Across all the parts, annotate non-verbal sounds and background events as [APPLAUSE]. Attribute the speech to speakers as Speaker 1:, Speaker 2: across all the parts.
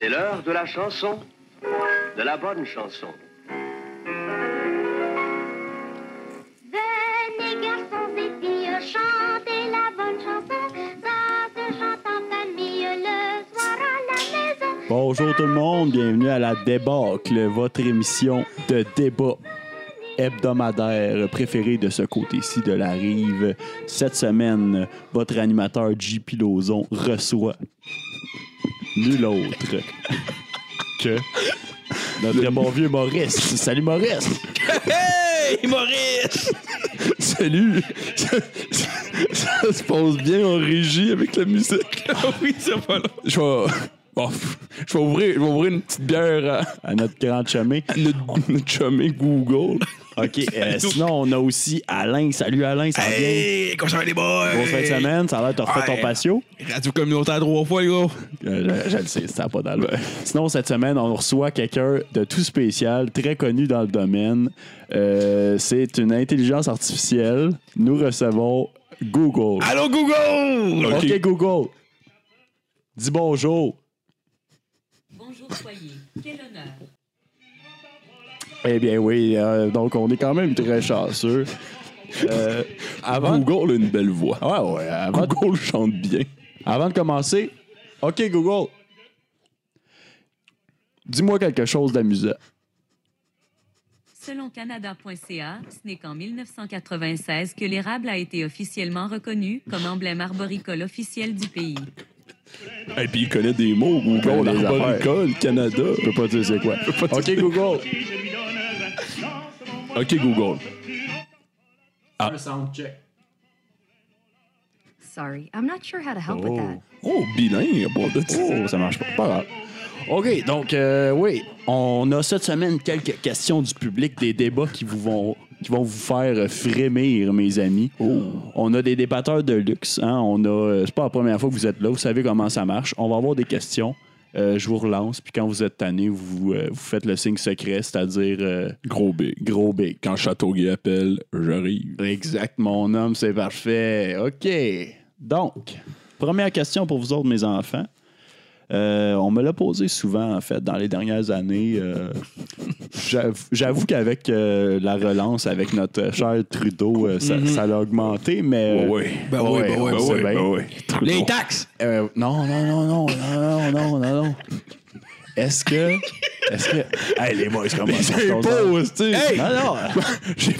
Speaker 1: C'est l'heure de la chanson, de la bonne chanson.
Speaker 2: Venez garçons et filles, chantez la bonne chanson. Ça se chante en famille le soir à la maison.
Speaker 3: Bonjour tout le monde, bienvenue à la débâcle, votre émission de débat hebdomadaire préférée de ce côté-ci de la rive. Cette semaine, votre animateur JP Lozon reçoit nul autre [LAUGHS] que notre bon vieux Maurice. Salut Maurice!
Speaker 4: Hey, Maurice!
Speaker 3: Salut! [LAUGHS] Ça, se passe bien en régie avec la musique.
Speaker 4: [LAUGHS] oui, ça va là.
Speaker 5: je vais. [LAUGHS] Bon, je vais ouvrir, je vais ouvrir une petite bière à,
Speaker 3: À notre grand chemin.
Speaker 5: à notre, [LAUGHS] notre chumé Google.
Speaker 3: OK, euh, sinon, on a aussi Alain. Salut Alain, ça va bien?
Speaker 4: Hey, comment ça va les boys?
Speaker 3: Grosse fin de semaine, ça a l'air, t'as refait ton
Speaker 4: Ouais.
Speaker 3: patio.
Speaker 5: Radio communautaire trois fois, les gars.
Speaker 3: Euh, je, je le sais, ça n'a pas d'allure. Sinon, cette semaine, on reçoit quelqu'un de tout spécial, très connu dans le domaine. Euh, c'est une intelligence artificielle. Nous recevons Google.
Speaker 4: Allô, Google!
Speaker 3: OK, Google. Dis bonjour.
Speaker 6: Bonjour soyez, quel honneur.
Speaker 3: Eh bien oui, euh, donc on est quand même très chanceux. Euh, avant, Ah
Speaker 5: Google a une belle voix.
Speaker 3: ouais, ouais, avant,
Speaker 5: Google chante bien.
Speaker 3: Avant de commencer, OK Google, dis-moi quelque chose d'amusant.
Speaker 6: Selon Canada.ca, ce n'est qu'en 1996 que l'érable a été officiellement reconnu comme emblème arboricole officiel du pays.
Speaker 5: Et puis il connaît des mots, Google,
Speaker 3: connaît des
Speaker 5: l'arboricole, Canada.
Speaker 3: Ben, Je peux pas dire c'est quoi.
Speaker 5: peux pas
Speaker 3: OK
Speaker 5: dire.
Speaker 3: Google.
Speaker 5: Ok, Google. Ah.
Speaker 7: Sorry, I'm not sure how to help with that.
Speaker 5: Oh, bilingue, bon, de
Speaker 3: Oh, ça marche pas. Pas grave. OK, donc, euh, oui, on a cette semaine quelques questions du public, des débats qui vous vont qui vont vous faire euh, frémir, mes amis. On a des débatteurs de luxe. Hein? On a, euh, c'est pas la première fois que vous êtes là. Vous savez comment ça marche. On va avoir des questions. Euh, je vous relance. Puis quand vous êtes tanné, vous, euh, vous faites le signe secret, c'est-à-dire euh,
Speaker 5: Gros big.
Speaker 3: gros big.
Speaker 5: Quand Châteauguay appelle, j'arrive.
Speaker 3: Exact, mon homme, c'est parfait. OK. Donc, première question pour vous autres, mes enfants. Euh, on me l'a posé souvent, en fait, dans les dernières années.
Speaker 5: [LAUGHS]
Speaker 3: Euh, j'avoue- J'avoue qu'avec euh, la relance, avec notre cher Trudeau, euh, ça, ça l'a augmenté, mais.
Speaker 5: Mhm.
Speaker 3: euh,
Speaker 5: Ouais, ouais.
Speaker 4: Ben oui, ben
Speaker 3: on le
Speaker 4: oui, ben
Speaker 3: sait
Speaker 4: oui,
Speaker 3: bien.
Speaker 5: ben oui.
Speaker 4: Les taxes!
Speaker 3: Euh, non, non, non, non, non, non, non, non, non. Est-ce que. Est-ce que. Hey, les boys, comment ça se passe?
Speaker 5: tu sais.
Speaker 3: Non, non.
Speaker 5: J'ai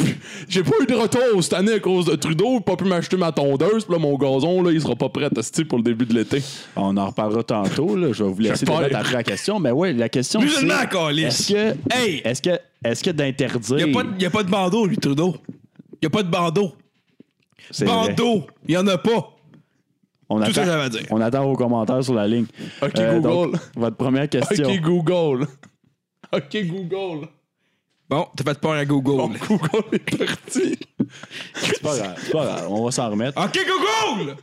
Speaker 5: j'ai pas eu de retour cette année à cause de Trudeau. J'ai pas pu m'acheter ma tondeuse. Puis là, mon gazon, là, il sera pas prêt à tester pour le début de l'été.
Speaker 3: [LAUGHS] On en reparlera tantôt. Là. Je vais vous laisser
Speaker 5: J'espère.
Speaker 3: débattre après la question. Mais oui, la question,
Speaker 4: Plus
Speaker 3: c'est...
Speaker 4: de la calice.
Speaker 3: Est-ce que...
Speaker 4: Hey!
Speaker 3: Est-ce que... Est-ce que d'interdire...
Speaker 4: Il n'y a, pas de bandeau, lui, Trudeau. Il n'y a pas de bandeau.
Speaker 3: C'est vrai.
Speaker 4: Bandeau! Il n'y en a pas.
Speaker 3: On
Speaker 4: Tout
Speaker 3: attend...
Speaker 4: ça, j'avais à dire.
Speaker 3: On attend vos commentaires sur la ligne. Euh, donc,
Speaker 5: OK, Google.
Speaker 3: votre première question.
Speaker 5: OK, Google. [LAUGHS] OK, Google.
Speaker 4: Bon, t'as fait peur à Google.
Speaker 5: Google est parti.
Speaker 3: C'est pas grave. c'est pas grave. On va s'en remettre.
Speaker 4: OK, Google!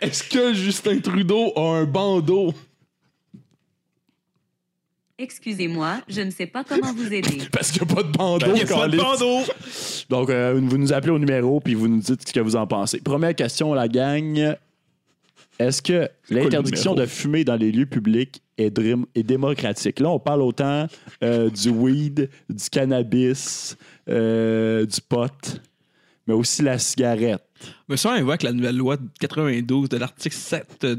Speaker 5: Est-ce que Justin Trudeau a un bandeau?
Speaker 6: Excusez-moi, je ne sais pas comment vous aider.
Speaker 5: Parce qu'il n'y a pas de bandeau.
Speaker 4: Ben, Il n'y a pas de
Speaker 5: câlisse.
Speaker 4: bandeau.
Speaker 3: Donc, euh, vous nous appelez au numéro puis vous nous dites ce que vous en pensez. Première question, la gang. Est-ce que l'interdiction de
Speaker 5: numéro?
Speaker 3: fumer dans les lieux publics est, drim- est démocratique? Là, on parle autant euh, du weed, du cannabis, euh, du pot, mais aussi la
Speaker 5: [LAUGHS]
Speaker 3: cigarette.
Speaker 4: Mais ça, on voit que la nouvelle loi de 92 de l'article 7 euh,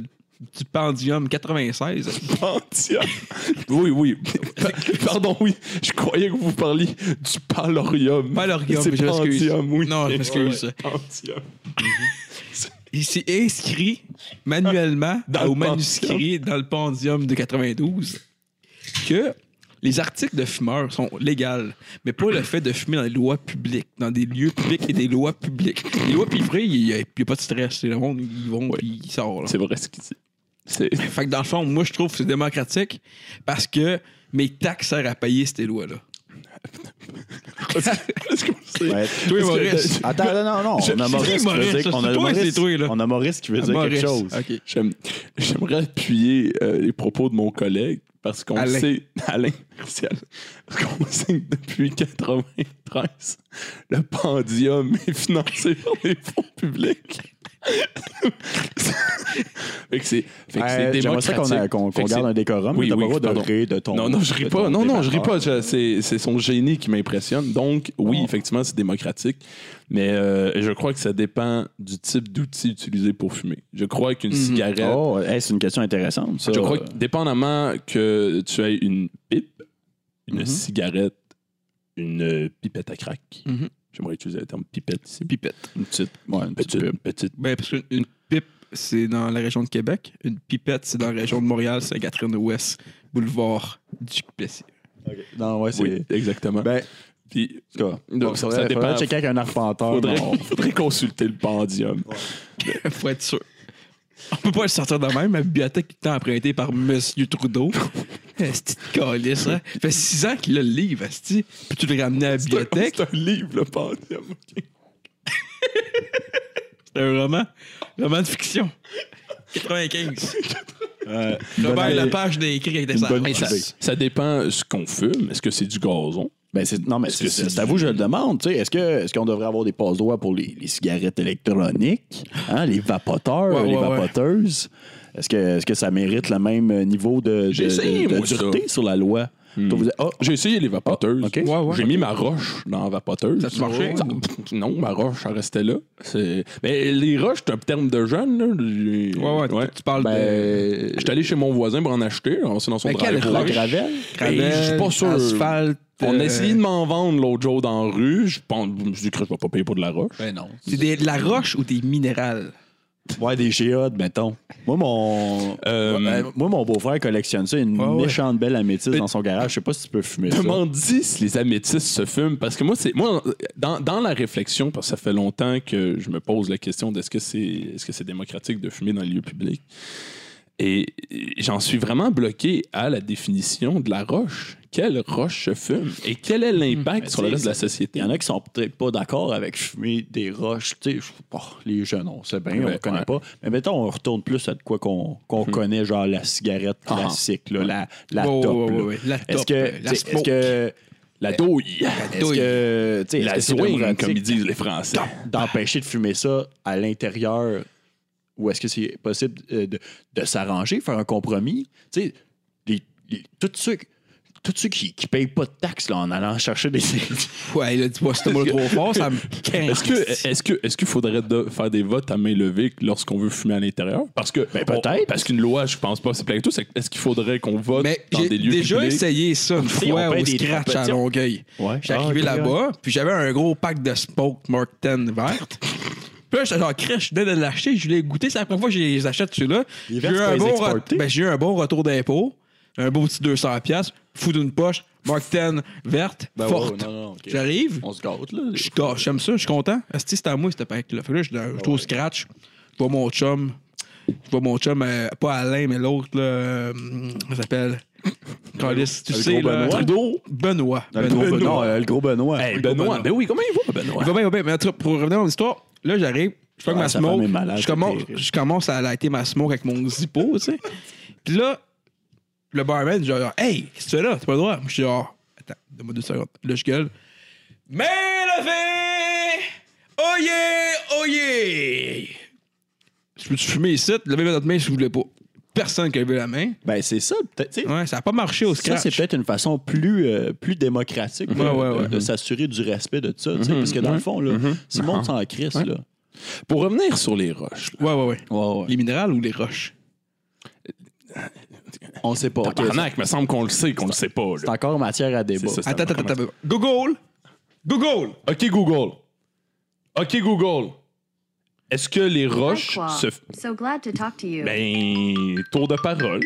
Speaker 4: du Pendium 96.
Speaker 5: [LAUGHS] Pantia. Oui, oui. Pa- Oh, [LAUGHS] Pardon, oui. Je croyais que vous parliez du palorium.
Speaker 4: Palorium,
Speaker 5: C'est
Speaker 4: je m'excuse.
Speaker 5: Pentium, oui.
Speaker 4: Non, je m'excuse.
Speaker 5: Ouais, ouais, Pentium.
Speaker 4: Il s'est inscrit manuellement
Speaker 5: Dans
Speaker 4: au
Speaker 5: le
Speaker 4: manuscrit dans le Pendium de 92 que les articles de fumeurs sont légaux, mais pas le fait de fumer dans les lois publiques, dans des lieux publics et des lois publiques. Les lois privées, il n'y a, il y a pas de stress. c'est Le monde, ils vont puis ils sortent. là.
Speaker 5: C'est vrai ce qu'il dit. C'est
Speaker 4: Fait que dans le fond, moi, je trouve que c'est démocratique parce que mes taxes servent à payer ces lois-là.
Speaker 5: Est-ce que c'est-
Speaker 3: [LAUGHS] Ouais.
Speaker 4: Toi,
Speaker 5: Est-ce que-
Speaker 4: Maurice.
Speaker 3: Attends, non, non, non. On a
Speaker 4: c'est
Speaker 3: Maurice qui
Speaker 4: Maurice,
Speaker 3: veut dire,
Speaker 4: ça,
Speaker 3: on a
Speaker 4: c'est toi,
Speaker 3: Maurice-
Speaker 4: c'est toi, là.
Speaker 3: on a Maurice qui veut dire
Speaker 4: Maurice.
Speaker 3: quelque chose.
Speaker 4: OK.
Speaker 5: J'aime- J'aimerais appuyer euh, les propos de mon collègue parce qu'on
Speaker 4: Alain.
Speaker 5: sait, [LAUGHS] Alain, merci, Alain. parce qu'on [LAUGHS] sait que depuis [LAUGHS] 93, le Pandium est financé par des fonds publics. [LAUGHS]
Speaker 3: fait que c'est fait que c'est
Speaker 5: Euh, J'aimerais ça qu'on a-
Speaker 3: démocratique.
Speaker 5: qu'on qu'on
Speaker 3: Fait que
Speaker 5: garde
Speaker 3: c'est-
Speaker 5: un décorum.
Speaker 3: Oui,
Speaker 5: T'as
Speaker 3: oui,
Speaker 5: pas le droit de
Speaker 3: pardon.
Speaker 5: rire de ton.
Speaker 3: Non, non, je ris
Speaker 5: de
Speaker 3: pas.
Speaker 5: ton
Speaker 3: Non, non, je ris
Speaker 5: débatteur.
Speaker 3: pas. Je- C'est c'est son génie qui m'impressionne. Donc, oui,
Speaker 5: Oh.
Speaker 3: effectivement, c'est démocratique. Mais euh, je crois que ça dépend du type d'outil utilisé pour fumer. Je crois qu'une cigarette.
Speaker 5: Oh, hey, c'est une question intéressante, ça.
Speaker 3: Je crois que, dépendamment que tu aies une pipe, une
Speaker 5: Mhm.
Speaker 3: cigarette, une pipette à crack.
Speaker 4: Mhm.
Speaker 3: J'aimerais utiliser le terme pipette ici.
Speaker 4: Pipette.
Speaker 3: Une petite.
Speaker 5: Ouais, une petite pipe.
Speaker 3: petite.
Speaker 4: Ben, parce qu'une une pipe, c'est dans la région de Québec. Une pipette, c'est dans la région de Montréal, Sainte-Catherine-Ouest, boulevard du Plessis. [LAUGHS]
Speaker 5: Non, ouais, c'est.
Speaker 3: Oui, exactement.
Speaker 5: Ben,
Speaker 3: Puis,
Speaker 5: en tout cas,
Speaker 3: Donc,
Speaker 5: ça,
Speaker 3: ça dépend.
Speaker 5: dépend. checker avec un arpenteur.
Speaker 3: faudrait, [LAUGHS]
Speaker 5: non.
Speaker 3: faudrait consulter le
Speaker 5: [LAUGHS]
Speaker 3: pendium.
Speaker 4: Faut être sûr. On peut pas le sortir de même. Ma bibliothèque est empruntée par Monsieur Trudeau.
Speaker 3: [LAUGHS]
Speaker 4: Esti de calice, hein? Ça fait six ans qu'il a le livre, Esti. Puis tu le ramener à la
Speaker 3: C'est un-
Speaker 4: bibliothèque.
Speaker 3: C'est un livre, le pendium. ok.
Speaker 4: C'est un roman. Roman de fiction. 95.
Speaker 5: Euh,
Speaker 4: Robert
Speaker 5: bonne-
Speaker 4: Lapage l'a écrit avec des
Speaker 5: bonne
Speaker 4: armes.
Speaker 5: idée.
Speaker 3: Ça, ça dépend ce qu'on fume. Est-ce que c'est du gazon?
Speaker 5: Ben, c'est- non, mais
Speaker 3: Est-ce
Speaker 5: c'est
Speaker 3: que c'est
Speaker 5: c'est- c'est à vous, que je le demande. tu sais. Est-ce que- est-ce qu'on devrait avoir des passe-droits pour les, les cigarettes électroniques, hein, les vapoteurs,
Speaker 4: Ouais,
Speaker 5: les
Speaker 4: ouais, ouais.
Speaker 5: vapoteuses? Est-ce que, est que ça mérite le même niveau de, de,
Speaker 3: J'ai essayé,
Speaker 5: de- de
Speaker 3: moi, ça. Hmm.
Speaker 5: dureté sur la loi? Toi, vous- ah,
Speaker 3: J'ai essayé les vapoteuses.
Speaker 5: Ah, ok.
Speaker 3: J'ai
Speaker 4: Ouais, ouais.
Speaker 3: mis ma roche dans la vapoteuse.
Speaker 4: Ça a-tu marché?
Speaker 3: Ça- non, ma roche, elle restait là. C'est- Mais les roches, c'est un terme de jeune. là. Les-
Speaker 4: Ouais, ouais, Tu, tu parles de.
Speaker 3: Ben, j'étais allé chez mon voisin pour en acheter. Alors, C'est dans son
Speaker 4: Mais quelle
Speaker 3: driveway.
Speaker 5: la
Speaker 4: roche?
Speaker 5: gravelle?
Speaker 3: Ben, je suis pas sûr.
Speaker 4: Asphalte.
Speaker 3: On a
Speaker 4: euh,
Speaker 3: essayé de m'en vendre l'autre jour dans la rue. Je, pense, je me suis dit, Chris, je vais pas payer pour de la roche.
Speaker 5: Ben non.
Speaker 4: C'est des- de la roche ou des minérales?
Speaker 5: Ouais, des géodes, mettons. Moi, mon,
Speaker 3: Euh,
Speaker 5: Ouais, ben, moi, mon beau-frère collectionne ça, une
Speaker 4: Ouais, ouais.
Speaker 5: méchante belle améthyste dans son garage. Je sais pas si tu peux fumer ça.
Speaker 3: Demande-y si les améthystes se fument. Parce que moi, c'est moi dans, dans la réflexion, parce que ça fait longtemps que je me pose la question d'est-ce que c'est est-ce que c'est démocratique de fumer dans le lieu public. Et et j'en suis vraiment bloqué à la définition de la roche. Quelle roche se fume et quel est l'impact
Speaker 5: Mais
Speaker 3: sur le
Speaker 5: tu
Speaker 3: reste
Speaker 5: sais,
Speaker 3: de la société?
Speaker 5: Hmm. Ben, Il y en a qui sont peut-être pas d'accord avec fumer des roches. Tu sais, je- oh, les jeunes, on sait bien, on
Speaker 3: Ouais,
Speaker 5: ne connaît
Speaker 3: ouais.
Speaker 5: pas. Mais mettons, on retourne plus à de quoi qu'on qu'on connaît, genre la cigarette
Speaker 3: Ah,
Speaker 5: classique, là, la, la
Speaker 4: Hmm. Ouais,
Speaker 5: top.
Speaker 4: ouais, ouais,
Speaker 5: là.
Speaker 4: ouais, la
Speaker 5: Est-ce
Speaker 4: top,
Speaker 5: que,
Speaker 4: euh,
Speaker 5: tu
Speaker 4: la
Speaker 5: sais, est-ce
Speaker 4: smoke.
Speaker 5: que
Speaker 3: La douille.
Speaker 5: est-ce que tu sais, est-ce
Speaker 3: La
Speaker 5: que c'est
Speaker 3: swing,
Speaker 5: démocratique
Speaker 3: comme ils disent les Français.
Speaker 5: d'empêcher de fumer ça à l'intérieur ou est-ce que c'est possible euh, de, de s'arranger, faire un compromis? Tu sais, les- les- tous ceux, tous ceux qui ne payent pas de taxes là, en allant chercher des...
Speaker 4: Ouais, là, dis-moi, si t'as mal trop fort,
Speaker 5: [LAUGHS]
Speaker 4: ça me casse.
Speaker 3: Est-ce
Speaker 5: euh,
Speaker 3: que est-ce que est-ce qu'il faudrait de- faire des votes à main levée lorsqu'on veut fumer à l'intérieur Parce que
Speaker 5: Ben, peut-être.
Speaker 3: on- parce qu'une loi, je pense pas, c'est plein de tout. c'est- Est-ce qu'il faudrait qu'on vote
Speaker 4: Mais
Speaker 3: dans
Speaker 4: j'ai
Speaker 3: des lieux
Speaker 4: déjà
Speaker 3: publics?
Speaker 4: essayé ça une
Speaker 5: sais, on
Speaker 4: fois
Speaker 5: paye
Speaker 4: au
Speaker 5: des
Speaker 4: scratch à
Speaker 5: compétitions.
Speaker 4: Longueuil.
Speaker 5: Ouais.
Speaker 4: J'étais arrivé
Speaker 5: Ah, ok,
Speaker 4: là-bas, puis j'avais un gros pack de Spoke Mark 10 verte. Puis là, j'étais genre, crèche, je venais de l'acheter, je l'ai goûté. C'est la première fois que je les achète, ceux-là.
Speaker 5: Les
Speaker 4: J'ai
Speaker 5: vertes,
Speaker 4: eu,
Speaker 5: tu peux
Speaker 4: un
Speaker 5: les
Speaker 4: bon re-
Speaker 5: exporter?
Speaker 4: ben, j'ai eu un bon retour d'impôt, un beau petit 200$, piastres, fou d'une poche, Mark 10 verte,
Speaker 5: Ben,
Speaker 4: forte.
Speaker 5: ouais, non, non, ok.
Speaker 4: J'arrive,
Speaker 5: On se gâte, là.
Speaker 4: je suis content, j'aime ça, je suis content. Asti, c'était à moi, c'était pas là. Fait que là, je je suis au scratch. Je vois mon chum. Je vois mon chum, euh, pas Alain, mais l'autre, là. euh, comment ça
Speaker 5: [COUGHS]
Speaker 4: s'appelle? Carlis, tu
Speaker 5: le
Speaker 4: sais,
Speaker 5: gros
Speaker 4: là.
Speaker 5: Benoît?
Speaker 4: Trudeau? Benoît.
Speaker 5: Le gros Benoît.
Speaker 4: Benoît.
Speaker 5: euh, le gros Benoît.
Speaker 3: Hey,
Speaker 4: Oui,
Speaker 3: Benoît,
Speaker 4: Benoît.
Speaker 3: ben oui, comment il va, Benoît?
Speaker 4: Il va bien, il va bien. Mais en tout cas, pour revenir à mon histoire, là, j'arrive, je fais
Speaker 5: Ah,
Speaker 4: ma
Speaker 5: sa femme
Speaker 4: smoke.
Speaker 5: est malade,
Speaker 4: je, commence,
Speaker 5: c'est terrible.
Speaker 4: je commence à lighter ma smoke avec mon Zippo, tu
Speaker 5: [LAUGHS]
Speaker 4: sais. Puis là, le barman, genre, hey, qu'est-ce que tu fais là? T'as pas le droit. Je suis genre, attends, donne-moi deux secondes. Là, je gueule. Mais levée! Oh yeah! Oh yeah! Je peux-tu fumer ici? Levez votre main si vous voulez pas. Personne qui a levé la main.
Speaker 5: Ben, c'est ça, peut-être. tu sais,
Speaker 4: Ouais, ça a pas marché au
Speaker 5: Ça,
Speaker 4: scratch.
Speaker 5: c'est peut-être une façon plus, euh, plus démocratique de-
Speaker 4: Ouais, ouais,
Speaker 5: de,
Speaker 4: ouais.
Speaker 5: de s'assurer du respect de ça. tu sais, parce que dans le fond, là, si le monde s'en crisse, là.
Speaker 3: Pour revenir sur les roches, là,
Speaker 4: Ouais, ouais, ouais.
Speaker 5: Ouais,
Speaker 4: Les minérales ou les roches?
Speaker 5: On sait pas. ok,
Speaker 3: tabarnak, me semble qu'on le sait, qu'on le sait pas. là.
Speaker 5: c'est encore matière à débat.
Speaker 3: C'est ça, c'est-
Speaker 4: Attends, attends, attends. Google! Google!
Speaker 5: [LAUGHS]
Speaker 3: Ok Google. Ok Google. Est-ce que les
Speaker 8: Hi,
Speaker 3: roches
Speaker 8: Qua.
Speaker 3: se f-
Speaker 8: So glad to talk to you.
Speaker 3: ben tour de parole.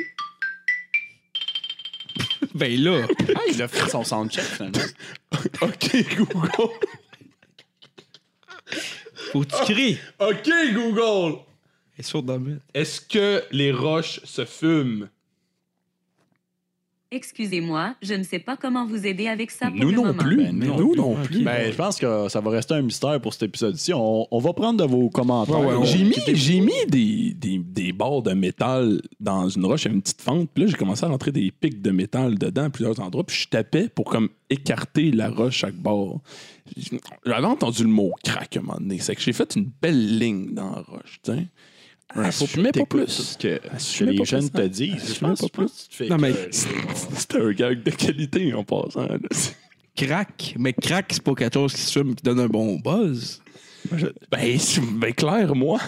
Speaker 4: Ben là,
Speaker 5: Ah, il a fait son soundcheck, finalement.
Speaker 3: Ok Google.
Speaker 4: faut que tu cries.
Speaker 3: [LAUGHS] ok Google.
Speaker 4: Ah! Et sur
Speaker 3: Est-ce que les roches se fument
Speaker 6: Excusez-moi, je ne sais pas comment vous aider avec ça pour
Speaker 3: Nous
Speaker 6: le
Speaker 3: non
Speaker 6: moment.
Speaker 3: plus.
Speaker 5: Ben,
Speaker 3: Nous non plus.
Speaker 5: Ben, je pense que ça va rester un mystère pour cet épisode-ci. On, on va prendre de vos commentaires.
Speaker 4: Ouais, ouais, ouais.
Speaker 3: J'ai mis, j'ai mis des, des, des barres de métal dans une roche, il y avait une petite fente. Puis là, j'ai commencé à rentrer des pics de métal dedans à plusieurs endroits. Puis je tapais pour comme écarter la roche chaque bord. J'avais entendu le mot crack à un moment donné. C'est que j'ai fait une belle ligne dans la roche. tu sais.
Speaker 5: Ah,
Speaker 3: Elle fumait pas plus.
Speaker 5: que,
Speaker 3: Elle
Speaker 5: que
Speaker 3: fumait
Speaker 5: les
Speaker 3: pas
Speaker 5: jeunes
Speaker 3: plus.
Speaker 4: hein.
Speaker 5: te disent.
Speaker 3: Elle
Speaker 5: Je
Speaker 3: fumait
Speaker 5: pense
Speaker 3: pas plus.
Speaker 5: que tu te fais
Speaker 4: Non, mais
Speaker 5: écœurer.
Speaker 3: [LAUGHS] C'était un gag de qualité en passant. là.
Speaker 4: Crack, mais crack, c'est pas quelque chose qui se fume qui donne un bon
Speaker 5: Ah,
Speaker 4: buzz.
Speaker 3: Ben, c'est- ben claire, moi.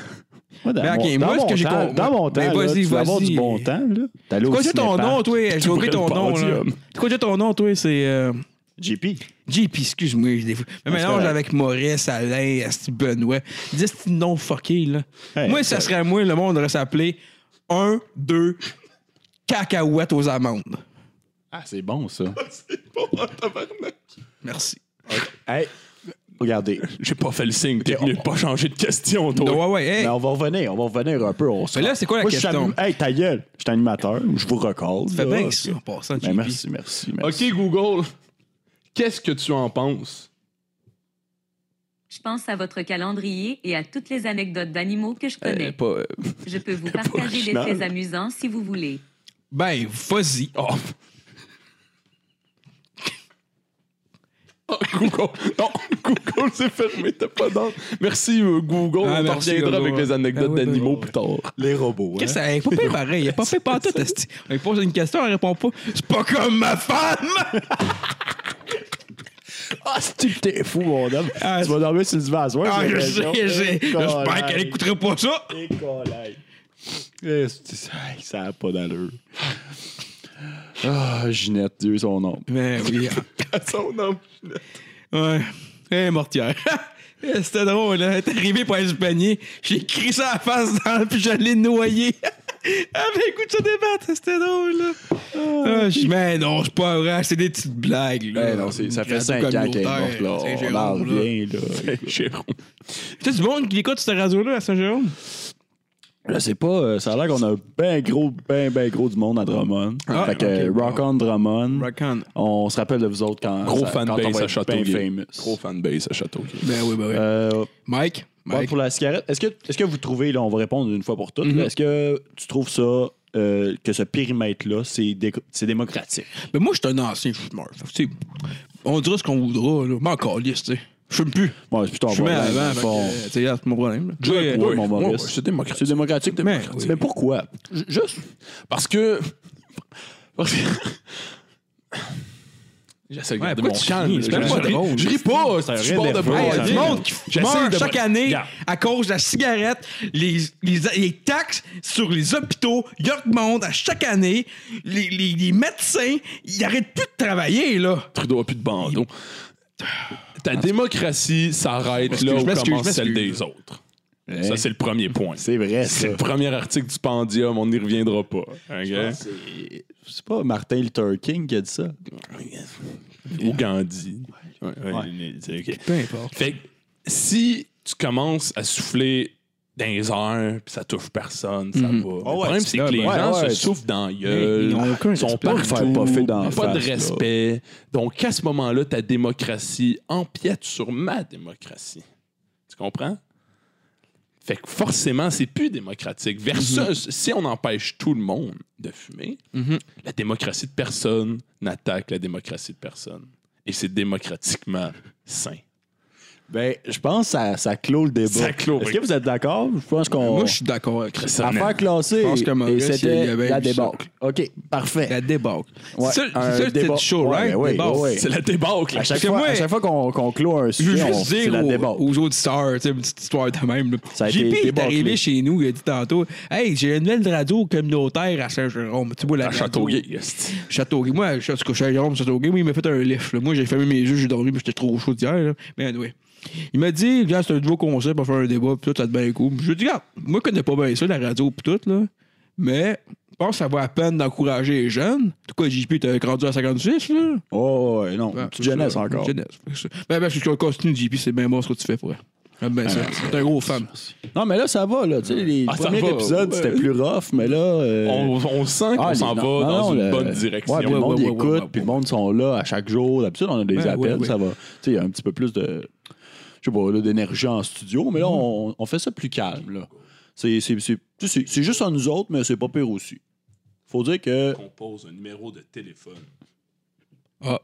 Speaker 5: Moi, dans
Speaker 4: Mais Ben, ok,
Speaker 5: mon-
Speaker 4: moi,
Speaker 5: dans
Speaker 4: ce que
Speaker 5: mon
Speaker 4: j'ai
Speaker 5: temps-
Speaker 4: con-
Speaker 5: Dans mon temps,
Speaker 4: Mais
Speaker 5: là,
Speaker 4: vas-y,
Speaker 5: tu vas avoir
Speaker 4: vas-y.
Speaker 5: du bon temps. là. T'allais au
Speaker 4: Quoi, c'est ton
Speaker 5: cinépark.
Speaker 4: nom, toi? J'ai oublié ton
Speaker 3: brûles
Speaker 4: nom,
Speaker 3: pas,
Speaker 4: là.
Speaker 3: Dieu.
Speaker 4: Quoi, c'est ton nom, toi? C'est. euh,
Speaker 5: JP.
Speaker 4: JP, excuse-moi, je dévoue. Mais
Speaker 5: c'est
Speaker 4: mélange
Speaker 5: correct.
Speaker 4: avec Maurice, Alain, Asti Benoît. Dis ce petit nom fucké, là.
Speaker 5: Hey,
Speaker 4: moi, ça
Speaker 5: c'est-
Speaker 4: serait moi, le monde aurait s'appelé 1, 2, cacahuètes aux amandes.
Speaker 5: Ah, c'est bon, ça.
Speaker 3: Oh,
Speaker 4: Merci.
Speaker 5: hey, regardez.
Speaker 3: J'ai pas fait le signe. T'es venu pas changer de question, toi.
Speaker 4: Donc, ouais, ouais, hey,
Speaker 5: Mais on va revenir, on va revenir un peu. On se
Speaker 4: Mais là, c'est quoi la
Speaker 5: Moi, je suis
Speaker 4: question?
Speaker 5: anim- Hey, ta gueule, je suis animateur, je vous recorde.
Speaker 4: fait
Speaker 5: là.
Speaker 4: bien ça, en passant,
Speaker 5: Ben,
Speaker 4: JP.
Speaker 5: merci, merci, merci.
Speaker 3: OK, Google, qu'est-ce que tu en penses?
Speaker 6: Je pense à votre calendrier et à toutes les anecdotes d'animaux que je
Speaker 5: Eh,
Speaker 6: connais.
Speaker 3: pas. euh,
Speaker 6: je
Speaker 3: [LAUGHS]
Speaker 6: peux vous partager des
Speaker 5: original.
Speaker 6: faits amusants si vous voulez.
Speaker 4: Ben, vas-y.
Speaker 3: oh. Oh, Google. Non, Google, c'est fermé, t'as pas d'ordre. Merci, euh, Google.
Speaker 4: Ah,
Speaker 3: on t'en
Speaker 4: merci,
Speaker 3: reviendra
Speaker 4: Google.
Speaker 3: avec les anecdotes
Speaker 4: Ah, ouais, ben,
Speaker 3: d'animaux
Speaker 4: ouais.
Speaker 3: plus tard.
Speaker 5: Les robots. hein.
Speaker 4: Qu'est-ce que ça est pas fait pareil? Il a pas fait pas
Speaker 5: [LAUGHS]
Speaker 4: tout, Asti. On lui pose une question, elle répond pas. C'est pas comme ma
Speaker 5: [LAUGHS]
Speaker 4: femme!
Speaker 5: Ah, c'est t'es fou, mon homme.
Speaker 4: Ah,
Speaker 5: tu vas dormir sur du vase. Ouais,
Speaker 4: Ah,
Speaker 5: j'ai
Speaker 4: je
Speaker 5: raison.
Speaker 4: sais, je sais. J'espère qu'elle
Speaker 5: Colin.
Speaker 4: écouterait pas ça.
Speaker 5: Et Colin. Eh, c'est- c'est- hey, Ça n'a pas d'allure. Ah, Ginette, Dieu son nom.
Speaker 4: Ben oui.
Speaker 5: [LAUGHS]
Speaker 3: Son nom.
Speaker 4: Ouais. Hé, mortière. [LAUGHS] C'était drôle, hein? Elle est arrivée pour aller se baigner. J'ai crié sa face dans le puis j'allais [LAUGHS] noyer. Avec écoute, ça débattre, c'était drôle, là. Ah, je dis, mais non, c'est pas vrai, c'est des petites blagues, là.
Speaker 5: Eh non, c'est- ça fait
Speaker 4: Euh, Radio
Speaker 5: 5 ans qu'elle est morte,
Speaker 4: communautaire,
Speaker 5: là. On en
Speaker 4: Saint-Jérôme, là.
Speaker 5: revient, là.
Speaker 3: Jérôme.
Speaker 5: Ah,
Speaker 4: T'as du monde qui écoute cette radio-là à Saint-Jérôme?
Speaker 5: Je sais pas, euh, ça a l'air qu'on a ben gros, ben, ben gros du monde à Drummond.
Speaker 4: Ah,
Speaker 5: fait que euh,
Speaker 4: ok.
Speaker 5: Rock on Drummond.
Speaker 4: Rock on.
Speaker 5: On se rappelle de vous autres quand.
Speaker 3: Gros
Speaker 5: ça- quand on
Speaker 3: fanbase
Speaker 5: va
Speaker 3: à
Speaker 5: être ben
Speaker 3: Châteauguay.
Speaker 5: famous.
Speaker 3: Gros fanbase à Châteauguay.
Speaker 4: Ben oui, ben oui.
Speaker 5: Euh,
Speaker 4: Mike?
Speaker 5: Bon,
Speaker 4: Mike? Mm-hmm.
Speaker 5: pour la cigarette, est-ce que, est que vous trouvez, là, on va répondre une fois pour toutes, là, est-ce que tu trouves ça, euh, que ce périmètre-là, c'est dé- c'est démocratique?
Speaker 4: Mais Ben, moi, je suis un ancien fumeur. Fait que, tu sais, on dira ce qu'on voudra, là. Mais encore liste, tu sais. Je fume plus.
Speaker 5: Bon, c'est plutôt
Speaker 4: Je fumais avant, fait que, tu sais, c'est mon problème. là.
Speaker 3: Ouais,
Speaker 5: toi,
Speaker 3: ouais,
Speaker 5: mon
Speaker 3: ouais,
Speaker 5: Maurice.
Speaker 3: c'est démocratique.
Speaker 5: C'est démocratique,
Speaker 4: Mais
Speaker 5: démocratique.
Speaker 4: oui.
Speaker 5: Mais pourquoi?
Speaker 3: Ju- Juste parce que. parce que- J'essaie de
Speaker 4: Ouais,
Speaker 3: garder
Speaker 4: pourquoi
Speaker 3: mon
Speaker 4: tu
Speaker 3: calme.
Speaker 4: finis? C'est même
Speaker 3: Je-
Speaker 4: pas
Speaker 3: je-
Speaker 4: drôle.
Speaker 3: Je ris pas. C'est
Speaker 5: un
Speaker 3: un sport de
Speaker 5: rénerveux,
Speaker 4: Hey,
Speaker 5: Ouais,
Speaker 4: Il y
Speaker 3: bras.
Speaker 4: a
Speaker 5: c'est
Speaker 4: du monde qui
Speaker 3: J'essaie
Speaker 4: meurt
Speaker 3: de-
Speaker 4: chaque année
Speaker 3: Regarde.
Speaker 4: à cause de la cigarette, les, les, les taxes sur les hôpitaux, il y a du monde à chaque année, les, les, les médecins, ils arrêtent plus de travailler, là.
Speaker 3: Trudeau a plus de bandeau. Ta démocratie s'arrête
Speaker 4: Excuse,
Speaker 3: là où
Speaker 4: Ah, je m'excuse,
Speaker 3: commence
Speaker 4: je
Speaker 3: celle
Speaker 4: m'excuse. Hein?
Speaker 3: des autres. Ça, c'est le premier point.
Speaker 5: Hein? C'est vrai, ça.
Speaker 3: C'est le premier article du Pandium, on n'y reviendra pas. hein,
Speaker 5: Ah,
Speaker 3: OK?
Speaker 5: c'est- C'est pas Martin Luther King qui a dit ça.
Speaker 3: Ou Gandhi. Ouais, ouais, c'est- OK.
Speaker 4: Peu importe.
Speaker 3: Fait que si tu commences à souffler dans les airs, puis ça touche personne, ça va. le
Speaker 5: ouais,
Speaker 3: problème,
Speaker 5: tu-
Speaker 3: c'est que les
Speaker 5: ouais,
Speaker 3: gens
Speaker 5: ouais,
Speaker 3: se
Speaker 5: tu-
Speaker 3: soufflent dans la
Speaker 4: Mais
Speaker 3: gueule.
Speaker 4: ils ont aucun
Speaker 3: Ils sont
Speaker 4: respect.
Speaker 3: partout,
Speaker 5: Faire puffer dans la
Speaker 3: pas de
Speaker 5: face, là.
Speaker 3: respect. Donc, à ce moment-là, ta démocratie empiète sur ma démocratie. Tu comprends? Fait que forcément, c'est plus démocratique. Versus, si on empêche tout le monde de fumer, la démocratie de personne n'attaque la démocratie de personne. Et c'est démocratiquement sain.
Speaker 5: Ben, je pense que ça, ça clôt le débat.
Speaker 3: Ça clôt,
Speaker 5: Est-ce
Speaker 3: oui.
Speaker 5: que vous êtes d'accord? Je pense qu'on.
Speaker 4: Moi, je suis d'accord avec ça.
Speaker 3: Ça
Speaker 5: Affaire classée.
Speaker 4: Je pense que
Speaker 5: et
Speaker 4: Maurice,
Speaker 5: c'était
Speaker 4: il y avait
Speaker 5: la
Speaker 4: eu ça.
Speaker 5: débâcle. OK, parfait.
Speaker 4: La débâcle.
Speaker 5: Ouais,
Speaker 4: c'est ça,
Speaker 5: un
Speaker 4: c'est ça le titre
Speaker 5: débat.
Speaker 4: du show,
Speaker 5: Ouais,
Speaker 4: right?
Speaker 5: ouais,
Speaker 4: Débâcle.
Speaker 5: ouais, ouais.
Speaker 3: C'est la débâcle.
Speaker 5: À chaque,
Speaker 4: Parce que
Speaker 5: fois,
Speaker 4: moi-
Speaker 5: à chaque fois qu'on qu'on clôt un
Speaker 4: Je veux
Speaker 5: sujet, on-
Speaker 4: juste
Speaker 5: c'est
Speaker 4: dire
Speaker 5: la
Speaker 4: aux-
Speaker 5: débâcle.
Speaker 4: aux, auditeurs, tu sais, une petite histoire de même.
Speaker 5: Ça
Speaker 4: là.
Speaker 5: a
Speaker 4: JP
Speaker 5: été
Speaker 4: est
Speaker 5: débâclé.
Speaker 4: arrivé chez nous, il a dit tantôt Hey, j'ai une nouvelle radio communautaire à Saint-Jérôme. Tu vois, la
Speaker 3: À
Speaker 4: radio-
Speaker 3: Châteauguay. esti.
Speaker 4: Châteauguay. Moi, en tout cas, Saint-Jérôme, Châteauguay, moi, il m'a fait un lift. là. Moi, j'ai fermé mes yeux, j'ai dormi, mais j'étais trop chaud d'hier. là. Mais anyway. Il m'a dit, gars, c'est un nouveau concept, on va faire un débat, pis tout, ça te bien cool. Je lui ai dit, regarde, moi, je connais pas bien ça, la radio, pis tout, là. Mais, je pense que ça va à peine d'encourager les jeunes. En tout cas, JP, t'as grandi à 56, là.
Speaker 5: Oh, ouais, non.
Speaker 4: Ouais,
Speaker 5: Petite
Speaker 4: c'est
Speaker 5: jeunesse
Speaker 4: ça,
Speaker 5: encore.
Speaker 4: Jeunesse. Ben, ben, je continue, JP, c'est bien bon ce que tu fais pour elle. Ah ben, c'est c'est un gros fan.
Speaker 5: Non, mais là, ça va. Là. Tu sais, les
Speaker 3: Ah, ça
Speaker 5: premiers
Speaker 3: va,
Speaker 5: épisodes,
Speaker 3: ouais.
Speaker 5: c'était plus rough, mais là. euh,
Speaker 3: On, on sent qu'on
Speaker 5: ah,
Speaker 3: s'en va
Speaker 5: les- non,
Speaker 3: dans
Speaker 5: non,
Speaker 3: une
Speaker 5: le-
Speaker 3: bonne direction.
Speaker 5: Ouais, puis le monde
Speaker 4: ouais, ouais,
Speaker 5: écoute,
Speaker 4: ouais,
Speaker 5: puis
Speaker 4: ouais.
Speaker 5: le monde sont là à chaque jour. D'habitude, on a des
Speaker 3: Ben
Speaker 4: Ouais,
Speaker 5: appels,
Speaker 4: ouais, ouais.
Speaker 5: ça va. Tu sais, il y a un petit peu plus de. Je sais pas, là, d'énergie en studio, mais là,
Speaker 3: Mm-hmm.
Speaker 5: on, on fait ça plus calme, là. C'est, c'est, c'est, tu sais, c'est- c'est juste en nous autres, mais c'est pas pire aussi. Faut dire que.
Speaker 3: On pose un numéro de téléphone.
Speaker 4: Ah,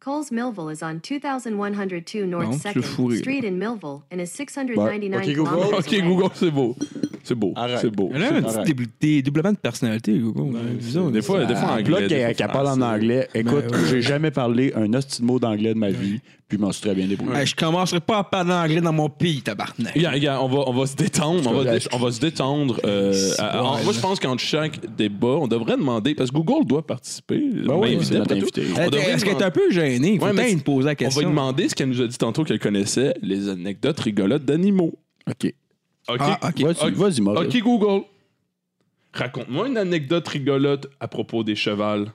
Speaker 8: Coles Millville is on 2102 North
Speaker 4: Non, tu le
Speaker 8: 2nd
Speaker 4: fourris.
Speaker 8: Street in Millville and is
Speaker 5: Bah,
Speaker 8: 699
Speaker 5: ok, Google.
Speaker 8: kilometers
Speaker 3: OK,
Speaker 8: away.
Speaker 3: Google, c'est beau. C'est beau.
Speaker 5: Arrête.
Speaker 3: C'est beau.
Speaker 4: elle a un
Speaker 3: C'est-
Speaker 4: petit débl- dé- doublement de personnalité, Gogo. Bizarre.
Speaker 3: Des fois, des fois en
Speaker 5: Un
Speaker 3: anglais.
Speaker 5: bloc
Speaker 3: des
Speaker 5: qui
Speaker 3: fois Ben
Speaker 5: est capable en
Speaker 3: français.
Speaker 5: anglais. Écoute,
Speaker 4: ouais.
Speaker 5: j'ai jamais parlé un hostie de mot d'anglais de ma vie, puis je m'en suis très bien débrouillé.
Speaker 4: Hey, je commencerai pas à parler anglais dans mon pays, tabarnak.
Speaker 3: Regarde, regarde, on va, on va se détendre. On va,
Speaker 5: Ouais.
Speaker 3: dé- on va se détendre. euh, à- à-
Speaker 4: Ouais,
Speaker 3: moi,
Speaker 4: là.
Speaker 3: je pense qu'entre chaque débat, on devrait demander, parce que Google doit participer. Ben
Speaker 5: ouais, c'est notre invité.
Speaker 3: On
Speaker 4: Elle
Speaker 3: devrait
Speaker 4: était- Est-ce
Speaker 3: lui
Speaker 4: qu'elle est un peu gênée? Faut
Speaker 3: Ouais, mais
Speaker 4: peut-être
Speaker 3: c'est-
Speaker 4: nous poser
Speaker 3: On va
Speaker 4: la
Speaker 3: lui
Speaker 4: question.
Speaker 3: demander ce qu'elle nous a dit tantôt qu'elle connaissait, les anecdotes rigolotes d'animaux.
Speaker 5: OK.
Speaker 3: OK.
Speaker 4: Ah, ok.
Speaker 5: Vas-y, vas-y, Maurice.
Speaker 3: OK, Google. Raconte-moi une anecdote rigolote à propos des chevals.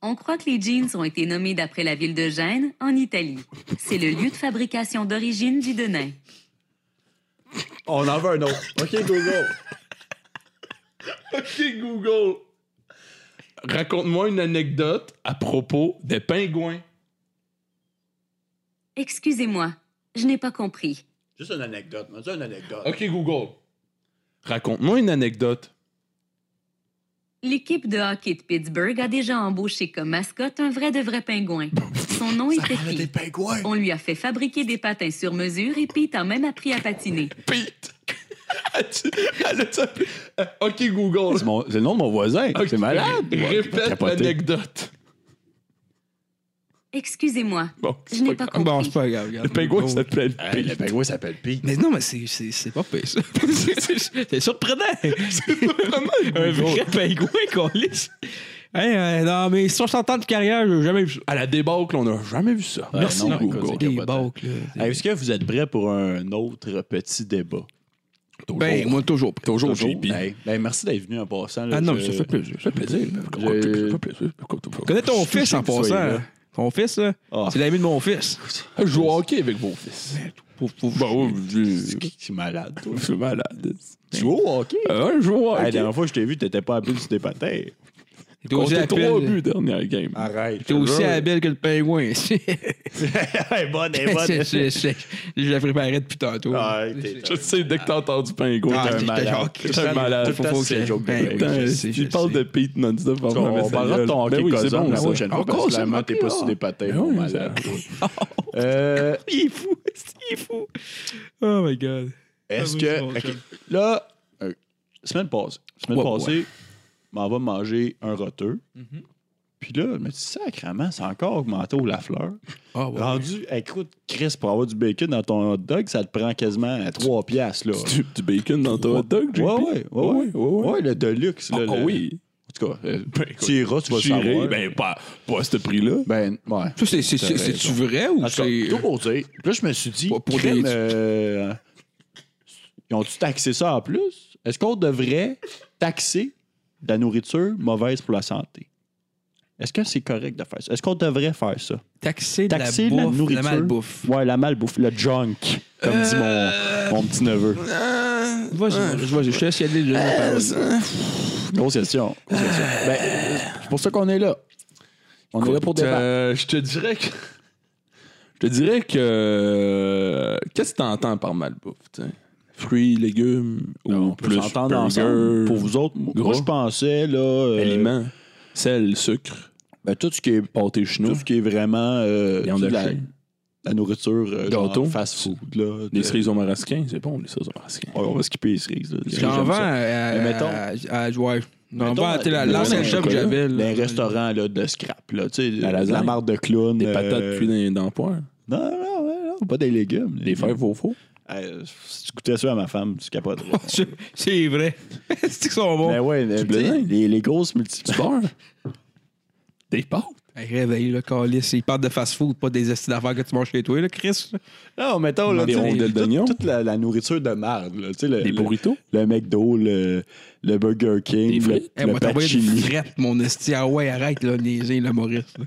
Speaker 6: On croit que les jeans ont été nommés d'après la ville de Gênes, en Italie. C'est le lieu de fabrication d'origine du denain.
Speaker 5: On en veut un autre. OK, Google.
Speaker 3: OK, Google. Raconte-moi une anecdote à propos des pingouins.
Speaker 6: Excusez-moi, je n'ai pas compris.
Speaker 5: Juste une anecdote. Moi, une anecdote.
Speaker 3: OK, Google. Raconte-moi une anecdote.
Speaker 6: L'équipe de hockey de Pittsburgh a déjà embauché comme mascotte un vrai de vrai pingouin. Son nom est Pete.
Speaker 5: pingouins.
Speaker 6: On lui a fait fabriquer des patins sur mesure et Pete a même appris à patiner.
Speaker 3: Pete. [LAUGHS] As-tu- Elle a-tu appelé- Euh, OK, Google.
Speaker 5: C'est, mon- c'est le nom de mon voisin.
Speaker 3: Ok,
Speaker 5: C'est malade.
Speaker 3: Répète
Speaker 5: Capoté.
Speaker 3: l'anecdote.
Speaker 6: Excusez-moi,
Speaker 3: Bon,
Speaker 6: je n'ai pas
Speaker 3: grave. Euh,
Speaker 6: compris.
Speaker 4: Ah, Bon, c'est pas grave. regarde.
Speaker 3: Le pingouin
Speaker 4: Bon.
Speaker 3: s'appelle
Speaker 5: Hey, Hein, le pingouin s'appelle Pete.
Speaker 4: Mais non, mais c'est- c'est c'est pas pire, [LAUGHS] ça. C'est- c'est- c'est [LAUGHS] surprenant. Un vrai pingouin qu'on lisse. Hey, euh, dans mes 60 ans de carrière, j'ai jamais vu ça.
Speaker 3: À la débâcle, on n'a jamais vu ça.
Speaker 5: Ouais,
Speaker 3: Merci,
Speaker 5: non, écoute,
Speaker 3: Google.
Speaker 5: c'est capotant. Hey, est-ce que vous êtes prêts pour un autre petit débat?
Speaker 4: Ben, moi, toujours. prêt.
Speaker 3: Toujours,
Speaker 5: Toujours.
Speaker 3: JP.
Speaker 5: Hey, ben, merci d'être venu en passant. là.
Speaker 4: Ah non, mais ça
Speaker 5: Je-
Speaker 4: fait plaisir. Ça fait plaisir.
Speaker 5: Je-
Speaker 4: [LAUGHS] Connais ton fils en
Speaker 5: que tu sois
Speaker 4: passant.
Speaker 5: là.
Speaker 4: hein. Ton fils, là,
Speaker 5: Ah.
Speaker 4: c'est l'ami de mon fils. Ben
Speaker 3: Je joue au hockey avec mon fils. Bon, je
Speaker 5: C'est qui qui est malade, toi?
Speaker 3: je suis malade.
Speaker 5: Tu joues au hockey?
Speaker 3: Euh, je joue au
Speaker 5: Hey, La
Speaker 3: hockey.
Speaker 5: Ah, dernière fois que je t'ai vu, t'étais pas à bout sur tes patins.
Speaker 4: T'es aussi,
Speaker 3: Comptez trois
Speaker 4: habile-
Speaker 3: buts dernière game.
Speaker 5: Arrête.
Speaker 4: t'es aussi habile que le pingouin. [LAUGHS]
Speaker 5: [LAUGHS] hey, bonne, hey, bonne.
Speaker 4: C'est-
Speaker 5: [LAUGHS]
Speaker 4: c'est- c'est- Je la préparé depuis tantôt.
Speaker 5: Ah, t'es-
Speaker 3: Je sais, dès que t'as entendu pingouin,
Speaker 4: Ah,
Speaker 3: t'es un
Speaker 4: t'es-
Speaker 3: malade.
Speaker 4: t'es-
Speaker 3: T'es un malade.
Speaker 4: Faut- faut que
Speaker 5: c'est
Speaker 4: je-
Speaker 5: joke de
Speaker 4: ben,
Speaker 5: pingouin.
Speaker 3: Putain,
Speaker 4: je sais, je
Speaker 3: Tu parles
Speaker 4: sais.
Speaker 3: de Pete non-stop.
Speaker 5: On, on parlera de ton
Speaker 4: Ben
Speaker 3: Ben
Speaker 5: hockey cousin la prochaine fois, parce que
Speaker 3: Encore, ça
Speaker 5: clairement, t'es pas sur des patins, mon
Speaker 3: oui,
Speaker 5: malade. Euh,
Speaker 4: Il est fou. [LAUGHS] Il est fou. Oh my God.
Speaker 5: Est-ce
Speaker 4: Ah,
Speaker 5: que.
Speaker 4: oui, c'est bon,
Speaker 5: ok, Là, euh, semaine passée. Semaine
Speaker 4: Ouais, Mhm.
Speaker 5: passée, m'en va manger un roteux. Puis là, je me dis, sacrement, c'est encore augmenté au Lafleur.
Speaker 4: Ah, ouais.
Speaker 5: Rendu, écoute, Chris, pour avoir du bacon dans ton hot dog, ça te prend quasiment à 3 piastres, là.
Speaker 3: Du, du bacon dans ton hot dog,
Speaker 5: Ouais,
Speaker 3: JP?
Speaker 5: ouais, ouais, ouais, ouais, le deluxe, là.
Speaker 3: Ah,
Speaker 5: le-
Speaker 3: oui.
Speaker 5: En tout cas, euh,
Speaker 3: Ben, écoute,
Speaker 5: tu iras, tu vas le
Speaker 3: J'irai,
Speaker 5: savoir.
Speaker 3: ben, pas, pas à ce prix-là.
Speaker 5: Ben, ouais.
Speaker 4: Ça, c'est- c'est- c'est-
Speaker 5: raison.
Speaker 4: C'est-tu vrai ou
Speaker 5: En tout
Speaker 4: c'est.
Speaker 5: cas, tout pour dire. Puis là, je me suis dit,
Speaker 4: Pour- pour
Speaker 5: crème,
Speaker 4: des-
Speaker 5: euh, ils ont-tu taxé ça en plus? Est-ce qu'on devrait taxer de la nourriture mauvaise pour la santé? Est-ce que c'est correct de faire ça? Est-ce qu'on devrait faire ça?
Speaker 4: Taxer de la,
Speaker 5: Taxer
Speaker 4: bouffe,
Speaker 5: de la nourriture.
Speaker 4: la malbouffe. Euh.
Speaker 5: Ouais, la malbouffe, le junk, comme dit mon, mon petit neveu.
Speaker 4: Vas-y, vas-y, vas-y, je te laisse y aller. je laisse la parole.
Speaker 5: Grosse question. grosse question. Ben, c'est pour ça qu'on est là. On est là pour
Speaker 3: Écoute,
Speaker 5: débattre.
Speaker 3: euh, je te dirais que. [LAUGHS] Je te dirais que. euh, Qu'est-ce que t'entends par malbouffe, tu sais? Fruits, légumes, euh, ou
Speaker 5: On peut
Speaker 3: plus
Speaker 5: s'entendre
Speaker 3: burger,
Speaker 5: ensemble. Pour vous autres, moi,
Speaker 3: gras,
Speaker 5: je pensais, là. euh,
Speaker 3: aliments, sel, sucre,
Speaker 5: ben, tout ce qui est
Speaker 3: pâté
Speaker 5: tout
Speaker 3: chinois,
Speaker 5: ce qui est vraiment euh,
Speaker 3: viande
Speaker 5: tu
Speaker 3: de
Speaker 5: sais, la,
Speaker 3: chien,
Speaker 5: la nourriture euh, genre
Speaker 3: Gâteau.
Speaker 5: fast food là
Speaker 3: les
Speaker 5: de-
Speaker 3: cerises au marasquin, c'est bon, les cerises au marasquin.
Speaker 5: Ouais, on va skipper les cerises là.
Speaker 4: J'en
Speaker 5: J'aime
Speaker 4: vends
Speaker 5: ça.
Speaker 4: à.
Speaker 5: Mais
Speaker 4: à- à- Ouais. J'en
Speaker 5: Mettons, euh,
Speaker 4: vends à tu sais, la-
Speaker 5: dans
Speaker 4: l'ancien
Speaker 5: un-
Speaker 4: shop que j'avais. là.
Speaker 5: dans un restaurant là, de scrap là tu sais
Speaker 3: La
Speaker 5: la,
Speaker 3: lasagne.
Speaker 5: marde de clown
Speaker 3: Des
Speaker 5: euh,
Speaker 3: patates cuites dans, dans le poêre,
Speaker 5: non non non, non, pas des légumes
Speaker 3: des fèves au four.
Speaker 5: Euh, si tu goûtais ça à ma femme tu
Speaker 3: [LAUGHS]
Speaker 5: capoterais
Speaker 4: [LAUGHS] C'est- C'est vrai. [LAUGHS] C'est qu'ils sont
Speaker 3: Oh,
Speaker 4: bons.
Speaker 5: mais ouais mais, tu sais,
Speaker 3: plaisantes?
Speaker 5: les, les grosses multi
Speaker 3: Du beurre. des pâtes.
Speaker 4: Hey, Réveille le calice. Ils parlent de fast-food, pas des estis d'affaires que tu manges chez toi, là, Chris.
Speaker 5: [LAUGHS] non mettons là
Speaker 3: Des
Speaker 5: tu sais,
Speaker 3: rondelles
Speaker 5: toute-
Speaker 3: d'oignon.
Speaker 5: toute la, la nourriture de marde là tu sais le,
Speaker 3: Des
Speaker 5: le,
Speaker 3: burritos.
Speaker 5: le McDo le, le Burger King
Speaker 3: Des
Speaker 5: le,
Speaker 3: frites.
Speaker 4: Eh,
Speaker 5: le
Speaker 4: moi, t'envoyais des
Speaker 5: Pacini.
Speaker 4: frettes, mon esti. Ah ouais, arrête, là, niaiser, là, Maurice. là.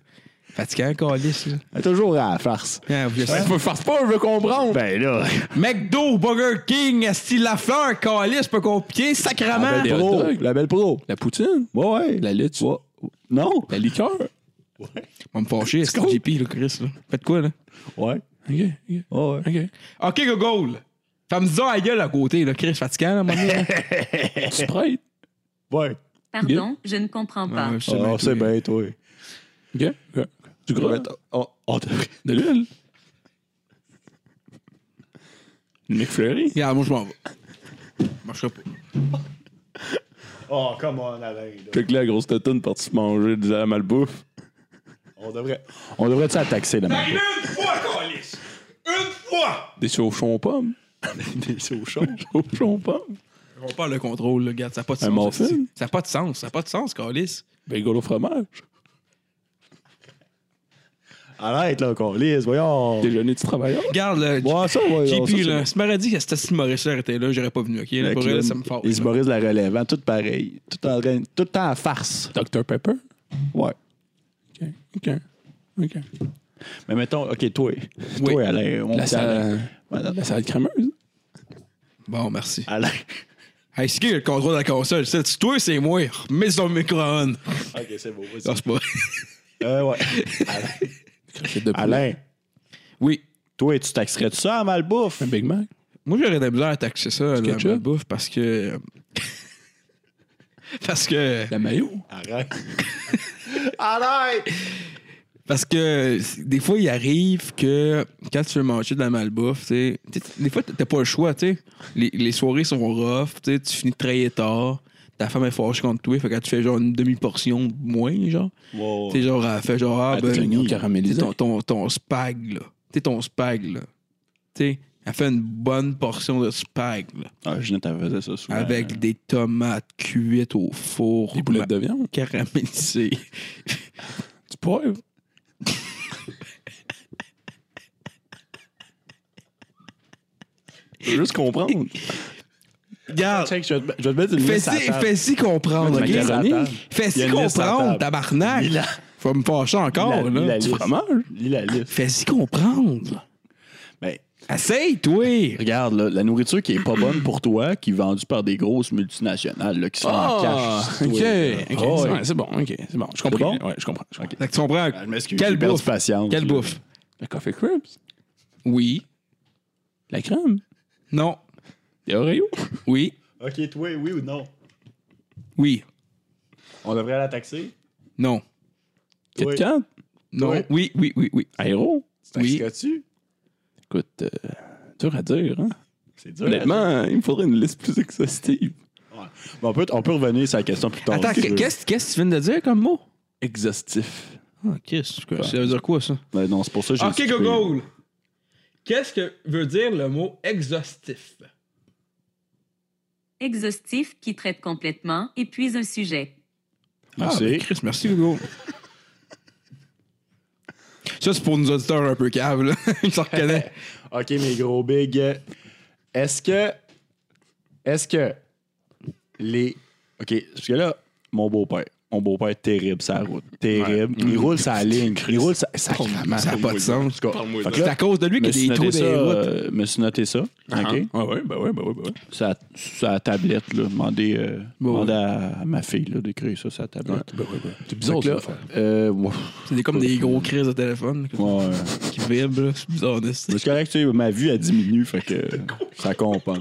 Speaker 4: Fatigant, calice, là.
Speaker 5: Toujours à la farce.
Speaker 4: Ah, vous le savez.
Speaker 3: Faut faire pas, je veux comprendre.
Speaker 5: Ben là,
Speaker 4: McDo, Burger King, Asti Lafleur, Calice, pas compliqué,
Speaker 5: la
Speaker 4: sacrament.
Speaker 5: belle
Speaker 3: des hot
Speaker 5: pro.
Speaker 3: dogs.
Speaker 5: La belle pro.
Speaker 3: La poutine,
Speaker 5: Ouais, ouais.
Speaker 3: la lutte,
Speaker 5: Ouais. Non?
Speaker 3: la liqueur. OK,
Speaker 4: On va me fâcher, c'est
Speaker 3: cool.
Speaker 4: JP, là, Chris. Là. Faites quoi, là?
Speaker 5: Ouais.
Speaker 3: OK,
Speaker 5: Ouais, ouais. [LAUGHS]
Speaker 3: OK.
Speaker 4: OK, Google. Femme disant à gueule à côté, là, Chris, fatigant, là, mon gars.
Speaker 3: Sprite.
Speaker 5: Ouais.
Speaker 6: Pardon, je ne comprends pas.
Speaker 4: Ah, je sais
Speaker 5: Ah,
Speaker 4: bien,
Speaker 5: c'est
Speaker 4: toi.
Speaker 5: bête, oui.
Speaker 3: OK, OK. Du gras,
Speaker 5: Oh, oh, t'as-
Speaker 3: de l'huile. McFlurry.
Speaker 4: Regarde, moi, je m'en vais. Moi, je serai pas.
Speaker 5: oh, come on, Alain. là.
Speaker 3: Fait que la grosse tatoune partie manger de la malbouffe.
Speaker 5: On devrait. On devrait-tu attaquer la main?
Speaker 4: Ben, Une fois, Calice! Une fois!
Speaker 3: Des sauchons aux
Speaker 5: [LAUGHS]
Speaker 3: pommes.
Speaker 5: C'est au chaud.
Speaker 3: Sauchons aux pommes.
Speaker 4: On parle de contrôle, là, regarde, ça n'a pas de
Speaker 3: Un
Speaker 4: sens.
Speaker 3: muffin?
Speaker 4: ça. Ça n'a pas de sens, ça n'a pas de sens, Calice.
Speaker 3: Bagel au fromage.
Speaker 5: Arrête, là, qu'on lise, voyons.
Speaker 3: Déjeuner du travailleur.
Speaker 4: Regarde, là,
Speaker 5: Ouais, ça, ouais. ça, Ben,
Speaker 4: JP,
Speaker 5: c'est
Speaker 4: là,
Speaker 5: bon.
Speaker 4: si m'aurait dit que cette Asti Maurice-là était là, j'aurais pas venu, OK? Là,
Speaker 5: La
Speaker 4: pour elle, ça me
Speaker 5: clown,
Speaker 4: fâche.
Speaker 5: Les
Speaker 4: là.
Speaker 5: humoristes de la relève, tout pareil. Tout en train- tout le temps en farce.
Speaker 3: Dr Pepper.
Speaker 5: Ouais.
Speaker 3: OK, OK, OK.
Speaker 5: Mais mettons, OK, toi.
Speaker 4: Oui.
Speaker 5: Toi, Alain. On
Speaker 3: La salade,
Speaker 5: Voilà.
Speaker 3: la salade crémeuse.
Speaker 4: Bon, merci.
Speaker 5: Alain.
Speaker 4: Hey, c'est qui le contrôle de la console? C'est toi, c'est moi. Remets ça dans le micro-ondes.
Speaker 5: OK, c'est beau.
Speaker 4: Non, c'est pas. vrai. [LAUGHS]
Speaker 5: Euh, ouais.
Speaker 3: Croquettes de poulet.
Speaker 5: Alain,
Speaker 4: Oui.
Speaker 5: toi, tu taxerais-tu ça en malbouffe?
Speaker 4: Ben,
Speaker 3: Un Big Mac.
Speaker 4: Moi, j'aurais de la misère à taxer ça, la
Speaker 3: ketchup?
Speaker 4: bouffe, parce que. [LAUGHS] parce que.
Speaker 3: La mayo.
Speaker 5: Arrête. [LAUGHS] Arrête!
Speaker 4: Parce que des fois, il arrive que quand tu veux manger de la malbouffe, tu sais, tu sais, des fois, t'as pas le choix, tu sais. Les, les soirées sont rough, tu sais, tu finis de travailler tard, ta femme est fâchée contre toi, fait que quand tu fais genre une demi-portion de moins, genre, tu sais, genre, elle fait genre, ah,
Speaker 3: Des
Speaker 4: ben,
Speaker 3: oignons
Speaker 4: Tu sais,
Speaker 3: caramélisés.
Speaker 4: ton, ton, ton spag, là. Tu sais, ton spag, là. Tu sais, elle fait une bonne portion de spag, là.
Speaker 5: Ah, je ne faisais ça souvent.
Speaker 4: Avec des tomates cuites au four.
Speaker 5: Ah,
Speaker 3: Des boulettes de viande.
Speaker 4: caramélisées.
Speaker 3: Du poivre. Je veux juste comprendre.
Speaker 4: Regarde,
Speaker 5: Ah, Check, je vais te je vais te mettre une liste à
Speaker 4: fais-y
Speaker 5: la table.
Speaker 4: fais-y comprendre,
Speaker 5: Une liste à la
Speaker 4: OK?
Speaker 5: table. Il y a
Speaker 4: Fais-y
Speaker 5: une liste à la
Speaker 4: comprendre,
Speaker 5: table.
Speaker 4: tabarnak.
Speaker 5: Lis la-
Speaker 4: Faut me fâcher encore,
Speaker 5: lis la- lis la
Speaker 4: là.
Speaker 5: liste.
Speaker 3: Du fromage.
Speaker 5: Lis la liste.
Speaker 4: Fais-y comprendre.
Speaker 5: Ben,
Speaker 4: Essaye-toi.
Speaker 5: regarde, là, la nourriture qui est pas bonne pour toi, qui est vendue par des grosses multinationales là, qui sont en
Speaker 3: Ah, ok.
Speaker 5: cash. sur toi, là.
Speaker 3: ok,
Speaker 5: Ah,
Speaker 3: c'est
Speaker 5: ouais.
Speaker 3: bon, c'est bon, ok, c'est bon. Je comprends.
Speaker 5: C'est bon?
Speaker 3: Ouais, je comprends. je comprends.
Speaker 4: Fait que tu comprends.
Speaker 5: Ah, Je m'excuse.
Speaker 4: Quelle
Speaker 5: j'ai perdu
Speaker 4: bouffe?
Speaker 5: patience.
Speaker 4: Quelle
Speaker 5: là.
Speaker 4: bouffe?
Speaker 3: Le coffee cribs,
Speaker 4: Oui.
Speaker 3: la crème,
Speaker 4: Non.
Speaker 3: les Oreos.
Speaker 4: Oui.
Speaker 5: Ok, toi, oui ou non?
Speaker 4: Oui.
Speaker 5: On devrait la taxer?
Speaker 4: Non.
Speaker 3: Kit
Speaker 5: Oui.
Speaker 3: Kat,
Speaker 4: Non.
Speaker 5: Ouais.
Speaker 4: Oui, oui, oui, oui.
Speaker 3: Aéro.
Speaker 4: Oui.
Speaker 5: Taxerais-tu?
Speaker 3: Écoute, euh, dur à dire, hein?
Speaker 5: C'est dur. à
Speaker 3: Honnêtement, il me faudrait une liste plus exhaustive.
Speaker 5: dire. Ouais. hein? Bon, on, peut, on peut revenir sur la question plus tard.
Speaker 4: Attends,
Speaker 5: si tu
Speaker 4: qu'est-
Speaker 5: veux.
Speaker 4: qu'est-ce qu'est-ce que tu viens de dire comme mot?
Speaker 3: Exhaustif.
Speaker 4: Ah, qu'est-ce que ça veut dire quoi ça?
Speaker 5: Ben non, c'est pour ça que j'ai.
Speaker 4: Ok,
Speaker 5: skippé.
Speaker 4: Google. Qu'est-ce que veut dire le mot exhaustif?
Speaker 6: Exhaustif qui traite complètement, épuise un sujet.
Speaker 5: Merci.
Speaker 4: ben, Chris, merci
Speaker 5: [LAUGHS]
Speaker 4: Google. ça, c'est pour nos auditeurs un peu caves, là. [LAUGHS] Ils s'en reconnaissent.
Speaker 5: OK, mes gros bigs. Est-ce que. Est-ce que. Les. OK, parce que là, mon beau-père. Mon beau-père, terrible, sa route. Terrible. Il roule
Speaker 4: [LAUGHS]
Speaker 5: sa ligne. Il roule sa. Sacrément.
Speaker 4: Ça n'a pas de sens.
Speaker 3: Parle-moi
Speaker 4: Fait que
Speaker 3: de-
Speaker 4: C'est à cause de lui
Speaker 5: Je me
Speaker 4: qu'il
Speaker 5: suis
Speaker 4: y a des trous
Speaker 5: noté ça.
Speaker 4: des routes. Uh-huh.
Speaker 5: euh, je me suis noté ça. OK?
Speaker 3: Ah ouais, ben ouais, ben ouais, ben ouais.
Speaker 5: Sur la- sur la tablette, là. Demandez, euh,
Speaker 4: Bon.
Speaker 5: demandez à ma fille, là, d'écrire ça sur la tablette.
Speaker 3: bah C'est bizarre,
Speaker 5: Fait que
Speaker 3: ça.
Speaker 5: là, euh, ouais,
Speaker 4: C'est des- comme des gros crises de téléphone que-
Speaker 5: ouais.
Speaker 4: qui vibrent. là. C'est bizarre, n'est-ce
Speaker 5: [LAUGHS] Mais c'est correct, tu sais, ma vue a diminué,
Speaker 4: [LAUGHS]
Speaker 5: fait que ça compense.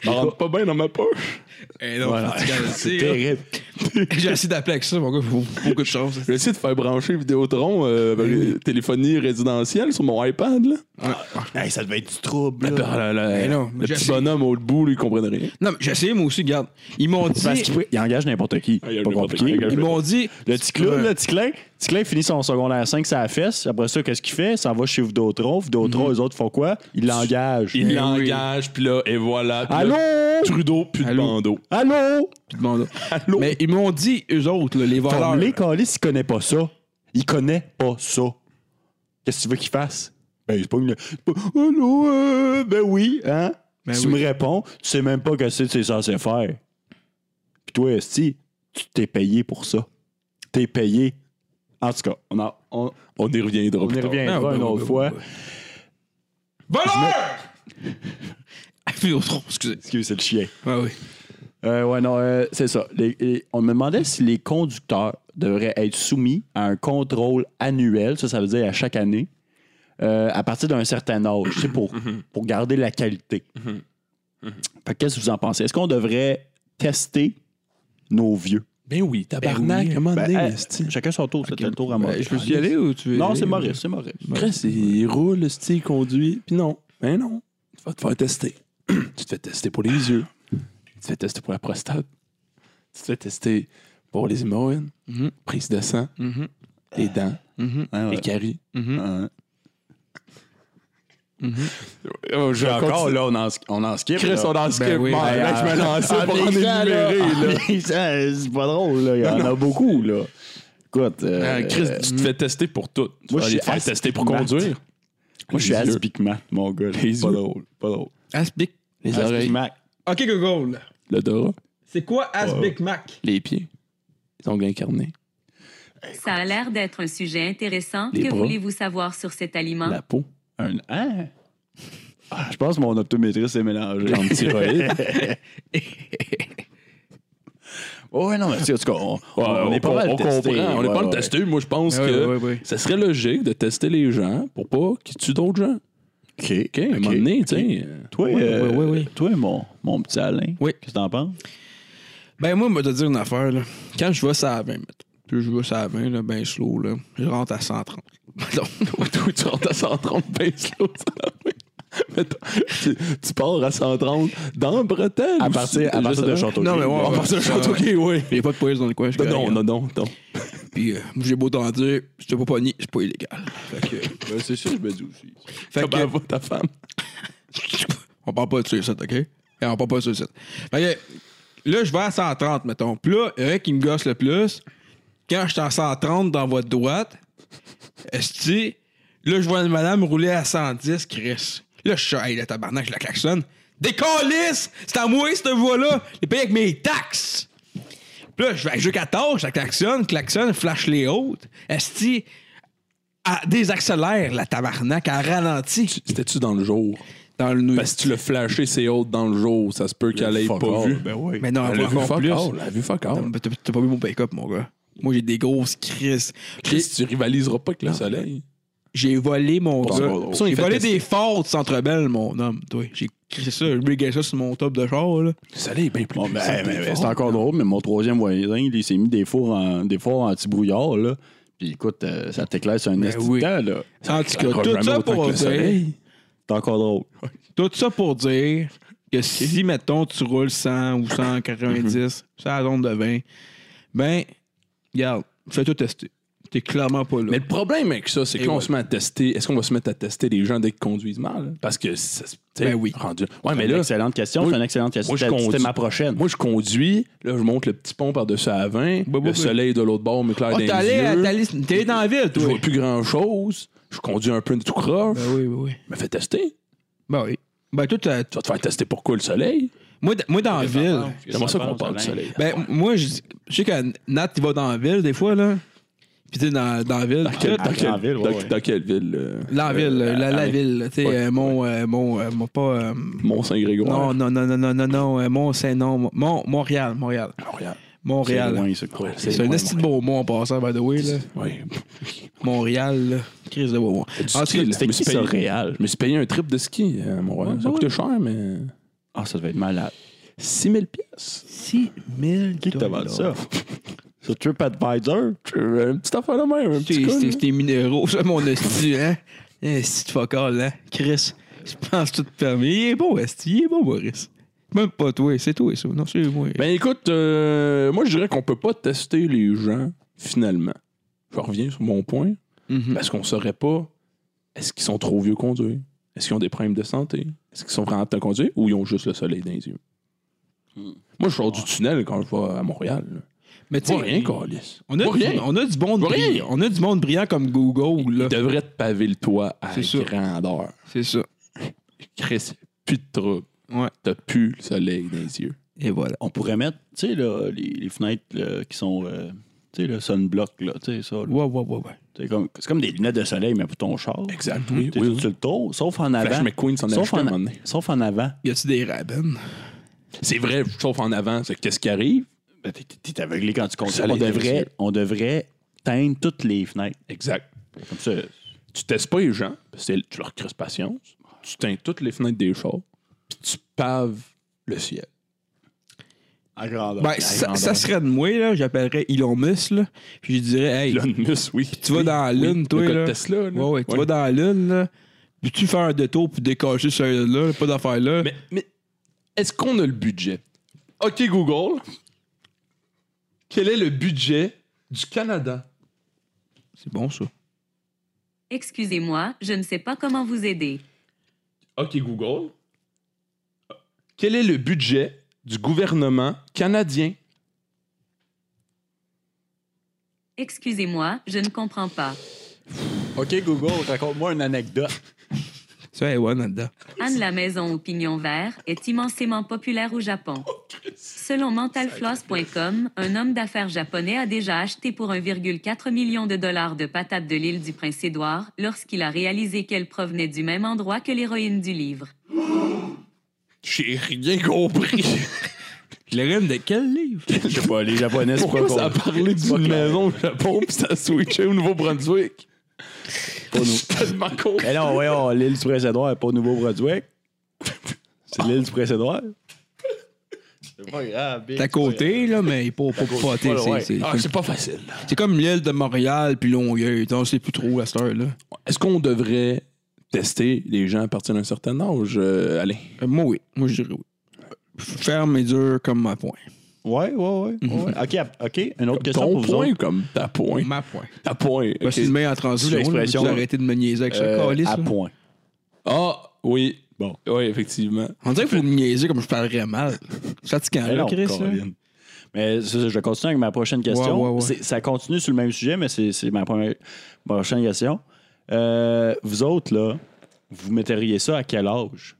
Speaker 3: Je rentre pas bien dans ma poche.
Speaker 4: Eh non,
Speaker 5: Voilà.
Speaker 4: tu le
Speaker 5: C'est
Speaker 4: sais, là.
Speaker 5: terrible.
Speaker 4: J'ai essayé d'appeler avec ça, mon gars. Faut faut beaucoup de chance.
Speaker 3: J'ai essayé de faire brancher Vidéotron, euh,
Speaker 5: ben, Eh
Speaker 3: ré- téléphonie résidentielle sur mon iPad, là.
Speaker 5: Hey, ça devait être du trouble. là.
Speaker 3: Ah, là, là,
Speaker 5: Eh
Speaker 4: Mais non,
Speaker 3: le
Speaker 4: j'ai
Speaker 3: petit
Speaker 4: essayé.
Speaker 3: bonhomme au bout, lui, il comprenait rien.
Speaker 4: Non, mais j'ai essayé, moi aussi, regarde. Ils m'ont dit.
Speaker 5: Parce qu'il peut- il engage n'importe qui.
Speaker 3: Ah, il y a
Speaker 5: pas
Speaker 3: n'importe
Speaker 5: compliqué.
Speaker 3: qui.
Speaker 4: Ils m'ont dit.
Speaker 5: Le petit clown, là, Ticlin, Ticlin finit son secondaire 5 ça la fesse. Après ça, qu'est-ce qu'il fait? Il s'en va chez Vidéotron. Vidéotron, eux autres font quoi? Ils l'engagent.
Speaker 3: Mhm. Il
Speaker 4: oui.
Speaker 3: l'engage, puis là, et voilà. puis
Speaker 5: Eh Allô?
Speaker 3: là, Trudeau, puis de
Speaker 4: Allô?
Speaker 3: bandeau.
Speaker 5: Allô?
Speaker 4: Tu te demandes-
Speaker 3: Allô?
Speaker 4: Mais ils m'ont dit, eux autres, là, les valeurs.
Speaker 5: Formulé, Calis, il connaît pas ça. Il connaît pas ça. Qu'est-ce que tu veux qu'il fasse? Ben, c'est pas une. c'est pas- Allô? euh, ben oui, hein?
Speaker 4: Ben
Speaker 5: tu
Speaker 4: oui.
Speaker 5: me réponds, tu sais même pas que c'est que c'est censé faire. Puis toi, Esti, tu t'es payé pour ça. t'es payé. En tout cas, on, en- on,
Speaker 3: On y reviendra
Speaker 5: on
Speaker 3: plus
Speaker 5: y
Speaker 3: tard.
Speaker 5: reviendra
Speaker 4: Ah, ouais,
Speaker 5: une
Speaker 4: ouais,
Speaker 3: ben
Speaker 5: autre
Speaker 4: ouais,
Speaker 5: fois.
Speaker 4: ouais. Voleur! [LAUGHS] Ah, putain, trop, excusez.
Speaker 5: Excusez, c'est le chien.
Speaker 4: Ah oui.
Speaker 5: Euh, ouais, non, euh, c'est ça. Les- les- on me demandait si les conducteurs devraient être soumis à un contrôle annuel, ça, ça veut dire à chaque année, euh, à partir d'un certain âge, tu sais, pour, pour garder la qualité. Fait que Qu'est-ce que vous en pensez? Est-ce qu'on devrait tester nos vieux?
Speaker 3: Ben oui, tabarnak,
Speaker 4: oui.
Speaker 3: comment
Speaker 5: Ben,
Speaker 3: donné,
Speaker 5: hey,
Speaker 3: esti.
Speaker 5: Chacun son tour, c'était le tour à
Speaker 4: Ben,
Speaker 5: Maurice.
Speaker 4: je peux y aller ou tu veux.
Speaker 5: Non,
Speaker 4: y
Speaker 5: c'est
Speaker 4: aller?
Speaker 5: Maurice, c'est Maurice.
Speaker 3: Chris, il roule, esti, il conduit. Puis non, ben non, tu vas te faire tester. [CLEARS THROAT] tu te fais tester pour les yeux. Tu te fais tester pour la prostate. Tu te fais tester pour les hémorroïdes.
Speaker 4: Mhm.
Speaker 3: Prise de sang,
Speaker 4: Mhm,
Speaker 3: les dents,
Speaker 4: mhm,
Speaker 5: Ouais, ouais.
Speaker 3: les caries. Ah,
Speaker 4: mhm.
Speaker 5: Ouais.
Speaker 3: Oh, je
Speaker 5: Encore là, on en, on en skip.
Speaker 3: Chris,
Speaker 5: là.
Speaker 3: on en skip.
Speaker 4: oui.
Speaker 3: Bon,
Speaker 4: Ben,
Speaker 3: là, je me lançais
Speaker 5: Ah,
Speaker 3: pour en
Speaker 5: les gens, là.
Speaker 3: énumérer. là.
Speaker 5: [LAUGHS] Ah, les gens, C'est pas drôle, là. Il y en a beaucoup, là. Écoute.
Speaker 3: Euh,
Speaker 5: euh,
Speaker 3: Chris, tu te fais tester pour tout. Tu
Speaker 5: Moi,
Speaker 3: vas
Speaker 5: je
Speaker 3: aller
Speaker 5: suis
Speaker 3: te faire tester pour
Speaker 5: asthmate.
Speaker 3: conduire.
Speaker 5: moi, je suis
Speaker 3: les yeux.
Speaker 5: aspic-mat, mon gars. là.
Speaker 3: Les
Speaker 5: Pas
Speaker 3: yeux.
Speaker 5: drôle. Pas drôle.
Speaker 4: Aspic.
Speaker 3: Les oreilles,
Speaker 5: Aspic-mat.
Speaker 4: Ok, Google.
Speaker 3: l'odorat,
Speaker 4: C'est quoi Aspic Mac?
Speaker 3: les pieds, les ongles incarnés,
Speaker 6: Ça a l'air d'être un sujet intéressant.
Speaker 3: Les
Speaker 6: que
Speaker 3: bras.
Speaker 6: voulez-vous savoir sur cet aliment?
Speaker 3: la peau,
Speaker 5: Un. Hein? Ah, je pense que mon optométriste est mélangé.
Speaker 3: jambes thyroïdes.
Speaker 5: [LAUGHS] ouais, non, mais tu sais, en tout cas, on,
Speaker 3: Ouais,
Speaker 5: on est pas
Speaker 3: com-
Speaker 5: mal
Speaker 3: on comprend,
Speaker 5: testé.
Speaker 3: on est
Speaker 5: Ouais,
Speaker 3: pas mal
Speaker 5: ouais.
Speaker 3: testé. Moi, je pense
Speaker 4: Ouais,
Speaker 3: que
Speaker 4: ouais, ouais, ouais.
Speaker 3: ça serait logique de tester les gens pour pas qu'ils tuent d'autres gens.
Speaker 5: OK.
Speaker 3: OK, à un moment donné, tu sais. euh,
Speaker 5: Toi,
Speaker 4: Ouais,
Speaker 5: euh,
Speaker 4: ouais, ouais, ouais.
Speaker 5: toi mon, mon petit Alain,
Speaker 4: Oui.
Speaker 5: qu'est-ce que t'en penses?
Speaker 4: Ben, moi, je vais te dire une affaire, là. Quand je vais ça à 20, mettons, puis je vais ça à 20, là, ben slow, là, je rentre à 130. Non,
Speaker 3: [LAUGHS] Toi, toi, tu rentres à 130 pinces l'autre. Mais toi, tu, tu pars à 130 dans Bretagne.
Speaker 5: À
Speaker 3: ou
Speaker 5: partir,
Speaker 3: c'est-
Speaker 5: à partir
Speaker 3: juste
Speaker 5: de
Speaker 3: avant?
Speaker 5: Château.
Speaker 4: Non, mais ouais,
Speaker 3: À
Speaker 4: ouais.
Speaker 3: partir de Château, ok, oui.
Speaker 4: il n'y a pas de police dans le coin. je suis
Speaker 3: Non,
Speaker 4: correct,
Speaker 3: Ben non, non, non.
Speaker 4: là. Puis, euh, moi, j'ai beau t'en dire, si t'es pas pogné, c'est pas illégal. Fait que.
Speaker 3: c'est ça, je me dis aussi.
Speaker 4: Fait
Speaker 3: Comment
Speaker 4: que
Speaker 3: va ta femme?
Speaker 4: [LAUGHS] on parle pas de suicide, OK? Et on parle pas de suicide. Fait que, là, je vais à 130, mettons. Puis là, il y en a qui me gosse le plus. Quand je suis à 130 dans votre droite, est-ce que là, je vois une madame rouler à 110, Chris. Là, je suis hey, le tabarnak, je la klaxonne. Décalisse! C'est à moi, cette voie-là! Les paye avec mes taxes! Puis là, je vais jusqu'à tard, je la klaxonne, klaxonne, flash les autres. Est-ce que elle désaccélère la tabarnak, elle ralentit
Speaker 3: C'était-tu dans le jour?
Speaker 4: dans le New
Speaker 3: Parce que tu l'as flashé, c'est haute dans le jour. Ça se peut qu'elle ait
Speaker 5: Fuck
Speaker 3: pas
Speaker 5: all,
Speaker 3: vu.
Speaker 5: Ben oui.
Speaker 4: Mais non,
Speaker 3: Elle a vu
Speaker 4: encore
Speaker 3: fuck
Speaker 4: plus.
Speaker 3: all. Elle a vu fuck all.
Speaker 4: T'as- T'as t'as pas vu mon pick-up, mon gars. Moi, j'ai des grosses crises. J'ai-
Speaker 3: Chris, tu rivaliseras pas avec le soleil.
Speaker 4: J'ai volé, mon
Speaker 3: Pour ça,
Speaker 4: gars.
Speaker 3: pour ça,
Speaker 4: J'ai
Speaker 3: il fait
Speaker 4: volé
Speaker 3: tester.
Speaker 4: des forts de Centre Bell, mon homme. Toi, j'ai crissé ça. J'ai brigué ça sur mon top de char, là.
Speaker 3: Le soleil est bien plus
Speaker 5: Bon, ben,
Speaker 3: puissant,
Speaker 5: hey,
Speaker 3: bien
Speaker 5: mais- mais
Speaker 3: fort.
Speaker 5: c'est encore drôle, mais mon troisième voisin, il s'est mis des fours, en, des fours anti-brouillard, là. Puis écoute, euh, ça t'éclaire sur un
Speaker 4: Ben
Speaker 5: esti de
Speaker 4: oui.
Speaker 5: temps, là.
Speaker 4: En tout
Speaker 3: claquera
Speaker 4: cas, tout
Speaker 3: jamais
Speaker 4: ça
Speaker 3: autant que
Speaker 4: pour
Speaker 3: le soleil.
Speaker 4: dire...
Speaker 5: C'est encore drôle.
Speaker 4: Tout ça pour dire que si, mettons, tu roules 100 ou
Speaker 3: Mhm.
Speaker 4: 190 sur la zone de 20, ben, regarde, fais-toi tester. T'es clairement pas là.
Speaker 3: Mais le problème avec ça, c'est
Speaker 4: Et
Speaker 3: que là, on
Speaker 4: ouais.
Speaker 3: se met à tester. Est-ce qu'on va se mettre à tester les gens dès qu'ils conduisent mal? Parce que ça se- tu sais,
Speaker 4: Ben oui.
Speaker 3: rendu- Ouais, mais
Speaker 5: C'est une
Speaker 3: là,
Speaker 5: excellente question.
Speaker 3: moi-
Speaker 5: C'est une excellente question.
Speaker 3: moi, je
Speaker 5: C'était c'était
Speaker 3: conduis-
Speaker 5: ma prochaine.
Speaker 3: moi, je conduis. Là, je monte le petit pont par-dessus à 20. le
Speaker 4: bah, bah.
Speaker 3: soleil de l'autre bord m'éclaire
Speaker 4: Ah,
Speaker 3: dans
Speaker 4: t'es
Speaker 3: les
Speaker 4: allé, à-
Speaker 3: yeux.
Speaker 4: t'es allé- t'es allé dans la ville,
Speaker 3: Je
Speaker 4: toi.
Speaker 3: vois plus grand-chose. Je conduis un peu de tout croche.
Speaker 4: Ben oui, ben oui.
Speaker 3: Je me fais tester.
Speaker 4: Ben oui. Ben, toi, t'as-
Speaker 3: Tu vas te faire tester pourquoi le soleil?
Speaker 4: moi, d- moi, dans la ville...
Speaker 3: J'aimerais ça
Speaker 5: Ça
Speaker 3: qu'on
Speaker 5: pense,
Speaker 3: parle du
Speaker 5: Alain.
Speaker 3: soleil.
Speaker 4: Ben, moi, je, je sais que Nat, il va dans la ville des fois, là. Puis, tu sais, dans, dans la ville. puis tout.
Speaker 3: Dans,
Speaker 5: Dans
Speaker 3: quelle-
Speaker 5: la ville, ouais,
Speaker 3: dans-
Speaker 5: ouais.
Speaker 3: dans quelle ville? euh,
Speaker 4: Dans la ville,
Speaker 3: euh,
Speaker 4: la, la
Speaker 3: Alain?
Speaker 4: ville. Tu sais,
Speaker 3: Ouais,
Speaker 4: euh, mon, euh, mon, euh, mon- Pas. euh,
Speaker 3: Mont-Saint-Grégoire.
Speaker 4: Non, non, non, non, non, non, non. euh, Mont Saint-Non. Mon, Mont- Montréal, Montréal.
Speaker 3: Montréal.
Speaker 5: C'est
Speaker 4: Montréal.
Speaker 5: loin, ça.
Speaker 3: Ouais,
Speaker 4: C'est un esti de beau mot en passant, by the way, là.
Speaker 3: Ouais.
Speaker 4: Montréal, là. Crise de beau mot.
Speaker 3: Du
Speaker 4: En tout
Speaker 3: style.
Speaker 4: cas,
Speaker 3: Je
Speaker 5: C'était
Speaker 3: me suis
Speaker 5: qui, ça,
Speaker 3: payé-
Speaker 5: Réal?
Speaker 3: Je me suis payé un trip de ski euh, à Montréal. Ça coûtait cher, mais.
Speaker 5: Ah, ça devait être malade.
Speaker 3: 6 000 pièces.
Speaker 4: 6 000
Speaker 5: Qui t'a vendu ça?
Speaker 3: [LAUGHS]
Speaker 5: Sur TripAdvisor?
Speaker 3: Une petite affaire de même, un petit con,
Speaker 4: C'était minéraux, ça, mon esti, hein. Esti de focal, hein. Chris, je pense tout permis. Il est beau, esti. Il est beau, Boris. Même pas toi, c'est toi, ça. Non, c'est moi.
Speaker 3: Ben écoute, euh, moi je dirais qu'on peut pas tester les gens finalement. Je reviens sur mon point.
Speaker 4: Mhm.
Speaker 3: Parce qu'on saurait pas est-ce qu'ils sont trop vieux conduire? Est-ce qu'ils ont des problèmes de santé? Est-ce qu'ils sont vraiment aptes à conduire ou ils ont juste le soleil dans les yeux?
Speaker 5: Hmm.
Speaker 3: Moi, je sors du tunnel quand je vais à Montréal. là.
Speaker 4: Mais
Speaker 3: Je
Speaker 4: tu sais,
Speaker 3: vois rien, Carlis.
Speaker 4: on a,
Speaker 3: Je vois
Speaker 4: du,
Speaker 3: rien.
Speaker 4: on a du monde
Speaker 3: Vois rien.
Speaker 4: brillant. On a du monde brillant comme Google, là.
Speaker 3: Ils devraient te paver le toit à
Speaker 4: C'est ça.
Speaker 3: grandeur.
Speaker 4: C'est ça.
Speaker 3: Chris, plus de trouble.
Speaker 4: Ouais.
Speaker 3: T'as plus le soleil dans les yeux.
Speaker 4: Et voilà.
Speaker 5: On pourrait mettre, tu sais, là, les, les fenêtres là, qui sont euh, Tu sais, le sunblock, là, tu sais, ça. là.
Speaker 4: Ouais, ouais, ouais, ouais.
Speaker 5: C'est comme, c'est comme des lunettes de soleil, mais pour ton char.
Speaker 3: Exact, oui,
Speaker 5: T'es
Speaker 3: oui,
Speaker 5: tout
Speaker 3: oui.
Speaker 5: sur le tour, sauf en avant.
Speaker 3: McQueen s'en a
Speaker 5: sauf
Speaker 3: acheté
Speaker 5: en,
Speaker 3: un moment donné.
Speaker 5: sauf en avant.
Speaker 4: Y a-tu des rabines?
Speaker 3: C'est vrai, sauf en avant. C'est Qu'est-ce qui arrive?
Speaker 5: Ben, t'es- t'es t'es aveuglé quand tu conduis.
Speaker 3: Ça
Speaker 5: On
Speaker 3: l'est, les
Speaker 5: devrait,
Speaker 3: yeux.
Speaker 5: on devrait teindre toutes les fenêtres.
Speaker 3: Exact.
Speaker 5: Comme ça.
Speaker 3: Tu testes pas les gens, parce que tu leur crisses patience, tu teins toutes les fenêtres des chars, puis tu paves le ciel.
Speaker 5: En grandeur.
Speaker 4: Ben, ça, ça serait de moi, là. J'appellerais Elon Musk, là. Puis je dirais, hey,
Speaker 3: Elon Musk, oui.
Speaker 4: tu vas dans la Lune,
Speaker 3: Oui,
Speaker 4: toi,
Speaker 3: le gars de
Speaker 4: là.
Speaker 3: Tesla, là.
Speaker 4: ouais, ouais, tu
Speaker 3: Ouais.
Speaker 4: vas dans la Lune, là. Puis tu fais un détour pour décocher ce là pas d'affaire là.
Speaker 3: Mais, mais est-ce qu'on a le budget? OK, Google, quel est le budget du Canada?
Speaker 4: C'est bon, ça.
Speaker 6: Excusez-moi, je ne sais pas comment vous aider.
Speaker 3: OK, Google, quel est le budget du gouvernement canadien? [LAUGHS]
Speaker 6: Excusez-moi, je ne comprends pas.
Speaker 5: OK, Google, raconte-moi une anecdote.
Speaker 4: Ça, est ouais, là-dedans.
Speaker 6: Anne la maison au pignon vert est immensément populaire au Japon.
Speaker 3: Oh,
Speaker 6: Selon mentalfloss.com, un homme d'affaires japonais a déjà acheté pour 1,4 million de dollars de patates de l'île du Prince-Édouard lorsqu'il a réalisé qu'elles provenaient du même endroit que l'héroïne du livre.
Speaker 3: J'ai rien compris.
Speaker 4: [LAUGHS] Le rime de quel livre?
Speaker 5: Je sais pas, les Japonais, c'est
Speaker 3: Pourquoi
Speaker 5: pas
Speaker 3: ça a
Speaker 5: con.
Speaker 3: parlé
Speaker 5: C'est pas
Speaker 3: d'une
Speaker 5: clair.
Speaker 3: maison au Japon puis ça a switché au Nouveau-Brunswick? Je suis tellement con.
Speaker 5: Mais non, voyons, l'île du Prince-Édouard n'est pas au Nouveau-Brunswick. [LAUGHS] C'est l'île du Prince-Édouard. C'est pas grave.
Speaker 4: T'es à côté, là, mais pas pas pour pâter. c'est- c'est-
Speaker 3: Ah, c'est pas facile.
Speaker 4: C'est comme l'île de Montréal puis Longueuil. On sait plus trop à cette heure-là.
Speaker 3: Est-ce qu'on devrait tester les gens à partir d'un certain âge? euh, allez.
Speaker 4: Euh, moi, oui. Moi, je dirais oui. Ferme et dur comme ma poing.
Speaker 5: Ouais, ouais, ouais.
Speaker 4: Mhm.
Speaker 5: ouais. OK, à- OK, une autre question
Speaker 3: Ton
Speaker 5: pour vous
Speaker 3: point
Speaker 5: autres.
Speaker 3: ou comme ta point?
Speaker 4: Ma poing.
Speaker 3: Ta point.
Speaker 4: Bah,
Speaker 3: ok.
Speaker 4: C'est une meilleure transition.
Speaker 5: C'est l'expression,
Speaker 4: Vous
Speaker 5: là.
Speaker 4: arrêtez de me niaiser avec
Speaker 5: Euh,
Speaker 4: ça, calice.
Speaker 5: à
Speaker 4: là.
Speaker 5: point.
Speaker 3: Ah, oui. Bon. Oui, effectivement.
Speaker 4: On dirait qu'il faut me niaiser comme je parlerais mal. C'est Fatigant,
Speaker 5: Mais
Speaker 4: là,
Speaker 5: non,
Speaker 4: Chris. là.
Speaker 5: Caroline. Mais ça, ça, je continue avec ma prochaine question.
Speaker 4: Ouais, ouais, ouais.
Speaker 5: C'est- Ça continue sur le même sujet, mais c'est c'est ma première, prochaine question. Euh, vous autres, là, vous metteriez ça à quel âge?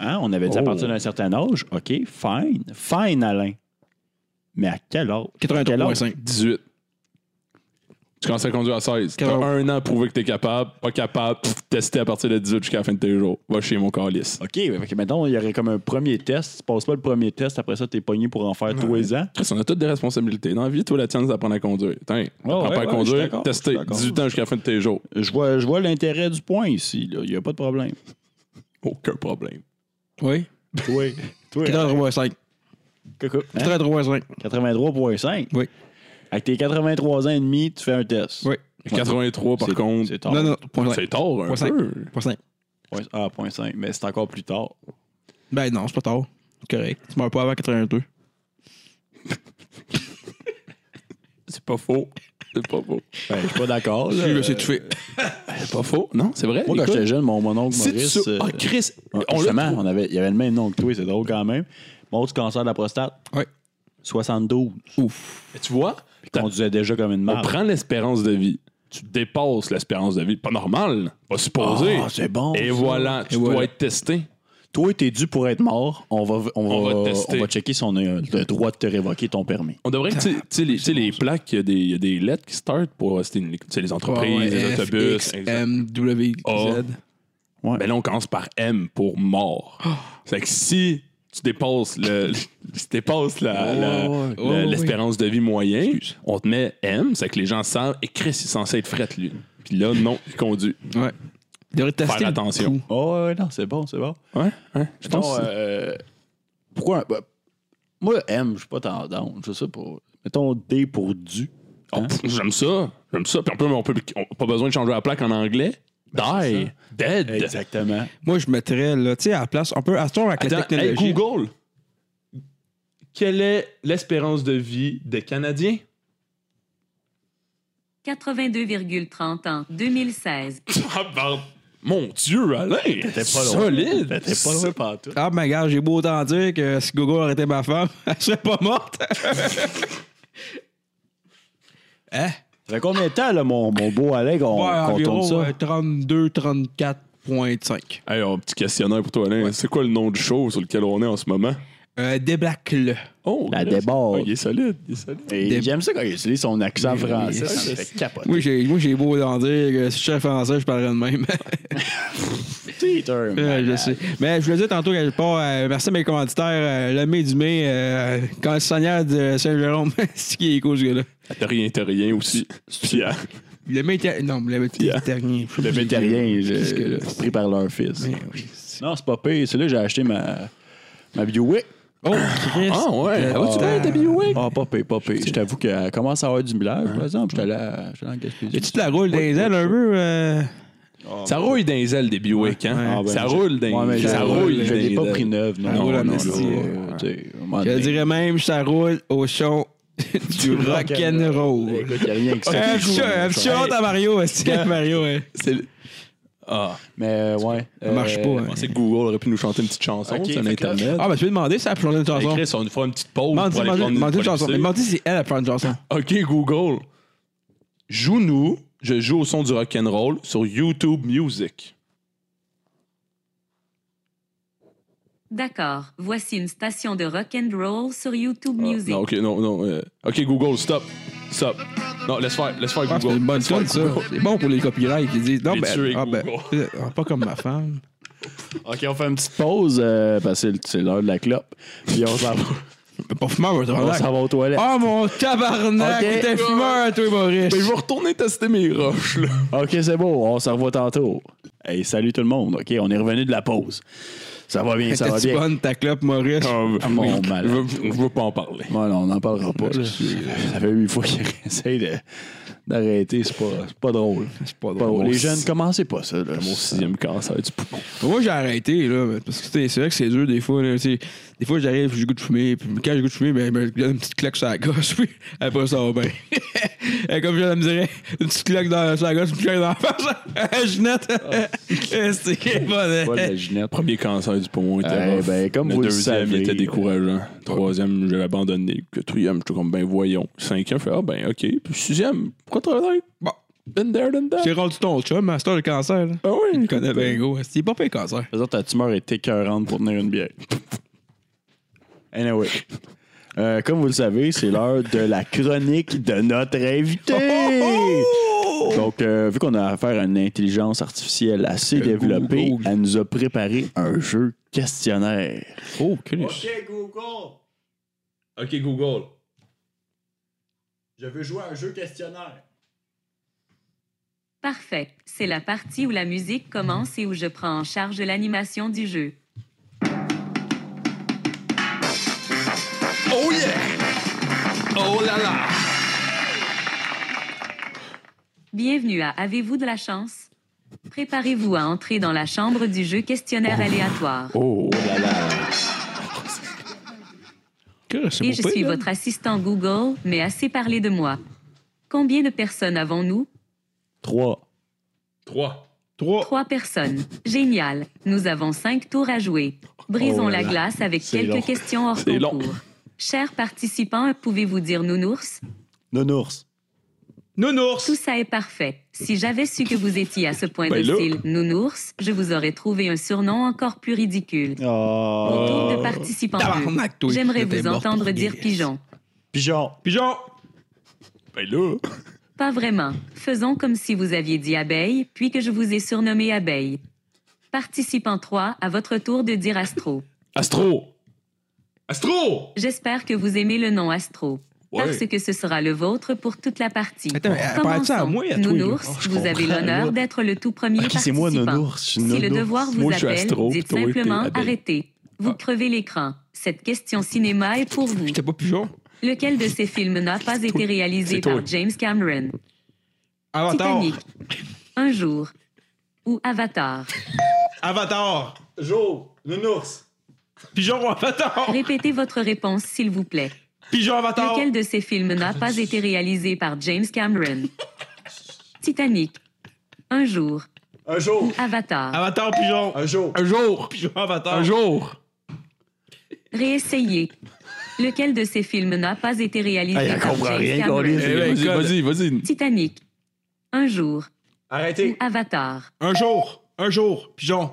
Speaker 5: Hein? On avait dit à
Speaker 3: Oh.
Speaker 5: partir d'un certain âge. OK, fine. Fine, Alain. Mais à quel âge? Quel âge?
Speaker 4: 83.5.
Speaker 3: 18. Tu commences à conduire à 16. T'as
Speaker 4: Quel-
Speaker 3: un an à prouver que t'es capable. Pas capable. pff, tester à partir de 18 jusqu'à la fin de tes jours. Va chez mon calice.
Speaker 5: OK, mais fait que mettons, il y aurait comme un premier test. Si tu passes pas le premier test, après ça, t'es pogné pour en faire trois ans.
Speaker 3: Chris, on a toutes des responsabilités. Dans la vie, toi, la tienne, c'est d'apprendre à conduire. Tiens, apprends pas à
Speaker 5: ouais, ouais, je suis
Speaker 3: conduire,
Speaker 5: d'accord, je
Speaker 3: tester.
Speaker 5: suis d'accord.
Speaker 3: 18 ans jusqu'à la fin de tes jours.
Speaker 5: Je vois, je vois l'intérêt du point ici. là. Il n'y a pas de problème.
Speaker 3: Aucun problème.
Speaker 4: Oui.
Speaker 5: Oui. Toi,
Speaker 4: 83.5.
Speaker 5: Coco. Hein?
Speaker 4: 83.5.
Speaker 5: 83.5.
Speaker 4: Oui.
Speaker 5: Avec tes 83 ans et demi, tu fais un test.
Speaker 4: Oui.
Speaker 3: 83, par
Speaker 5: C'est-
Speaker 3: contre.
Speaker 5: C'est tard.
Speaker 4: Non, non, point
Speaker 3: C'est
Speaker 4: 5.
Speaker 3: tard, un
Speaker 4: Point cinq.
Speaker 3: peu.
Speaker 4: Point cinq.
Speaker 5: Point- ah, point 5, mais c'est encore plus tard.
Speaker 4: Ben non, c'est pas tard. C'est Correct. Tu meurs pas avant 82.
Speaker 3: C'est pas faux. C'est pas faux.
Speaker 5: Ben, je suis pas d'accord. là.
Speaker 4: Je me suis étouffé.
Speaker 3: C'est pas faux. Non, c'est vrai.
Speaker 5: Moi, quand
Speaker 3: Écoute,
Speaker 5: j'étais jeune, mon, mon oncle
Speaker 3: si tu
Speaker 5: Maurice.
Speaker 3: sais-
Speaker 5: euh,
Speaker 3: Ah, Chris,
Speaker 5: ouais,
Speaker 3: on l'a
Speaker 5: justement,
Speaker 3: trouvé.
Speaker 5: on avait, il y avait le même nom que toi, c'est drôle quand même. Mon autre cancer de la prostate,
Speaker 4: Oui.
Speaker 5: 72.
Speaker 4: Ouf.
Speaker 3: Tu vois,
Speaker 5: Je conduisais déjà comme une
Speaker 3: on
Speaker 5: marque.
Speaker 3: prend l'espérance de vie. Tu dépasses l'espérance de vie. Pas normal. Pas supposé.
Speaker 5: Ah, c'est bon.
Speaker 3: Et
Speaker 5: ça.
Speaker 3: voilà, tu
Speaker 4: Et
Speaker 3: dois
Speaker 4: voilà.
Speaker 3: être testé.
Speaker 5: Toi, t'es dû pour être mort. On va, on va,
Speaker 3: On va
Speaker 5: on va,
Speaker 3: tester.
Speaker 5: checker si on a le droit de te révoquer ton permis.
Speaker 3: On devrait, tu sais- tu sais, les, tu sais, les plaques, il y a des- il y, a des lettres qui startent pour euh, c'était une- tu sais, les entreprises, les autobus. exact.
Speaker 4: M, W,
Speaker 3: A.
Speaker 4: Z.
Speaker 5: Ouais.
Speaker 3: Mais là, on commence par M pour mort.
Speaker 4: Oh.
Speaker 3: C'est que si tu dépasses le, si tu dépasses la- la-
Speaker 4: ouais,
Speaker 3: la-
Speaker 4: ouais, ouais,
Speaker 3: l'espérance de vie moyen, on te met M, c'est que les gens savent, et Chris, il est censé être fret, lui. Puis là, non, il conduit.
Speaker 4: Ouais. Il devrait tester.
Speaker 3: Faire
Speaker 4: le
Speaker 3: attention.
Speaker 4: coup.
Speaker 5: Oh, ouais, ouais, non, c'est bon, c'est bon.
Speaker 3: Ouais, ouais. Je pense.
Speaker 5: Mettons,
Speaker 3: que c'est-
Speaker 5: euh, pourquoi. bah, moi, M, je suis pas tendance. Je sais pas. Mettons D pour du.
Speaker 3: Oh, pff, J'aime ça. J'aime ça. Puis on peut, on peut- on a pas besoin de changer la plaque en anglais.
Speaker 5: Ben, c'est
Speaker 3: Die. Dead.
Speaker 5: [LAUGHS] Exactement.
Speaker 4: Moi, je mettrais, là, tu sais, à la place, un peu, à ce tour, avec la
Speaker 3: Attends, hey,
Speaker 4: technologie.
Speaker 3: Google, quelle est l'espérance de vie des Canadiens?
Speaker 6: 82,30 ans, 2016.
Speaker 3: Ah, ben, Mon Dieu, Alain! T'étais
Speaker 5: Ben, pas loin. Ben,
Speaker 3: Solide!
Speaker 5: T'étais pas loin partout.
Speaker 4: Ah, ben, gars, j'ai beau t'en dire que si Google arrêtait ma femme, [LAUGHS] elle serait pas morte. [LAUGHS] hein?
Speaker 5: Ça fait combien de temps, là, mon, mon beau Alain, qu'on
Speaker 4: Ouais,
Speaker 5: qu'on tourne
Speaker 4: environ
Speaker 5: ça?
Speaker 4: euh, 32, 34.5.
Speaker 3: Hey, un petit questionnaire pour toi, Alain. C'est quoi le nom du show sur lequel on est en ce moment?
Speaker 4: Euh, déblaque-le.
Speaker 3: Oh,
Speaker 5: La
Speaker 3: là, c'est-
Speaker 5: déborde.
Speaker 3: Ah, il est solide, il est solide.
Speaker 5: Et
Speaker 4: Des-
Speaker 5: J'aime ça quand il utilise son accent
Speaker 4: Oui,
Speaker 5: français, ça me
Speaker 4: yes.
Speaker 5: fait capoter.
Speaker 4: Moi, j'ai, moi, j'ai beau en dire que si je suis français, je parlerais de [LAUGHS] même.
Speaker 5: T'es un
Speaker 4: Ouais, je
Speaker 5: malade.
Speaker 4: sais. Mais je vous le disais tantôt, quelque part, euh, merci à mes commanditaires, le mai du mai, euh, concessionnaire de Saint-Jérôme, [LAUGHS] c'est qui est cool, ce gars-là.
Speaker 3: T'as rien, t'as rien aussi. Puis, ah,
Speaker 4: Le mai était- Non, le mai était
Speaker 3: Yeah.
Speaker 4: dernier. Je sais
Speaker 5: Le
Speaker 4: pas si j'ai-
Speaker 5: vétérien,
Speaker 4: Qu'est-ce que là?
Speaker 5: je- pris par leur fils.
Speaker 4: Mais oui, c'est-
Speaker 5: Non, c'est pas pire. C'est là que j'ai acheté ma, ma Buick.
Speaker 4: Oh, Chris!
Speaker 3: Ah, ouais.
Speaker 4: Euh,
Speaker 3: Ah, ouais, tu l'as, ta Buick?
Speaker 5: Ah, pas pire, pas pire. Je t'avoue qu'elle commence à avoir du millage, par exemple. J'étais là, j'étais en Gaspésie.
Speaker 4: Et tu te la roules dans les ailes un peu? euh,
Speaker 3: ça rouille dans les ailes des Buick, hein?
Speaker 4: Ouais.
Speaker 5: ben. Ah, ben,
Speaker 3: ça
Speaker 5: je-
Speaker 3: roule dans
Speaker 5: Ouais, mais
Speaker 3: les
Speaker 5: je-
Speaker 3: Ça roule
Speaker 5: Je
Speaker 3: dans
Speaker 5: l'ai
Speaker 3: les
Speaker 5: pas
Speaker 3: ailes.
Speaker 5: pris neuve, non.
Speaker 4: Ça roule
Speaker 5: non,
Speaker 4: en
Speaker 5: non,
Speaker 4: esti,
Speaker 5: non,
Speaker 4: euh,
Speaker 5: tu sais, à un moment
Speaker 4: Je
Speaker 5: donné.
Speaker 4: dirais même, ça roule au [LAUGHS] son du rock'n'roll.
Speaker 5: Écoute, y a rien que ça.
Speaker 4: Euh,
Speaker 5: qui joue,
Speaker 4: je suis
Speaker 5: ça.
Speaker 4: honte à Mario, est-ce que Mario, ouais.
Speaker 3: C'est le- Ah,
Speaker 5: Mais euh, ouais.
Speaker 4: Ça marche
Speaker 5: euh,
Speaker 4: pas,
Speaker 3: je
Speaker 4: hein.
Speaker 3: pensais que Google aurait pu nous chanter une petite chanson
Speaker 5: Ok,
Speaker 3: sur
Speaker 5: fait que là-
Speaker 3: Internet.
Speaker 4: Ah, ben, tu peux demander, ça, pour une
Speaker 3: Hey,
Speaker 4: chanson.
Speaker 3: Chris, on nous fera une petite pause
Speaker 4: Mande-y,
Speaker 3: pour aller prendre
Speaker 4: mande-y
Speaker 3: une
Speaker 4: mande-y une
Speaker 3: pause
Speaker 4: chanson. Mais
Speaker 3: ici.
Speaker 4: mande-y, c'est elle à prendre une chanson.
Speaker 3: OK, Google, joue-nous Je joue au son du rock'n'roll sur YouTube Music.
Speaker 6: D'accord, voici une station de rock and roll sur YouTube
Speaker 3: Ah,
Speaker 6: Music.
Speaker 3: Non, OK, non, non. euh, OK, Google, stop. Stop. Non, laisse faire, laisse faire
Speaker 4: Ah, c'est
Speaker 3: Google.
Speaker 4: une bonne
Speaker 3: Laisse faire
Speaker 4: chose, ça.
Speaker 3: Google.
Speaker 4: C'est bon pour les copyrights. Ils disent, non,
Speaker 3: Les
Speaker 4: ben,
Speaker 3: tuer,
Speaker 4: ah, ben,
Speaker 3: Google.
Speaker 4: ah, pas comme ma femme.
Speaker 5: Ok, on fait une petite pause euh, parce que c'est- c'est l'heure de la clope. Puis on s'en va,
Speaker 4: Mais pas fumeur, votre
Speaker 5: on s'en va aux toilettes.
Speaker 4: Oh mon tabarnak,
Speaker 5: Ok.
Speaker 4: t'es fumeur, toi, Maurice.
Speaker 3: Mais je vais retourner tester mes roches, là.
Speaker 5: [LAUGHS] OK, c'est beau. On se revoit tantôt. Hey, salut tout le monde. OK, on est revenu de la pause. Ça va bien, ça va
Speaker 4: T'es-tu
Speaker 5: bien.
Speaker 4: bonne, ta clope, Maurice?
Speaker 5: Ah, mon
Speaker 3: Je
Speaker 5: malade.
Speaker 3: veux- je veux pas en parler.
Speaker 5: Bon, non, on n'en parlera pas. là. Ça fait huit fois qu'il [LAUGHS] essaye de- d'arrêter. C'est pas, c'est pas drôle. C'est
Speaker 4: pas drôle.
Speaker 5: Les
Speaker 3: Mon
Speaker 5: jeunes,
Speaker 3: si-
Speaker 5: commencez pas ça. là.
Speaker 3: Mon sixième cancer du poumon.
Speaker 4: Moi, j'ai arrêté, là, parce que c'est c'est vrai que c'est dur des fois. Là, tu sais. des fois, j'arrive, j'ai le goût de fumer, puis quand j'ai le goût de fumer, ben, ben, je donne une petite claque sur la gosse, [LAUGHS] puis après, ça va bien. [LAUGHS] Et Comme je me dirais, une petite claque dans, sur la gosse, une petite claque dans la face. [LAUGHS] Ginette, [LAUGHS] c'est
Speaker 5: [LAUGHS] Pas
Speaker 4: bon. hein.
Speaker 5: de la ginette.
Speaker 3: Premier cancer du poumon était
Speaker 5: Eh
Speaker 3: rough.
Speaker 5: ben, comme
Speaker 3: le
Speaker 5: vous le
Speaker 3: deuxième, il
Speaker 5: savez,
Speaker 3: était
Speaker 5: euh,
Speaker 3: décourageant. Troisième, j'ai abandonné. Quatrième, j'étais comme, ben voyons. Cinquième, je fais, ah ben ok. Puis sixième, pourquoi travailler?
Speaker 4: Bon,
Speaker 3: Been there, done that.
Speaker 4: j'ai rendu ton chum, master le cancer. Là.
Speaker 3: Ah oui,
Speaker 4: Il connaît bien gros. C'est pas payé cancer.
Speaker 5: Par exemple, ta tumeur est écœurante pour tenir une bière. Anyway. Euh, comme vous le savez, c'est l'heure de la chronique de notre invité.
Speaker 3: Oh,
Speaker 5: Donc, euh, vu qu'on a affaire à une intelligence artificielle
Speaker 3: Euh,
Speaker 5: assez développée,
Speaker 4: Google.
Speaker 5: elle nous a préparé un jeu questionnaire.
Speaker 4: Oh, Chris.
Speaker 3: Ok, Google.
Speaker 5: Je veux jouer à un jeu questionnaire.
Speaker 6: Parfait, c'est la partie où la musique commence et où je prends en charge l'animation du jeu.
Speaker 3: Oh yeah! Oh là là!
Speaker 6: Bienvenue à Avez-vous de la chance? Préparez-vous à entrer dans la chambre du jeu questionnaire aléatoire.
Speaker 3: Oh là là!
Speaker 4: Chris, c'est
Speaker 6: Et
Speaker 4: mon
Speaker 6: je
Speaker 4: père,
Speaker 6: suis
Speaker 4: là.
Speaker 6: votre assistant Google, mais assez parlé de moi. Combien de personnes avons-nous?
Speaker 5: 3.
Speaker 3: Trois.
Speaker 4: Trois.
Speaker 6: Trois personnes. Génial. Nous avons cinq tours à jouer. Brisons
Speaker 5: Oh
Speaker 6: la
Speaker 5: là là.
Speaker 6: glace avec
Speaker 5: C'est
Speaker 6: quelques
Speaker 5: long.
Speaker 6: questions hors
Speaker 3: C'est long.
Speaker 6: concours. Chers participants, pouvez-vous dire nounours?
Speaker 5: Nounours.
Speaker 4: Nounours.
Speaker 6: Tout ça est parfait. Si j'avais su que vous étiez à ce point
Speaker 3: Ben là.
Speaker 6: docile, nounours, je vous aurais trouvé un surnom encore plus ridicule.
Speaker 5: Oh.
Speaker 6: Tour de participants.
Speaker 4: Tabarnak, toi.
Speaker 6: J'aimerais
Speaker 4: T'es
Speaker 6: vous
Speaker 4: mort,
Speaker 6: entendre
Speaker 4: toi,
Speaker 6: dire
Speaker 4: Chris.
Speaker 6: pigeon.
Speaker 5: Pigeon.
Speaker 4: Pigeon.
Speaker 3: Ben là!
Speaker 6: Pas vraiment. Faisons comme si vous aviez dit abeille, puis que je vous ai surnommé abeille. Participant 3, à votre tour de dire astro.
Speaker 3: Astro! Astro!
Speaker 6: J'espère que vous aimez le nom astro.
Speaker 3: Ouais.
Speaker 6: Parce que ce sera le vôtre pour toute la partie.
Speaker 4: Attends, mais euh, elle parle-tu
Speaker 6: Commençons.
Speaker 4: à moi et à toi, là?
Speaker 6: nounours,
Speaker 4: Oh,
Speaker 6: vous avez
Speaker 5: comprends, là.
Speaker 6: l'honneur d'être le tout premier
Speaker 5: Ok, c'est
Speaker 6: participant.
Speaker 5: moi, Nounours. Je suis
Speaker 6: Si le
Speaker 5: Nounours.
Speaker 6: devoir vous
Speaker 3: Moi, je suis
Speaker 6: appelle,
Speaker 3: astro,
Speaker 6: dites
Speaker 3: puis toi, t'es
Speaker 6: simplement
Speaker 3: abeille.
Speaker 6: arrêtez. Vous crevez l'écran. Cette question cinéma est pour vous.
Speaker 4: J'étais pas pigeon.
Speaker 6: Lequel de ces films n'a pas été réalisé
Speaker 3: C'est toi.
Speaker 6: par James Cameron
Speaker 4: Avatar.
Speaker 6: Titanic. Un jour. Ou Avatar.
Speaker 4: Avatar. Jo. Nounours. Pigeon Avatar.
Speaker 6: Répétez votre réponse, s'il vous plaît.
Speaker 4: Pigeon Avatar.
Speaker 6: Lequel de ces films n'a pas été réalisé par James Cameron Titanic. Un jour.
Speaker 5: Un jour.
Speaker 6: Ou Avatar.
Speaker 4: Avatar pigeon.
Speaker 5: Un jour.
Speaker 3: Un jour!
Speaker 4: Pigeon Avatar.
Speaker 3: Un jour!
Speaker 6: Réessayez. Lequel de ces films n'a pas été réalisé
Speaker 5: Hey, Eh, elle
Speaker 6: par
Speaker 5: Ah, comprend
Speaker 6: James
Speaker 5: rien,
Speaker 6: Cameron
Speaker 5: Colin.
Speaker 3: Eh ben, vas-y, vas-y, vas-y.
Speaker 6: Titanic. Un jour. Ou
Speaker 4: Arrêtez.
Speaker 6: Avatar.
Speaker 4: Un jour. Un jour. Pigeon.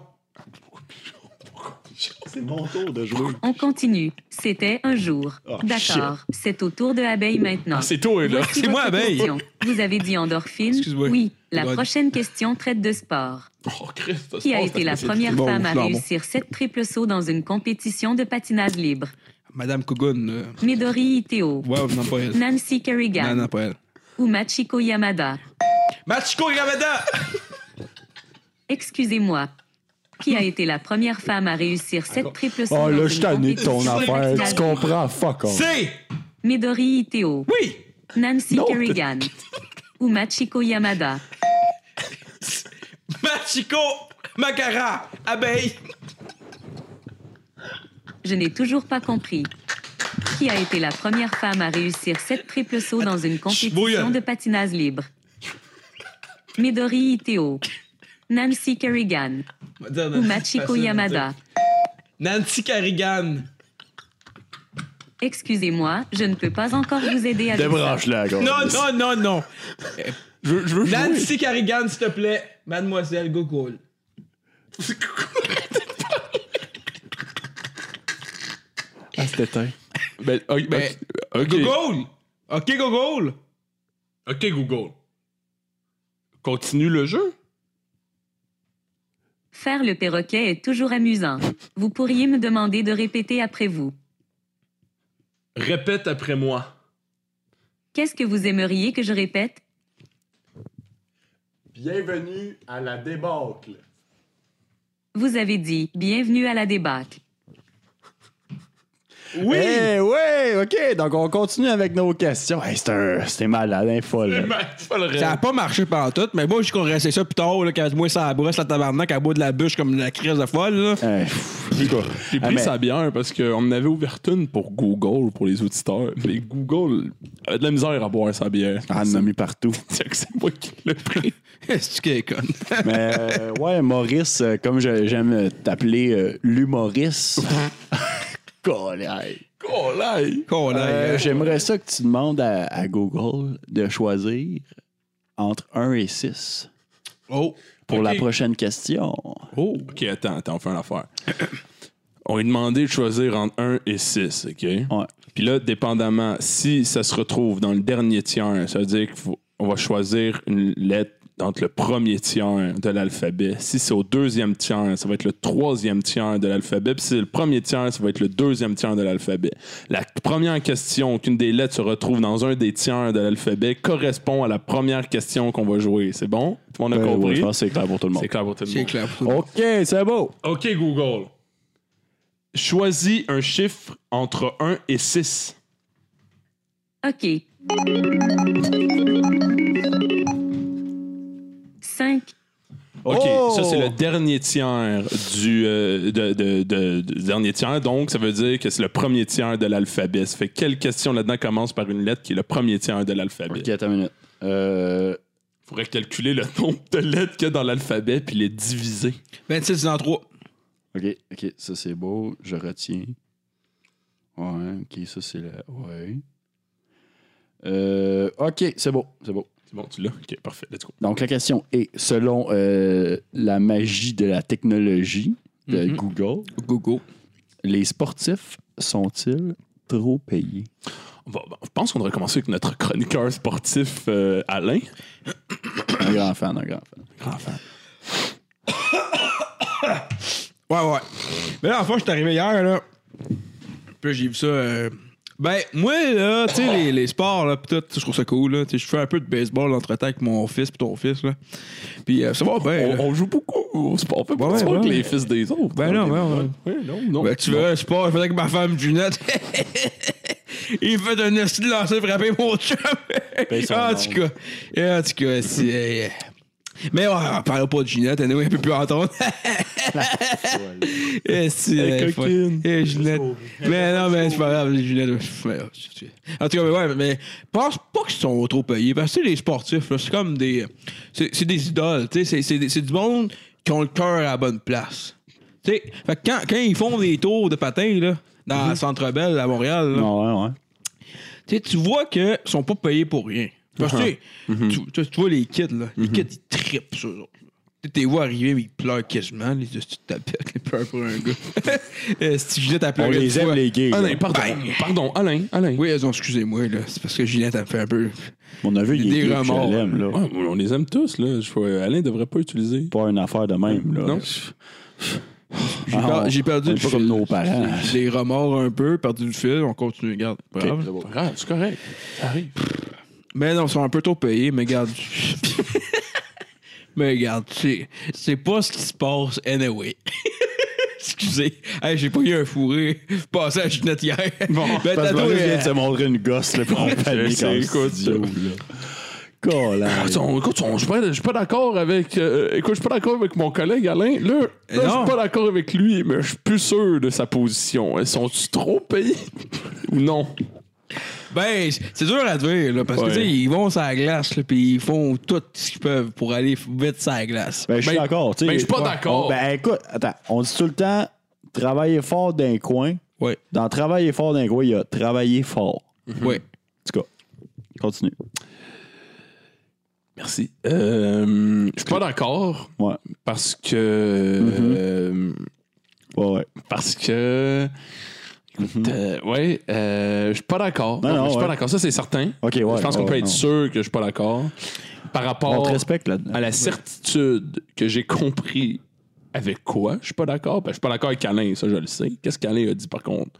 Speaker 5: C'est mon tour de jouer.
Speaker 6: On continue. C'était un jour.
Speaker 5: Oh,
Speaker 6: D'accord. C'est au tour de Abeille maintenant.
Speaker 3: C'est toi, là.
Speaker 6: Voici
Speaker 4: C'est moi,
Speaker 6: votre
Speaker 4: Abeille.
Speaker 6: question. Vous avez dit endorphine.
Speaker 4: Excuse-moi.
Speaker 6: Oui. La
Speaker 4: Droite.
Speaker 6: prochaine question traite de sport.
Speaker 3: Oh, Christ, ça se
Speaker 6: Qui a
Speaker 3: passe
Speaker 6: été la
Speaker 3: parce que c'est-
Speaker 6: première
Speaker 4: bon,
Speaker 6: femme à
Speaker 4: bon.
Speaker 6: réussir sept triples sauts dans une compétition de patinage libre
Speaker 4: Madame Kogun. euh,
Speaker 6: Midori Iteo,
Speaker 4: Ouais, non, pas elle.
Speaker 6: Nancy Kerrigan
Speaker 4: Non, non, pas elle.
Speaker 6: ou Machiko Yamada.
Speaker 4: Machiko Yamada!
Speaker 6: Excusez-moi. Qui a été la première femme à réussir sept triples
Speaker 9: Oh,
Speaker 6: sauts dans
Speaker 9: là,
Speaker 6: une
Speaker 9: je suis tanné de ton
Speaker 6: compétition de
Speaker 9: affaire.
Speaker 6: patinage
Speaker 9: Tu comprends? Fuck off.
Speaker 4: C'est!
Speaker 6: Midori Iteo,
Speaker 4: Oui!
Speaker 6: Nancy
Speaker 4: Non.
Speaker 6: Kerrigan ou Machiko Yamada.
Speaker 4: Machiko Makara! Abeille!
Speaker 6: Je n'ai toujours pas compris. Qui a été la première femme à réussir sept triples sauts dans une compétition
Speaker 4: bouillonne.
Speaker 6: de patinage libre Midori Iteo, Nancy Kerrigan ou Machiko Yamada.
Speaker 4: Nancy Carrigan.
Speaker 6: Excusez-moi, je ne peux pas encore vous aider avec ça.
Speaker 5: Débranche-la, gars.
Speaker 4: Non, non, non, non.
Speaker 3: Je veux, je veux jouer.
Speaker 4: Nancy Carrigan, s'il te plaît. Mademoiselle Gogol.
Speaker 3: Ah, c'était teint. Ben, ok, ben,
Speaker 4: Ben,
Speaker 3: ok.
Speaker 4: Gogol! Ok, Gogol!
Speaker 3: Ok, Google. Continue le jeu.
Speaker 6: Faire le perroquet est toujours amusant. Vous pourriez me demander de répéter après vous.
Speaker 3: Répète après moi.
Speaker 6: Qu'est-ce que vous aimeriez que je répète
Speaker 9: Bienvenue à la débâcle.
Speaker 6: Vous avez dit bienvenue à la débâcle.
Speaker 9: Oui! Eh ouais, OK. Donc, on continue avec nos questions. Hey, c'est un- c'est malade, hein, folle.
Speaker 4: Ça a pas marché pantoute, mais moi, je connaissais ça plus tard, là, quand moi, ça brosse la tabarnak, à bout de la bûche comme la crise de folle, là.
Speaker 5: Hein,
Speaker 9: Hey, pff, en tout cas.
Speaker 3: J'ai
Speaker 9: Ah,
Speaker 3: pris
Speaker 9: mais-
Speaker 3: sa bière parce qu'on en avait ouvert une pour Google, pour les auditeurs. Mais Google a de la misère à boire sa bière.
Speaker 5: Ah, on en a mis partout.
Speaker 3: C'est que c'est moi qui l'ai pris.
Speaker 4: Est-ce que conne?
Speaker 5: Mais euh, ouais, Maurice, euh, comme je- j'aime euh, t'appeler euh, [LAUGHS] l'humoriste. Colère. Euh, J'aimerais ça que tu demandes à, à Google de choisir entre 1 et 6
Speaker 4: Oh.
Speaker 5: pour
Speaker 3: Ok.
Speaker 5: la prochaine question.
Speaker 3: Oh. Ok, attends, attends, on fait une affaire. [CLEARS THROAT] On lui demandait de choisir entre 1 et 6, OK?
Speaker 5: Ouais.
Speaker 3: Puis là, dépendamment, si ça se retrouve dans le dernier tiers, ça veut dire qu'on va choisir une lettre entre le premier tiers de l'alphabet. Si c'est au deuxième tiers, ça va être le troisième tiers de l'alphabet. Puis si c'est le premier tiers, ça va être le deuxième tiers de l'alphabet. La première question qu'une des lettres se retrouve dans un des tiers de l'alphabet correspond à la première question qu'on va jouer. C'est bon? Tout le monde a
Speaker 5: Euh, ouais,
Speaker 3: compris?
Speaker 5: je pense que c'est clair pour tout le monde.
Speaker 3: c'est clair pour tout le monde.
Speaker 4: C'est clair. pour toi.
Speaker 5: OK, c'est beau.
Speaker 3: OK, Google. Choisis un chiffre entre 1 et 6.
Speaker 6: Ok. 5.
Speaker 3: OK,
Speaker 5: Oh!
Speaker 3: ça c'est le dernier tiers du euh, de, de- de- de- dernier tiers, donc ça veut dire que c'est le premier tiers de l'alphabet. Ça fait que quelle question là-dedans commence par une lettre qui est le premier tiers de l'alphabet?
Speaker 5: OK, attends une minute. Euh,
Speaker 3: Faudrait calculer le nombre de lettres qu'il y a dans l'alphabet puis les diviser.
Speaker 4: 26 dans 3.
Speaker 5: OK, OK, ça c'est beau. Je retiens. Ouais, OK, ça c'est le... Ouais. Euh, OK, c'est beau, c'est beau.
Speaker 3: C'est bon, tu l'as? OK, parfait, let's go.
Speaker 5: Donc, la question est, selon euh, la magie de la technologie de
Speaker 3: Mm-hmm.
Speaker 4: Mhm.
Speaker 5: Google,
Speaker 4: Gogo.
Speaker 5: les sportifs sont-ils trop payés?
Speaker 3: Bon, bon, je pense qu'on devrait commencer avec notre chroniqueur sportif euh, Alain.
Speaker 5: Un grand fan, un grand fan.
Speaker 4: Ouais, ouais. Mais là, en fait, je suis arrivé hier, là. Puis là, j'ai vu ça. euh, Ben, moi, là, tu sais, les, les sports, là, pis tout, je trouve ça cool, là. Tu sais, je fais un peu de baseball entre-temps avec mon fils pis ton fils, là. Puis euh, ça va bien, là.
Speaker 3: On, on joue beaucoup au sport. On fait beaucoup de
Speaker 4: ouais,
Speaker 3: sport avec
Speaker 4: ouais.
Speaker 3: les fils des autres.
Speaker 4: Ben non,
Speaker 3: Ouais,
Speaker 4: ben ouais.
Speaker 3: ouais, non, non.
Speaker 4: Ben, tu veux un sport, je faisais avec ma femme Junette. [LAUGHS] Il fait un esti de lancer frapper mon chum. [LAUGHS] en tout cas. En tout cas, c'est. euh, Mais ouais, on parle pas de Ginette, elle est un peu plus entendre. Et si,
Speaker 3: Elle est
Speaker 4: euh,
Speaker 3: coquine.
Speaker 4: faut- Eh, Ginette. Mais non, mais c'est pas grave, Ginette. mais, euh, c'est- En tout cas, mais ouais, mais pense pas qu'ils sont trop payés. Parce que tu sais, les sportifs, là, c'est comme des. C'est c'est des idoles, tu sais. c'est- C'est des- c'est du monde qui ont le cœur à la bonne place. Tu sais, fait que quand, quand ils font des tours de patin, là, dans
Speaker 3: Mhm.
Speaker 4: le Centre Bell à Montréal, là,
Speaker 5: Non, ouais, ouais.
Speaker 4: tu sais, tu vois qu'ils sont
Speaker 5: Uh-huh. Mm-hmm.
Speaker 4: pas payés pour rien. Parce que tu sais, tu, tu vois les kids, là. Les kids, ils trippent sur eux autres. Tu t'es vois arriver, mais il pleure quasiment. Les deux, tu t'appelles, il pleure pour un
Speaker 5: [LAUGHS]
Speaker 4: gars. euh, si Juliette a
Speaker 5: On
Speaker 4: pleuré. une
Speaker 5: les aime,
Speaker 4: fois-
Speaker 5: les gays. là.
Speaker 3: Alain, pardon. Pardon, Alain, Alain.
Speaker 4: Oui, elles ont, excusez-moi, là. C'est parce que Juliette a fait un peu.
Speaker 5: Mon aveu, il
Speaker 4: Des
Speaker 5: est gay, puis je
Speaker 4: remords.
Speaker 5: l'aime, là.
Speaker 3: Ouais, on les aime tous, là. Je vois, Alain devrait pas utiliser.
Speaker 5: Pas une affaire de même, là.
Speaker 3: Non.
Speaker 4: J'ai,
Speaker 5: Ah,
Speaker 4: per-
Speaker 5: on-
Speaker 4: j'ai perdu
Speaker 5: on est
Speaker 4: le
Speaker 5: pas
Speaker 4: fil.
Speaker 5: comme nos parents.
Speaker 4: J'ai- J'ai des remords un peu, perdu le fil. On continue, regarde. pas grave.
Speaker 3: Pas grave, Ah, c'est correct. Ça arrive.
Speaker 4: Mais non, ils sont un peu trop payés, mais
Speaker 3: [LAUGHS]
Speaker 4: regarde. mais regarde, c'est, c'est pas ce qui se passe anyway. [LAUGHS] Excusez. Hey, j'ai pas eu un fourré passé à Ginette hier. Bon, [LAUGHS] ben,
Speaker 5: Parce que Marie vient de se
Speaker 4: t'as
Speaker 5: montrer une gosse, là,
Speaker 3: [LAUGHS]
Speaker 5: pour en panique
Speaker 3: euh, sais,
Speaker 5: en
Speaker 3: écoute,
Speaker 5: studio,
Speaker 3: ça.
Speaker 5: là. Colin.
Speaker 3: Écoute, Ah, on- écoute, on- je suis pas- je suis pas d'accord avec. euh, écoute, je suis pas d'accord avec mon collègue Alain. Là, là, je
Speaker 4: Non.
Speaker 3: suis pas d'accord avec lui, mais je suis plus sûr de sa position. Elles Sont-tu trop payés [LAUGHS] ou non?
Speaker 4: Ben, c'est- c'est dur à dire, là, parce que,
Speaker 3: Ouais.
Speaker 4: tu sais, ils vont sur la glace, là, puis ils font tout ce qu'ils peuvent pour aller vite sur la glace.
Speaker 5: Ben, je suis
Speaker 3: Ben,
Speaker 5: d'accord. tu sais.
Speaker 3: ben, je suis pas
Speaker 5: Ouais.
Speaker 3: d'accord.
Speaker 5: On- Ben, écoute, attends, on dit tout le temps travailler fort d'un coin.
Speaker 4: Ouais,
Speaker 5: Dans travailler fort d'un coin, il y a travailler fort.
Speaker 3: mm-hmm.
Speaker 4: ouais.
Speaker 5: En tout cas, continue.
Speaker 3: Merci. Euh, je suis pas d'accord
Speaker 5: Ouais,
Speaker 3: parce que. euh,
Speaker 5: ouais, ouais.
Speaker 3: parce que. Écoute, euh, ouais, euh, je suis pas d'accord.
Speaker 5: Mhm. Non, non,
Speaker 3: je suis
Speaker 5: ouais.
Speaker 3: pas d'accord. Ça, c'est certain.
Speaker 5: Ok, ouais,
Speaker 3: je pense qu'on
Speaker 5: ouais,
Speaker 3: peut être
Speaker 5: non.
Speaker 3: sûr que je suis pas d'accord. Par
Speaker 5: On
Speaker 3: rapport
Speaker 5: te respecte là-dedans.
Speaker 3: à la certitude que j'ai compris avec quoi je suis pas d'accord, ben, je suis pas d'accord avec Alain, ça je le sais. Qu'est-ce qu'Alain a dit par contre?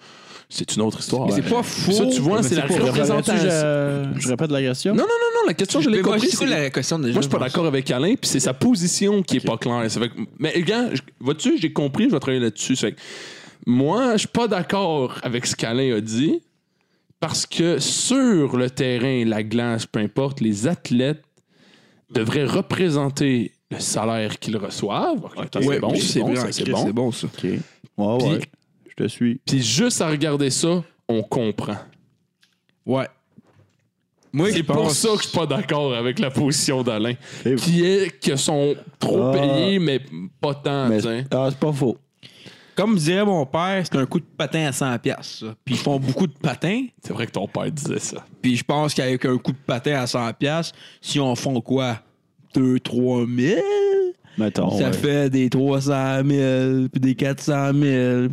Speaker 3: C'est une autre histoire.
Speaker 4: c'est
Speaker 3: Ouais.
Speaker 4: pas faux.
Speaker 3: Ça, tu vois, c'est la
Speaker 5: Je répète-
Speaker 3: représentation.
Speaker 5: je- je répète l'agression.
Speaker 3: Non, non, non, non, la question, je l'ai
Speaker 4: Mais moi,
Speaker 3: compris.
Speaker 4: c'est quoi
Speaker 3: c'est-
Speaker 4: la question de
Speaker 3: moi, je suis pas d'accord avec Alain, puis c'est sa position qui est pas claire. Ça fait que- Mais gars, je- vois-tu, j'ai compris, je vais travailler là-dessus. Ça fait que Moi, je suis pas d'accord avec ce qu'Alain a dit, parce que sur le terrain, la glace, peu importe, les athlètes devraient représenter le salaire qu'ils reçoivent. Ok,
Speaker 4: Ouais,
Speaker 3: c'est bon,
Speaker 4: oui,
Speaker 3: c'est bon, ça, c'est bon.
Speaker 4: C'est bon, ça.
Speaker 5: Ok. Ouais, ouais.
Speaker 3: Puis-
Speaker 5: Je te suis.
Speaker 3: Puis juste à regarder ça, on comprend.
Speaker 4: Ouais. Moi, je
Speaker 3: C'est pour
Speaker 4: pense-
Speaker 3: ça que je suis pas d'accord avec la position d'Alain,
Speaker 5: Et-
Speaker 3: qui est que sont trop
Speaker 5: Ah.
Speaker 3: payés, mais pas tant.
Speaker 5: Mais-
Speaker 3: tu sais.
Speaker 5: Ah, c'est pas faux.
Speaker 4: Comme dirait mon père, c'est un coup de patin à 100 pièces. Puis ils font beaucoup de patins.
Speaker 3: C'est vrai que ton père disait ça.
Speaker 4: Puis je pense qu'avec un coup de patin à 100 pièces, si on font quoi 2 3 000
Speaker 5: Mettons.
Speaker 4: ça
Speaker 5: ouais.
Speaker 4: fait des 300 000, puis des 400 000.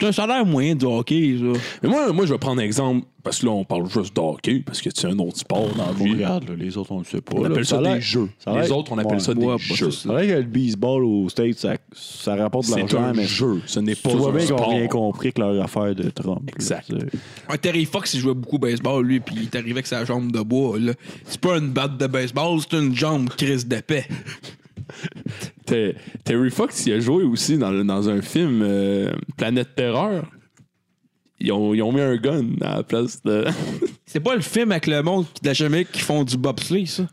Speaker 4: C'est un salaire moyen du hockey, ça.
Speaker 3: Mais moi, moi, je vais prendre un exemple, parce que là, on parle juste d'hockey, parce que c'est un autre sport dans la
Speaker 5: On
Speaker 3: vie.
Speaker 5: regarde, là, les autres, on le sait pas.
Speaker 3: On
Speaker 5: là.
Speaker 3: appelle ça
Speaker 5: a l'air-
Speaker 3: des jeux.
Speaker 5: ça a
Speaker 3: Les
Speaker 5: l'air-
Speaker 3: autres, on appelle
Speaker 5: Ouais.
Speaker 3: ça des
Speaker 4: Ouais, bah,
Speaker 3: jeux.
Speaker 4: c'est
Speaker 5: C'est vrai que le baseball au States, ça, ça rapporte de
Speaker 3: C'est
Speaker 5: l'argent,
Speaker 3: un
Speaker 5: mais
Speaker 3: jeu, ce n'est pas
Speaker 5: tu vois
Speaker 3: un
Speaker 5: bien qu'ils
Speaker 3: sport.
Speaker 5: ont rien compris que leur affaire de Trump. là,
Speaker 3: Exact.
Speaker 5: tu sais. [LAUGHS]
Speaker 4: Un Terry Fox, il jouait beaucoup au baseball, lui, puis il est arrivé avec sa jambe de bois. là. C'est pas une batte de baseball, c'est une jambe crise d'épais.
Speaker 3: Ter- Terry Fox, il a joué aussi dans, le- dans un film euh, Planète Terreur. Ils ont, ils ont mis un gun à la place de.
Speaker 4: C'est pas le film avec le monde de la Jamaïque qui font du bobsleigh, ça?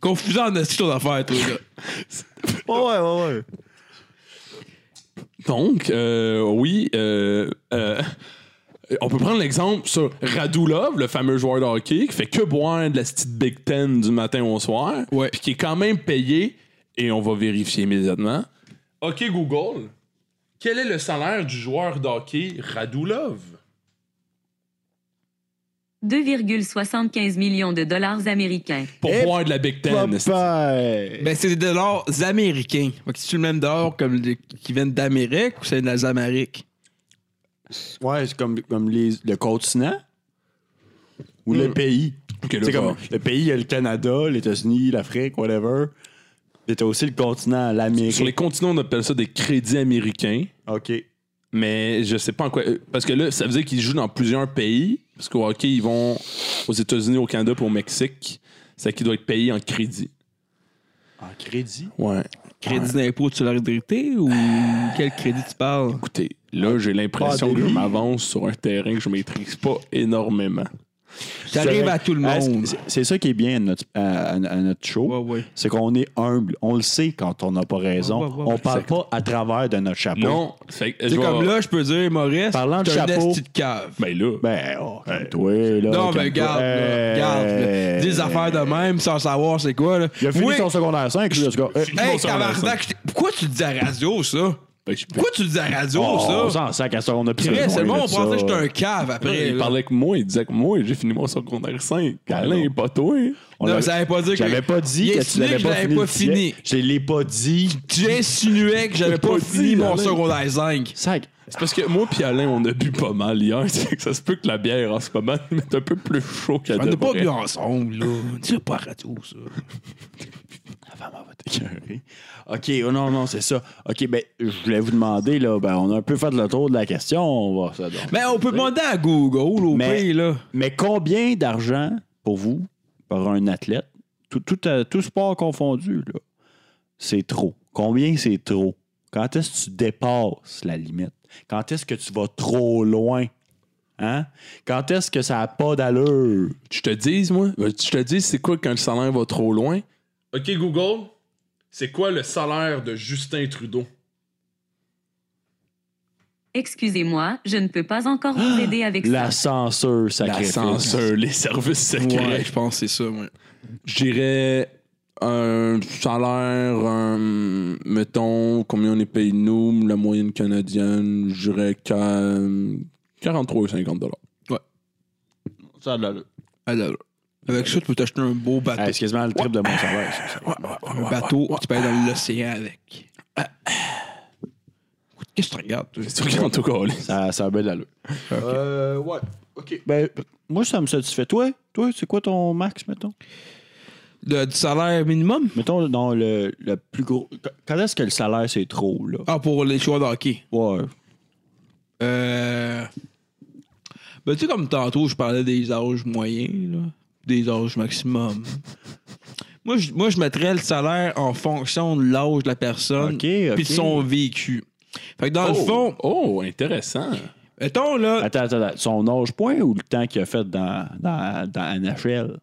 Speaker 4: Confusant en esti ton affaire, toi, là.
Speaker 3: Donc, euh, oui, euh, euh, on peut prendre l'exemple sur Radulov, le fameux joueur de hockey, qui fait que boire de la petite Big Ten du matin au soir,
Speaker 4: Ouais.
Speaker 3: puis qui est quand même payé, et on va vérifier immédiatement. OK, Google, quel est le salaire du joueur de hockey Radulov?
Speaker 6: 2,75 millions de dollars américains.
Speaker 3: Pour
Speaker 5: Eh,
Speaker 3: boire de la Big Ten. c'est-
Speaker 5: Popeye!
Speaker 4: Ben, c'est des dollars américains. Fait que c'est-tu le même dollar comme les- qui viennent d'Amérique ou c'est des Amériques?
Speaker 5: Ouais, c'est comme, comme les- le continent ou le pays.
Speaker 3: Ok, là,
Speaker 5: C'est
Speaker 3: ça
Speaker 5: comme Hmm. le pays, il y a le Canada, les États-Unis, l'Afrique, whatever. Mais t'as aussi le continent, l'Amérique.
Speaker 3: Sur les continents, on appelle ça des crédits américains.
Speaker 5: OK.
Speaker 3: Mais je sais pas en quoi. euh, Parce que là, ça veut dire qu'ils jouent dans plusieurs pays. Parce qu'au hockey, ils vont aux États-Unis, au Canada puis au Mexique. C'est qu'ils doivent être payés en crédit.
Speaker 5: En crédit.
Speaker 3: Ouais.
Speaker 4: Crédit d'impôt de solidarité ou quel crédit tu parles?
Speaker 3: Écoutez, là, j'ai l'impression
Speaker 5: Pas
Speaker 3: que je
Speaker 5: délire.
Speaker 3: m'avance sur un terrain que je maîtrise pas énormément.
Speaker 4: Ça arrive à tout le
Speaker 5: Ah, c'est-
Speaker 4: monde.
Speaker 5: c'est- C'est ça qui est bien à notre, à- à- à notre show.
Speaker 4: Ouais, ouais.
Speaker 5: C'est qu'on est humble. On le sait quand on n'a pas raison.
Speaker 4: Ouais, ouais, ouais,
Speaker 5: on parle pas à travers de notre chapeau.
Speaker 3: Non. C'est
Speaker 4: C'est comme là, je peux dire, Maurice,
Speaker 5: Parlant de
Speaker 4: t'es un
Speaker 5: chapeau.
Speaker 4: esti de cave.
Speaker 3: Ben là.
Speaker 5: Ben, oh, toi
Speaker 4: Non, mais
Speaker 5: là. calme-toi.
Speaker 4: regarde, là,
Speaker 5: Hey.
Speaker 4: regarde. là. Dis Des affaires de même sans savoir c'est quoi. Là.
Speaker 5: Il a fini
Speaker 4: Oui.
Speaker 5: son secondaire 5, lui, en tout cas. Hey.
Speaker 4: Hey,
Speaker 3: Bonsoir,
Speaker 4: tabarnak, je t'ai- pourquoi tu le dis à la radio, ça?
Speaker 3: Fait que ben, je-
Speaker 4: Pourquoi tu le dis à la radio,
Speaker 5: Oh,
Speaker 4: ça?
Speaker 5: on s'en sac à ça, on a pris
Speaker 4: Chris, c'est bon, on pensait que j'étais un
Speaker 5: un...
Speaker 4: cave après.
Speaker 3: il
Speaker 4: là.
Speaker 3: parlait avec moi, il disait que moi, j'ai fini mon secondaire 5.
Speaker 4: Ben
Speaker 3: Alain, pas toi.
Speaker 4: Non, mais ça n'avait pas dire que.
Speaker 5: J'avais pas dit
Speaker 4: Il
Speaker 5: que tu
Speaker 4: insinuait
Speaker 5: l'avais
Speaker 4: que
Speaker 5: pas
Speaker 4: j'avais
Speaker 5: fini.
Speaker 4: pas
Speaker 5: le tien.
Speaker 4: fini.
Speaker 5: Je l'ai pas dit.
Speaker 4: Tu insinuais que j'avais pas
Speaker 3: pas
Speaker 4: fini
Speaker 3: dit,
Speaker 4: mon
Speaker 3: Alain.
Speaker 4: secondaire 5.
Speaker 5: Sac.
Speaker 3: C'est parce que moi puis Alain, on a bu pas mal hier. [LAUGHS] C'est que ça se peut que la bière en ce moment [LAUGHS] nous mette un peu plus chaud qu'à
Speaker 4: On n'a
Speaker 3: de
Speaker 4: pas
Speaker 3: vrai.
Speaker 4: bu ensemble, là. Dis pas à radio, ça.
Speaker 5: Maman va [LAUGHS] t'écœurer. OK, oh non, non, c'est ça. OK, ben, je voulais vous demander, là, ben, on a un peu fait le tour de la question. On va ça donc.
Speaker 4: Mais on peut demander à Google, au
Speaker 5: Mais-
Speaker 4: pays, là.
Speaker 5: Mais combien d'argent pour vous, par un athlète, tout, tout, euh, tout sport confondu, là, c'est trop? Combien c'est trop? Quand est-ce que tu dépasses la limite? Quand est-ce que tu vas trop loin? Hein? Quand est-ce que ça n'a pas d'allure?
Speaker 3: Je te dis, moi, je te dis, c'est quoi quand le salaire va trop loin? OK, Google, c'est quoi le salaire de Justin Trudeau?
Speaker 6: Excusez-moi, je ne peux pas encore vous aider avec ça.
Speaker 5: La censure
Speaker 3: La
Speaker 5: sacrifice.
Speaker 3: censure, les services secrets.
Speaker 4: Ouais, je pense que c'est ça, ouais.
Speaker 3: J'irais un salaire, un- mettons, combien on est payé nous, la moyenne canadienne, j'irais qu'à- 43 ou 50 dollars.
Speaker 5: Ça a de l'allure.
Speaker 4: Ah, là, là. Avec ça, tu peux t'acheter un beau bateau.
Speaker 5: Hey, c'est quasiment le triple de mon salaire. ça, ça.
Speaker 4: un bateau, tu peux aller dans l'océan avec. Ah. Qu'est-ce que tu regardes, toi?
Speaker 3: Tu regardes au cas, là.
Speaker 5: Ça, ça a bien de l'allure. Euh, ouais. OK. Ben, moi, ça me satisfait. Toi, toi c'est quoi ton max, mettons?
Speaker 4: De- du salaire minimum?
Speaker 5: Mettons, dans le, le plus gros... Qu- Quand est-ce que le salaire, c'est trop, là?
Speaker 4: Ah, pour les joueurs de hockey.
Speaker 5: Ouais.
Speaker 4: Euh... Ben, tu sais, comme tantôt, je parlais des âges moyens, là, des âges maximum. moi, je, moi, je mettrais le salaire en fonction de l'âge de la personne
Speaker 5: OK,
Speaker 4: et
Speaker 5: OK.
Speaker 4: de son vécu. Fait que dans le fond,
Speaker 3: oh, intéressant.
Speaker 4: mettons, là,
Speaker 5: Attends, attends, attends. Son âge point ou le temps qu'il a fait dans, dans, dans NHL?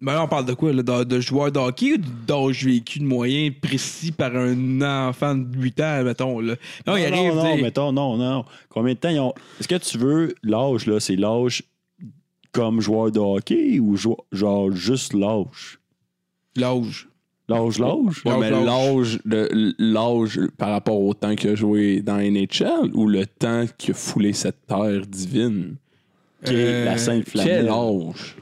Speaker 4: ben là, on parle de quoi? Là, de, de joueur de hockey ou d'âge vécu de moyen précis par un enfant de 8 ans, mettons. Là. Non, Oh, il arrive.
Speaker 5: non,
Speaker 4: des-
Speaker 5: mettons, non, non. Combien de temps ils ont... Est-ce que tu veux l'âge, là, c'est l'âge comme joueur de hockey ou jou- genre juste l'âge?
Speaker 4: L'âge.
Speaker 5: L'âge, l'âge?
Speaker 3: Ouais, mais
Speaker 4: L'âge.
Speaker 3: l'âge de- l'âge par rapport au temps qu'il a joué dans NHL ou le temps qu'il a foulé cette terre divine?
Speaker 5: OK, la sainte flamelle.
Speaker 3: Quel âge?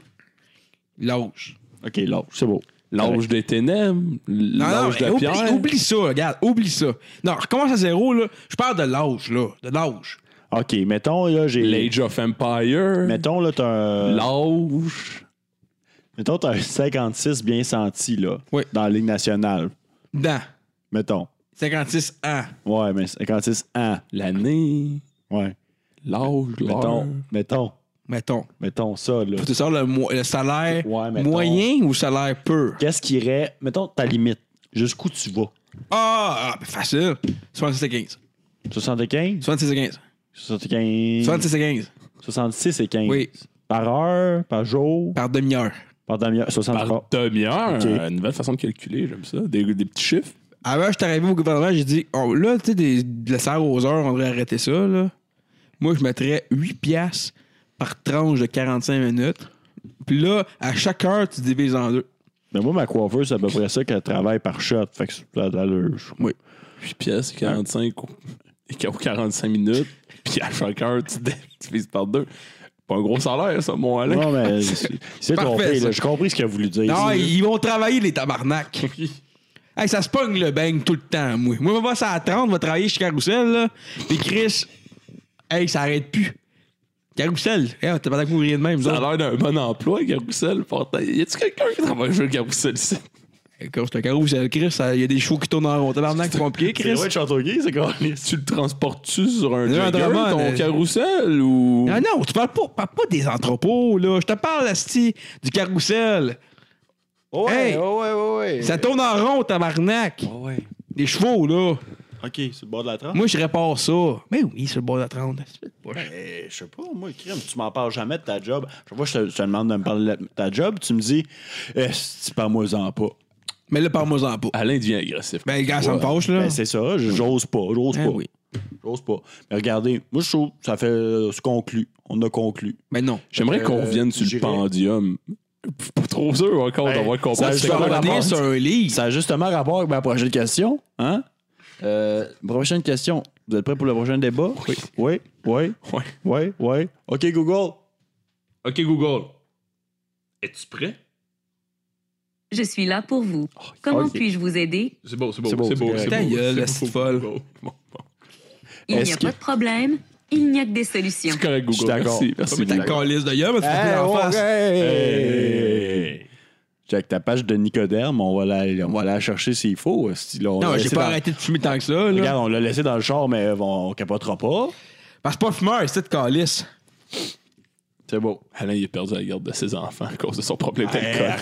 Speaker 4: L'âge.
Speaker 5: OK, l'âge, c'est beau.
Speaker 3: L'âge des ténèbres?
Speaker 4: Non, non,
Speaker 3: L'âge de
Speaker 4: mais
Speaker 3: la
Speaker 4: oublie,
Speaker 3: pierre?
Speaker 4: oublie ça, regarde, oublie ça. Non, recommence à zéro, là. Je parle de l'âge, là. De l'âge.
Speaker 5: OK, mettons, là, j'ai...
Speaker 3: L'Age of Empire?
Speaker 5: Mettons, euh, là, t'as un...
Speaker 3: L'âge?
Speaker 5: Mettons, t'as un 56 bien senti, là,
Speaker 4: Oui.
Speaker 5: dans la Ligue nationale.
Speaker 4: Dans.
Speaker 5: Mettons.
Speaker 4: 56 ans.
Speaker 5: Ouais, mais 56 ans.
Speaker 3: L'année?
Speaker 5: Ouais.
Speaker 3: L'âge? L'heure?
Speaker 5: Mettons, mettons,
Speaker 4: Mettons.
Speaker 5: mettons ça, là.
Speaker 4: Faut te sortir le, mo- le salaire
Speaker 5: Ouais, mettons.
Speaker 4: moyen ou salaire peu?
Speaker 5: Qu'est-ce qui irait... Mettons, ta limite. Jusqu'où tu vas?
Speaker 4: Ah, ah, ben facile. 76 et 15.
Speaker 5: 75?
Speaker 4: 76 et 15.
Speaker 5: 75?
Speaker 4: 76 et 15.
Speaker 5: 66 et 15?
Speaker 4: Oui.
Speaker 5: Par heure, par jour,
Speaker 4: Par demi-heure.
Speaker 5: par demi-heure, 60
Speaker 3: Par demi-heure?
Speaker 5: Ok.
Speaker 3: Une nouvelle façon de calculer, j'aime ça. Des, des petits chiffres?
Speaker 4: Avant, je suis arrivé au gouvernement, j'ai dit, oh, là, tu sais, des- de la salaire aux heures, on devrait arrêter ça, là. Moi, je mettrais 8 piastres par tranche de 45 minutes. Puis là, à chaque heure, tu divises en deux.
Speaker 5: Mais moi, ma coiffeuse, c'est à peu près ça qu'elle travaille par shot. Fait que c'est d'allure.
Speaker 3: 8 pièces, 45 ou ou 45 minutes, puis à chaque heure, tu dé- tu divises par deux. Pas un gros salaire, ça, mon Alain.
Speaker 4: [LAUGHS]
Speaker 5: Non,
Speaker 3: [LAUGHS]
Speaker 5: mais c'est c'est
Speaker 4: Parfait,
Speaker 5: trompé,
Speaker 4: ça.
Speaker 5: là. J'ai compris ce qu'elle a voulu dire.
Speaker 4: Non,
Speaker 5: C'est-
Speaker 4: ils vont travailler, les tabarnak. [LAUGHS] hey, ça se pogne le bang tout le temps, moi. Moi, on va ça à 30, on va travailler chez Carousel, là. Puis Chris, hey, ça arrête plus. Carousel, Eh, hey, tabarnak, vous riez de même, vous
Speaker 3: Ça
Speaker 4: autres.
Speaker 3: a l'air d'un bon emploi, Carousel. pourtant. Y a-tu quelqu'un qui travaille sur le Carousel ici?
Speaker 4: Hey, Eh, Chris, le Carousel, Chris, il y a des chevaux qui tournent en rond. Tabarnak, c'est compliqué,
Speaker 5: C'est
Speaker 4: Chris.
Speaker 5: loin de Châteauguay, c'est quoi?
Speaker 3: Tu le transportes-tu sur un
Speaker 4: Non,
Speaker 3: jogger,
Speaker 4: vraiment,
Speaker 3: ton
Speaker 4: mais-
Speaker 3: Carousel, ou...
Speaker 4: Non, Ah, non, tu parles pas, parle pas des entrepôts, là. Je te parle, Asti, du Carousel. Ouais, ouais, ouais, Ça tourne en rond, tabarnak.
Speaker 5: ouais.
Speaker 4: Des chevaux, là.
Speaker 5: [LAUGHS] OK, c'est le bord de la trappe.
Speaker 4: Moi, je répare ça. Mais oui, c'est le bord de la 30.
Speaker 5: Eh, je sais pas, moi, crime, tu m'en parles jamais de ta job. Chaque fois que je te, je te demande de me parler de ta job, tu me dis, est-ce que parle-moi-en pas?
Speaker 4: Mais là, parle-moi-en pas.
Speaker 3: Alain devient agressif.
Speaker 4: Ben, les gars, ça me
Speaker 3: Ouais.
Speaker 4: fâche, là.
Speaker 5: Ah. Ben, c'est ça, je- j'ose pas, j'ose
Speaker 4: Ah
Speaker 5: pas.
Speaker 4: oui.
Speaker 5: J'ose pas. Mais regardez, moi, je trouve, ça fait euh, se conclu. On a conclu.
Speaker 4: Mais non.
Speaker 3: J'aimerais qu'on
Speaker 5: Euh,
Speaker 3: revienne sur le
Speaker 5: j'irais-
Speaker 3: pendium. Pas trop sûr encore
Speaker 5: Ben,
Speaker 3: d'avoir compris.
Speaker 5: ça,
Speaker 3: c'est
Speaker 5: je
Speaker 3: quoi
Speaker 5: vais
Speaker 3: la
Speaker 5: revenir
Speaker 3: part.
Speaker 4: sur un livre.
Speaker 5: Ça a justement rapport avec ma prochaine question, hein? Euh, prochaine question. Vous êtes prêts pour le prochain débat? Oui. Oui, oui,
Speaker 3: Ouais.
Speaker 5: oui, oui. OK, Google.
Speaker 3: OK, Google. Es-tu prêt?
Speaker 6: Je suis là pour vous. Comment
Speaker 5: ok.
Speaker 6: puis-je vous aider?
Speaker 3: C'est beau, c'est beau,
Speaker 5: C'est beau,
Speaker 3: c'est beau.
Speaker 5: c'est
Speaker 3: c'est
Speaker 4: Ta
Speaker 3: beau,
Speaker 4: gueule,
Speaker 3: c'est
Speaker 4: la
Speaker 3: beau,
Speaker 4: petite folle.
Speaker 3: Google. Bon, bon.
Speaker 6: Il n'y
Speaker 5: Est-ce
Speaker 6: a
Speaker 5: que-
Speaker 6: pas de problème. Il n'y a que des solutions.
Speaker 3: C'est correct,
Speaker 5: Je suis
Speaker 3: Google.
Speaker 5: d'accord.
Speaker 3: Merci,
Speaker 4: Pas
Speaker 3: merci.
Speaker 4: mettre ta
Speaker 3: Google.
Speaker 4: calice de gueule, mais tu
Speaker 5: Hey,
Speaker 4: peux en
Speaker 5: oh,
Speaker 4: face.
Speaker 5: hey. Check ta page de Nicodème, on va la, on va la chercher s'il faut. Si là, on
Speaker 4: Non,
Speaker 5: l'a
Speaker 4: j'ai
Speaker 5: laissé
Speaker 4: pas
Speaker 5: dans-
Speaker 4: arrêté de fumer tant que ça. Là.
Speaker 5: Regarde, on l'a laissé dans le char, mais euh, on, on capotera pas.
Speaker 4: Parce que pas fumeur, c'est de calice.
Speaker 5: C'est beau.
Speaker 3: Alain, il a perdu la garde de ses enfants à cause de son problème
Speaker 5: Hey,
Speaker 3: d'alcool.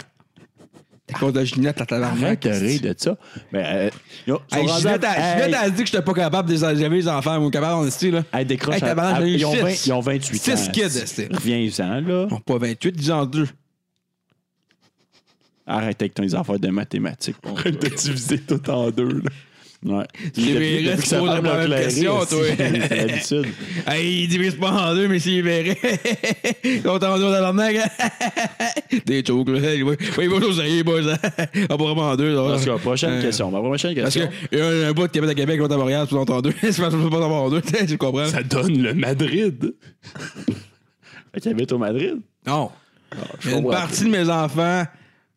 Speaker 4: À cause de Ginette, la tabarnak.
Speaker 5: Arrête de rire de ça. Mais, euh, yo, ils sont
Speaker 4: Hey,
Speaker 5: rendus
Speaker 4: Ginette,
Speaker 5: à-
Speaker 4: elle,
Speaker 5: Hey,
Speaker 4: Ginette, elle dit que j'étais pas capable de les j'avais les enfants, mon capable, on est là.
Speaker 5: Hey, décroche.
Speaker 4: Hey, tabarnak,
Speaker 5: à- à-
Speaker 4: j'ai eu
Speaker 5: ils, ont
Speaker 4: six.
Speaker 5: 20 ils ont 28 ans.
Speaker 4: Six kids, c'est-
Speaker 5: Reviens-en, là.
Speaker 4: Non, pas 28, ils en deux.
Speaker 5: Arrête avec tes affaires de mathématiques. bon.
Speaker 3: Arrête de diviser tout en deux. Là.
Speaker 5: Ouais.
Speaker 4: verrais,
Speaker 5: depuis
Speaker 4: tu
Speaker 5: sa
Speaker 4: poses la
Speaker 5: femme
Speaker 4: même
Speaker 5: l'a éclairé,
Speaker 4: question,
Speaker 5: aussi,
Speaker 4: toi.
Speaker 5: [LAUGHS] c'est l'habitude.
Speaker 4: Hey, ils divisent pas en deux, mais s'ils verraient. [LAUGHS] Ils sont en deux en tabarnak. [LAUGHS] Des jokes, là. Hey, Oui, oui, bonjour, ça y est, boys. On pas vraiment en deux, là.
Speaker 5: En tout cas, prochaine
Speaker 4: Euh,
Speaker 5: question. Ma prochaine
Speaker 4: Parce
Speaker 5: question.
Speaker 4: qu'il y a un bout qui habite à Québec, l'autre à Montréal, tout le temps en deux. [LAUGHS] C'est parce que je peux pas en avoir en deux, [LAUGHS] tu comprends?
Speaker 3: Ça donne le Madrid.
Speaker 5: Tu habites au Madrid?
Speaker 4: Non. Il y a une
Speaker 5: Ah, comprends.
Speaker 4: partie de mes enfants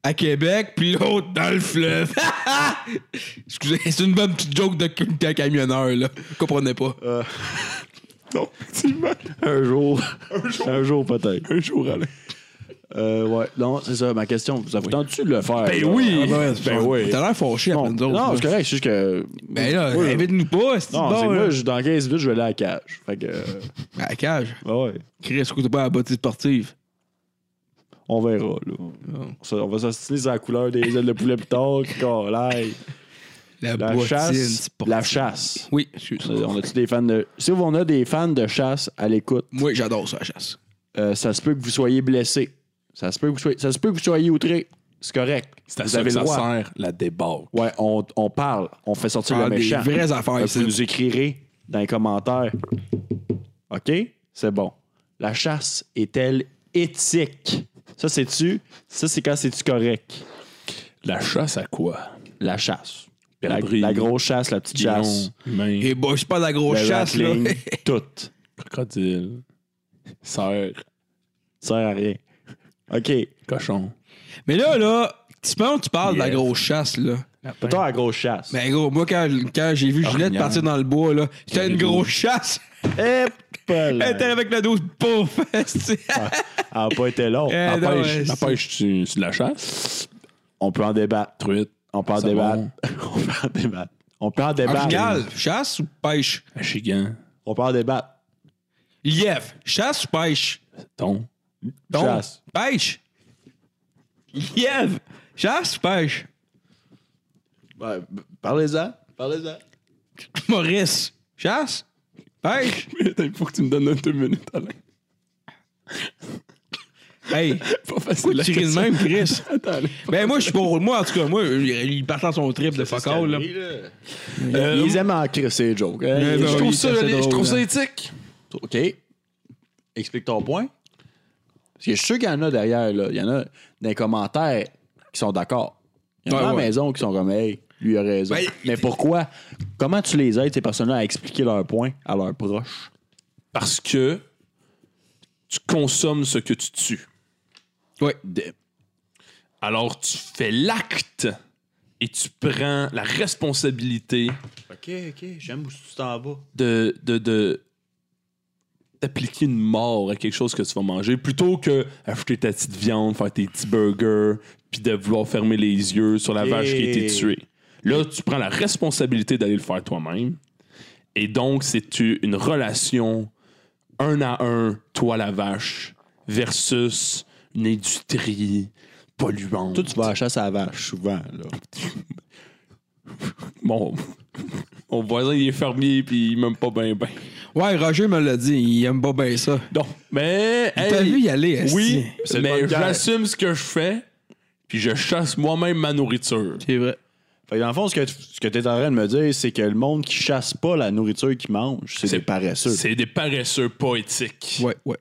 Speaker 4: à Québec, puis l'autre dans le fleuve. [LAUGHS] Excusez, c'est une bonne petite joke de cam- de camionneur, là. Vous comprenez pas.
Speaker 5: Ah
Speaker 3: Non, effectivement.
Speaker 5: Un jour. Un jour, peut-être.
Speaker 3: Un jour, Alain.
Speaker 5: Euh, ouais. Non, c'est ça, ma question. Vous avez entendu de le faire?
Speaker 3: Ben
Speaker 5: là?
Speaker 3: oui!
Speaker 5: Ben oui.
Speaker 4: T'as l'air fâché
Speaker 5: Bon,
Speaker 4: après nous autres.
Speaker 5: non,
Speaker 4: là.
Speaker 5: c'est correct, c'est juste que. euh,
Speaker 4: Ben là,
Speaker 5: Oui.
Speaker 4: invite-nous pas, c'est
Speaker 5: Non, c'est
Speaker 4: bon.
Speaker 5: moi,
Speaker 4: là.
Speaker 5: je- dans 15 minutes, je vais aller à la cage. Fait que. euh,
Speaker 4: À la cage.
Speaker 5: ouais.
Speaker 4: Chris, écoute pas à la bottine sportive.
Speaker 5: On verra, là. Ça, on va s'assiner sur la couleur des ailes de poulet plus tard. Calaille.
Speaker 4: La,
Speaker 5: La
Speaker 4: bottine
Speaker 5: chasse.
Speaker 4: sportive.
Speaker 5: La chasse.
Speaker 4: Oui, excuse.
Speaker 5: Euh, On a-tu des fans de. Si on a des fans de chasse à l'écoute,
Speaker 4: Moi, j'adore ça, la chasse.
Speaker 5: euh, ça se peut que vous soyez blessé. Ça se peut que vous soyez, ça se peut que vous soyez outré. C'est correct.
Speaker 3: C'est à
Speaker 5: vous
Speaker 3: ça
Speaker 5: avez
Speaker 3: que
Speaker 5: le
Speaker 3: ça
Speaker 5: droit.
Speaker 3: sert, la débâcle.
Speaker 5: Ouais, on, on parle. On fait sortir
Speaker 4: Ah,
Speaker 5: le
Speaker 4: des
Speaker 5: méchant.
Speaker 4: vraies affaires,
Speaker 5: Vous
Speaker 4: ici.
Speaker 5: nous écrirez dans les commentaires. OK? C'est bon. La chasse est-elle éthique? Ça, c'est-tu? Ça, c'est quand c'est-tu correct?
Speaker 3: La chasse à quoi?
Speaker 5: La chasse. La,
Speaker 3: Perdrix,
Speaker 5: la grosse chasse, la petite chasse.
Speaker 3: lion,
Speaker 5: Mm.
Speaker 3: humain,
Speaker 4: Et bah, c'est pas de la
Speaker 5: La
Speaker 4: grosse chasse, là.
Speaker 5: Tout.
Speaker 3: crocodile, cerf,
Speaker 5: Ça sert à rien. OK.
Speaker 3: cochon.
Speaker 4: [LAUGHS] Mais là, là, tu penses, tu parles de la
Speaker 3: Yeah.
Speaker 4: grosse chasse, là.
Speaker 5: Plutôt la grosse chasse.
Speaker 4: Ben gros, moi quand, quand j'ai
Speaker 5: Ah,
Speaker 4: vu Ginette
Speaker 3: Orignal.
Speaker 4: partir dans le bois là, c'était une grosse chasse.
Speaker 5: Hep,
Speaker 4: Elle était
Speaker 5: Eh, là.
Speaker 4: avec la douce [LAUGHS] pouf. esti.
Speaker 5: Elle n'a pas été longue.
Speaker 4: Eh,
Speaker 3: La
Speaker 4: non,
Speaker 3: pêche,
Speaker 4: ouais,
Speaker 3: la
Speaker 4: c'est-
Speaker 3: pêche, tu- c'est de la chasse?
Speaker 5: On peut en débattre.
Speaker 3: Truite,
Speaker 5: On peut en
Speaker 3: Salmon.
Speaker 5: débattre. [LAUGHS] On peut en débattre. On peut en débattre.
Speaker 4: Orignal, Ah, chasse ou pêche?
Speaker 3: achigan,
Speaker 5: On peut en débattre.
Speaker 4: Lièvre, chasse ou pêche?
Speaker 3: thon.
Speaker 4: Thon,
Speaker 5: Chasse.
Speaker 4: Pêche. Lièvre, chasse ou pêche?
Speaker 5: Ouais, b- Parlez-en. Parlez-en.
Speaker 4: Maurice, chasse? Pêche?
Speaker 3: Il faut que tu me donnes un deux minutes, Alain.
Speaker 4: Hey,
Speaker 3: Pas facile.
Speaker 4: pourquoi
Speaker 3: la
Speaker 4: tu ris de
Speaker 3: question.
Speaker 4: même, Chris?
Speaker 3: [LAUGHS] Attends, Alain.
Speaker 4: Ben moi, je suis pour. Moi, en tout cas, moi, il part dans son trip de fuck all, là.
Speaker 5: Euh, Ils aiment en crisser les jokes. hein.
Speaker 4: Mais non,
Speaker 3: Je trouve
Speaker 4: il
Speaker 3: ça
Speaker 4: était
Speaker 3: joli, je
Speaker 4: ben drôle,
Speaker 3: trouve ça
Speaker 4: hein.
Speaker 3: éthique.
Speaker 5: OK. Explique ton point. Parce que je suis sûr qu'il y en a derrière, là. Il y en a dans les commentaires qui sont d'accord. Il y en a
Speaker 4: Ouais,
Speaker 5: à la
Speaker 4: ouais.
Speaker 5: maison qui sont comme, hey, lui a raison.
Speaker 4: Ben,
Speaker 5: Mais pourquoi? Comment tu les aides, ces personnes-là, à expliquer leur point à leurs proches?
Speaker 3: Parce que tu consommes ce que tu tues.
Speaker 4: Ouais.
Speaker 3: De- Alors, tu fais l'acte et tu prends la responsabilité
Speaker 5: OK, OK, j'aime où tu t'en vas.
Speaker 3: de, de, de- d'appliquer une mort à quelque chose que tu vas manger plutôt que acheter ta petite viande, faire tes petits burgers, puis de vouloir fermer les yeux sur la vache qui a été
Speaker 5: Yeah.
Speaker 3: tuée. Là, tu prends la responsabilité d'aller le faire toi-même. Et donc, c'est u- une relation un à un, toi la vache, versus une industrie polluante.
Speaker 5: Toi, tu vas à la chasse à la vache, souvent, là.
Speaker 3: Bon, [LAUGHS] mon voisin, il est fermier, puis il m'aime pas bien, ben. bien.
Speaker 4: Ouais, Roger me l'a dit, il aime pas bien ça.
Speaker 3: Non, mais.
Speaker 4: T'as
Speaker 3: hey,
Speaker 4: vu y aller, esti.
Speaker 3: Oui,
Speaker 5: C'est une
Speaker 3: mais
Speaker 5: bonne guerre.
Speaker 3: j'assume ce que je fais, puis je chasse moi-même ma nourriture.
Speaker 4: C'est vrai.
Speaker 5: Fait que dans le fond, ce que, tu- ce que t'es en train de me dire, c'est que le monde qui chasse pas la nourriture qu'il mange, c'est des paresseux.
Speaker 3: C'est des paresseux poétiques.
Speaker 4: Ouais, ouais.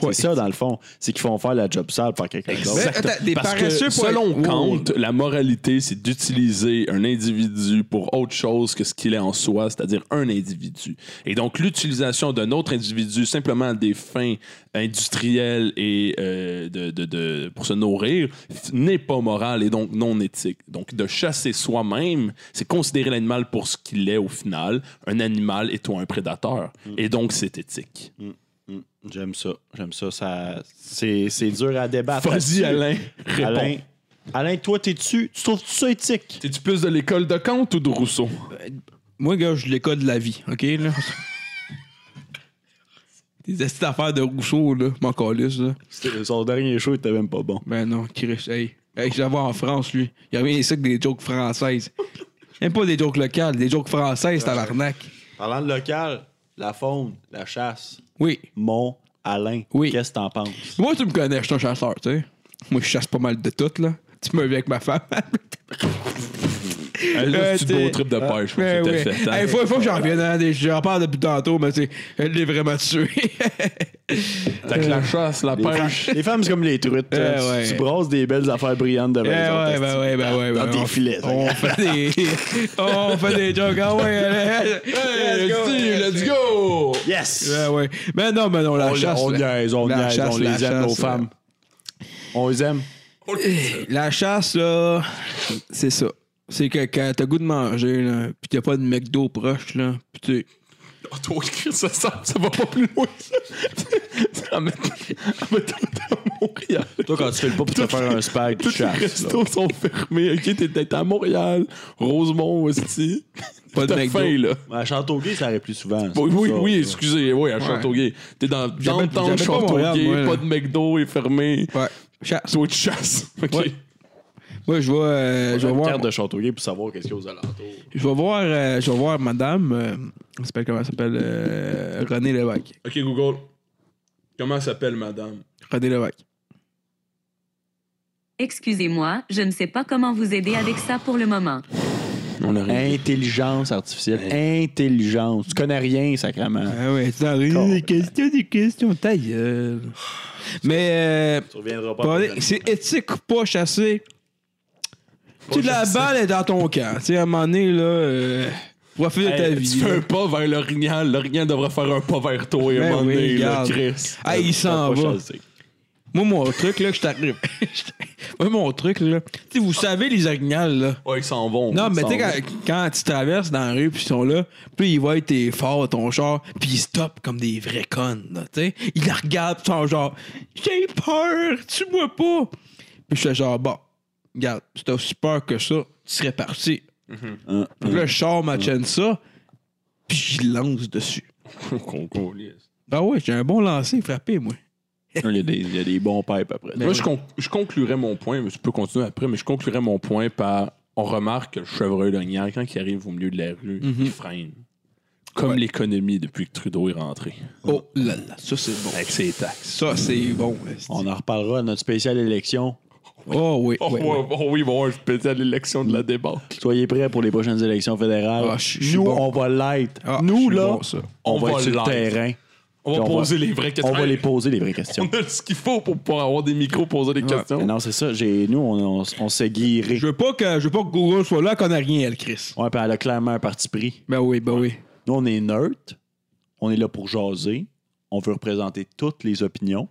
Speaker 4: Ouais.
Speaker 5: C'est ça, dans le fond. C'est qu'ils font faire la job sale par quelqu'un
Speaker 4: Mais
Speaker 5: d'autre.
Speaker 4: attends, des
Speaker 3: Parce que
Speaker 4: paresseux pour
Speaker 3: selon
Speaker 4: être-
Speaker 3: Kant, la moralité, c'est d'utiliser un individu pour autre chose que ce qu'il est en soi, c'est-à-dire un individu. Et donc, l'utilisation d'un autre individu simplement à des fins industrielles et euh, de, de- de- pour se nourrir f- n'est pas morale et donc non éthique. Donc, de chasser soi-même, c'est considérer l'animal pour ce qu'il est au final, un animal et toi un prédateur.
Speaker 4: Mm.
Speaker 3: Et donc, c'est éthique.
Speaker 5: J'aime ça. J'aime ça. ça c'est, c'est dur à débattre.
Speaker 3: Vas-y,
Speaker 5: là-dessus.
Speaker 3: Alain, réponds.
Speaker 5: Alain, Alain, toi, t'es dessus. Tu trouves ça éthique?
Speaker 3: T'es-tu plus de l'école de Kant ou de Rousseau?
Speaker 4: Moi, gars, je l'école de la vie, OK? Là? [LAUGHS] Des astuces d'affaires de Rousseau, là, mon calice, là.
Speaker 5: Son dernier show était même pas bon.
Speaker 4: Ben non, qui riche. Hey, hey, je la vois en France, lui. Il revient ici avec des jokes françaises. Même pas des jokes locales, des jokes françaises, t'as l'arnaque.
Speaker 5: Parlant de local, la faune, la chasse,
Speaker 4: Oui.
Speaker 5: mon Alain,
Speaker 4: Oui.
Speaker 5: qu'est-ce que t'en penses?
Speaker 4: Moi, tu me connais, je suis un chasseur, tu sais. Moi, je chasse pas mal de tout, là. Tu me vis avec ma femme. [LAUGHS]
Speaker 3: Ah, là,
Speaker 4: Euh,
Speaker 3: c'est
Speaker 4: t'es-
Speaker 3: du beau trip de
Speaker 5: Ah,
Speaker 3: pêche.
Speaker 4: Ben
Speaker 3: tout à
Speaker 4: oui.
Speaker 3: fait.
Speaker 4: Hey, faut, faut que j'en revienne. hein, des- J'en parle depuis tantôt, mais c'est. Elle est vraiment tuée. [LAUGHS]
Speaker 3: Fait que la chasse, la pêche.
Speaker 5: euh, Les femmes, c'est comme les truites.
Speaker 4: Eh
Speaker 5: hein.
Speaker 4: ouais.
Speaker 5: Tu brosses des belles affaires brillantes devant
Speaker 4: Eh
Speaker 5: les autres,
Speaker 4: ouais, ben
Speaker 5: esti.
Speaker 4: ouais, ben ouais.
Speaker 5: Dans
Speaker 4: ben
Speaker 5: tes
Speaker 4: on-
Speaker 5: filets, ça.
Speaker 4: On fait des. [LAUGHS] on fait des jokes. Ah ouais, allez, allez,
Speaker 3: Let's go! Let's go!
Speaker 5: Yes!
Speaker 4: Ben ouais. Mais non, mais non, la
Speaker 5: On,
Speaker 4: chasse.
Speaker 5: on
Speaker 4: là.
Speaker 5: niaise, on
Speaker 4: La
Speaker 5: niaise,
Speaker 4: chasse,
Speaker 5: on
Speaker 4: la
Speaker 5: les aime, nos
Speaker 4: chasse, euh,
Speaker 5: femmes. On les aime.
Speaker 4: La chasse, là, c'est ça. C'est que quand t'as goût de manger, là, pis t'as pas de McDo proche, là, pis tu.
Speaker 3: Oh, toi, Chris, ça, ça, ça va pas plus loin, [LAUGHS] ça. En mettant en mettant t'es à Montréal.
Speaker 5: Toi, quand tu fais le pas pour te faire un spag, tu
Speaker 3: Tous les
Speaker 5: chasses.
Speaker 3: restos sont fermés. Ok, t'es- t'es à Montréal, Rosemont
Speaker 5: [LAUGHS]
Speaker 3: aussi.
Speaker 4: Pas de
Speaker 3: T'as
Speaker 4: McDo.
Speaker 3: faim, là.
Speaker 5: À Châteauguay, ça arrive plus souvent.
Speaker 3: Oui, oui,
Speaker 5: ça,
Speaker 3: oui,
Speaker 5: ça.
Speaker 3: excusez, oui, à Châteauguay. T'es dans
Speaker 4: J'habite-
Speaker 3: downtown
Speaker 4: j'habite pas Montréal, moi,
Speaker 3: Châteauguay,
Speaker 4: là.
Speaker 3: pas de McDo, est fermé.
Speaker 4: Ouais. Chasse.
Speaker 3: Toi, tu chasses. [LAUGHS] Ok.
Speaker 4: Ouais. Moi, je vais. euh, je vais voir.
Speaker 5: de Châteauguay pour savoir qu'est-ce qu'il y a aux alentours.
Speaker 4: Je vais voir. euh, je vais voir madame. euh, elle s'appelle comment elle s'appelle euh, René Lévesque.
Speaker 3: Ok, Google. Comment s'appelle madame?
Speaker 4: René Lévesque.
Speaker 6: Excusez-moi, je ne sais pas comment vous aider avec ça pour le moment.
Speaker 3: On arrive.
Speaker 5: Intelligence artificielle. Intelligence. Tu connais rien, sacrément.
Speaker 4: Ah ouais, tu as des questions, des questions, ta gueule. Mais. euh,
Speaker 5: Tu reviendras
Speaker 4: parler- c'est éthique ou pas chasser? Tu la balle est dans ton camp. Tu sais, à un moment donné, là. euh, profite de ta vie.
Speaker 3: Tu fais
Speaker 4: là.
Speaker 3: un pas vers l'orignal, l'orignal devrait faire un pas vers toi et un
Speaker 4: Ben
Speaker 3: moment
Speaker 4: oui,
Speaker 3: donné, là,
Speaker 4: regarde.
Speaker 3: Chris.
Speaker 4: Ah, il s'en va. Moi, mon truc, là, que je t'arrive. [LAUGHS] Moi, mon truc, là. Tu sais, vous savez, les orignales, là.
Speaker 3: Ouais, ils s'en vont.
Speaker 4: Non,
Speaker 3: ils
Speaker 4: mais
Speaker 3: s'en
Speaker 4: tu sais,
Speaker 3: vont.
Speaker 4: quand, quand tu traverses dans la rue, puis ils sont là, puis ils voient tes forts, ton char, puis ils stoppent comme des vrais connes, là, tu sais. Ils la regardent, puis ils sont genre, j'ai peur, tu vois pas. Puis je suis genre, bon, regarde, si t'as aussi peur que ça, tu serais parti. Puis là, je sors ma chaîne ça, puis je lance dessus.
Speaker 3: [LAUGHS]
Speaker 4: Ben ouais, j'ai un bon lancer frappé, moi.
Speaker 5: Il y, a des, il y a des bons pipes après.
Speaker 3: Moi, je, con- je conclurai mon point, mais tu peux continuer après, mais je conclurai mon point par on remarque que le chevreuil d'orignal, quand il arrive au milieu de la rue, il freine. Comme l'économie depuis que Trudeau est rentré.
Speaker 4: Oh là là, ça c'est bon.
Speaker 3: Avec ses taxes.
Speaker 4: Ça c'est bon. esti.
Speaker 5: On en reparlera à notre spéciale élection.
Speaker 4: Oh oui.
Speaker 3: Oh, ouais,
Speaker 4: oui, oui.
Speaker 3: oh oui, il va y avoir une spéciale élection de la débâcle.
Speaker 5: Soyez prêts pour les prochaines élections fédérales.
Speaker 4: Ah, je- je suis
Speaker 5: Nous,
Speaker 4: bon.
Speaker 5: on va l'être.
Speaker 4: Ah, je
Speaker 5: Nous,
Speaker 4: suis
Speaker 5: là,
Speaker 4: bon, ça.
Speaker 5: on,
Speaker 3: On
Speaker 5: va
Speaker 3: va
Speaker 5: être sur le
Speaker 3: l'être.
Speaker 5: terrain.
Speaker 3: On va
Speaker 5: Puis on
Speaker 3: poser
Speaker 5: va-
Speaker 3: les vraies questions.
Speaker 5: On va les poser, les vraies questions.
Speaker 3: On a ce qu'il faut pour pouvoir avoir des micros, poser des questions.
Speaker 5: Mais non, c'est ça. j'ai- Nous, on, on, on s'est guiré.
Speaker 4: Je veux pas que je veux pas que Google soit là qu'on a rien, elle, Chris.
Speaker 5: Ouais, puis elle a clairement un parti pris.
Speaker 4: Ben oui, ben oui.
Speaker 5: Nous, on est neutre. On est là pour jaser. On veut représenter toutes les opinions.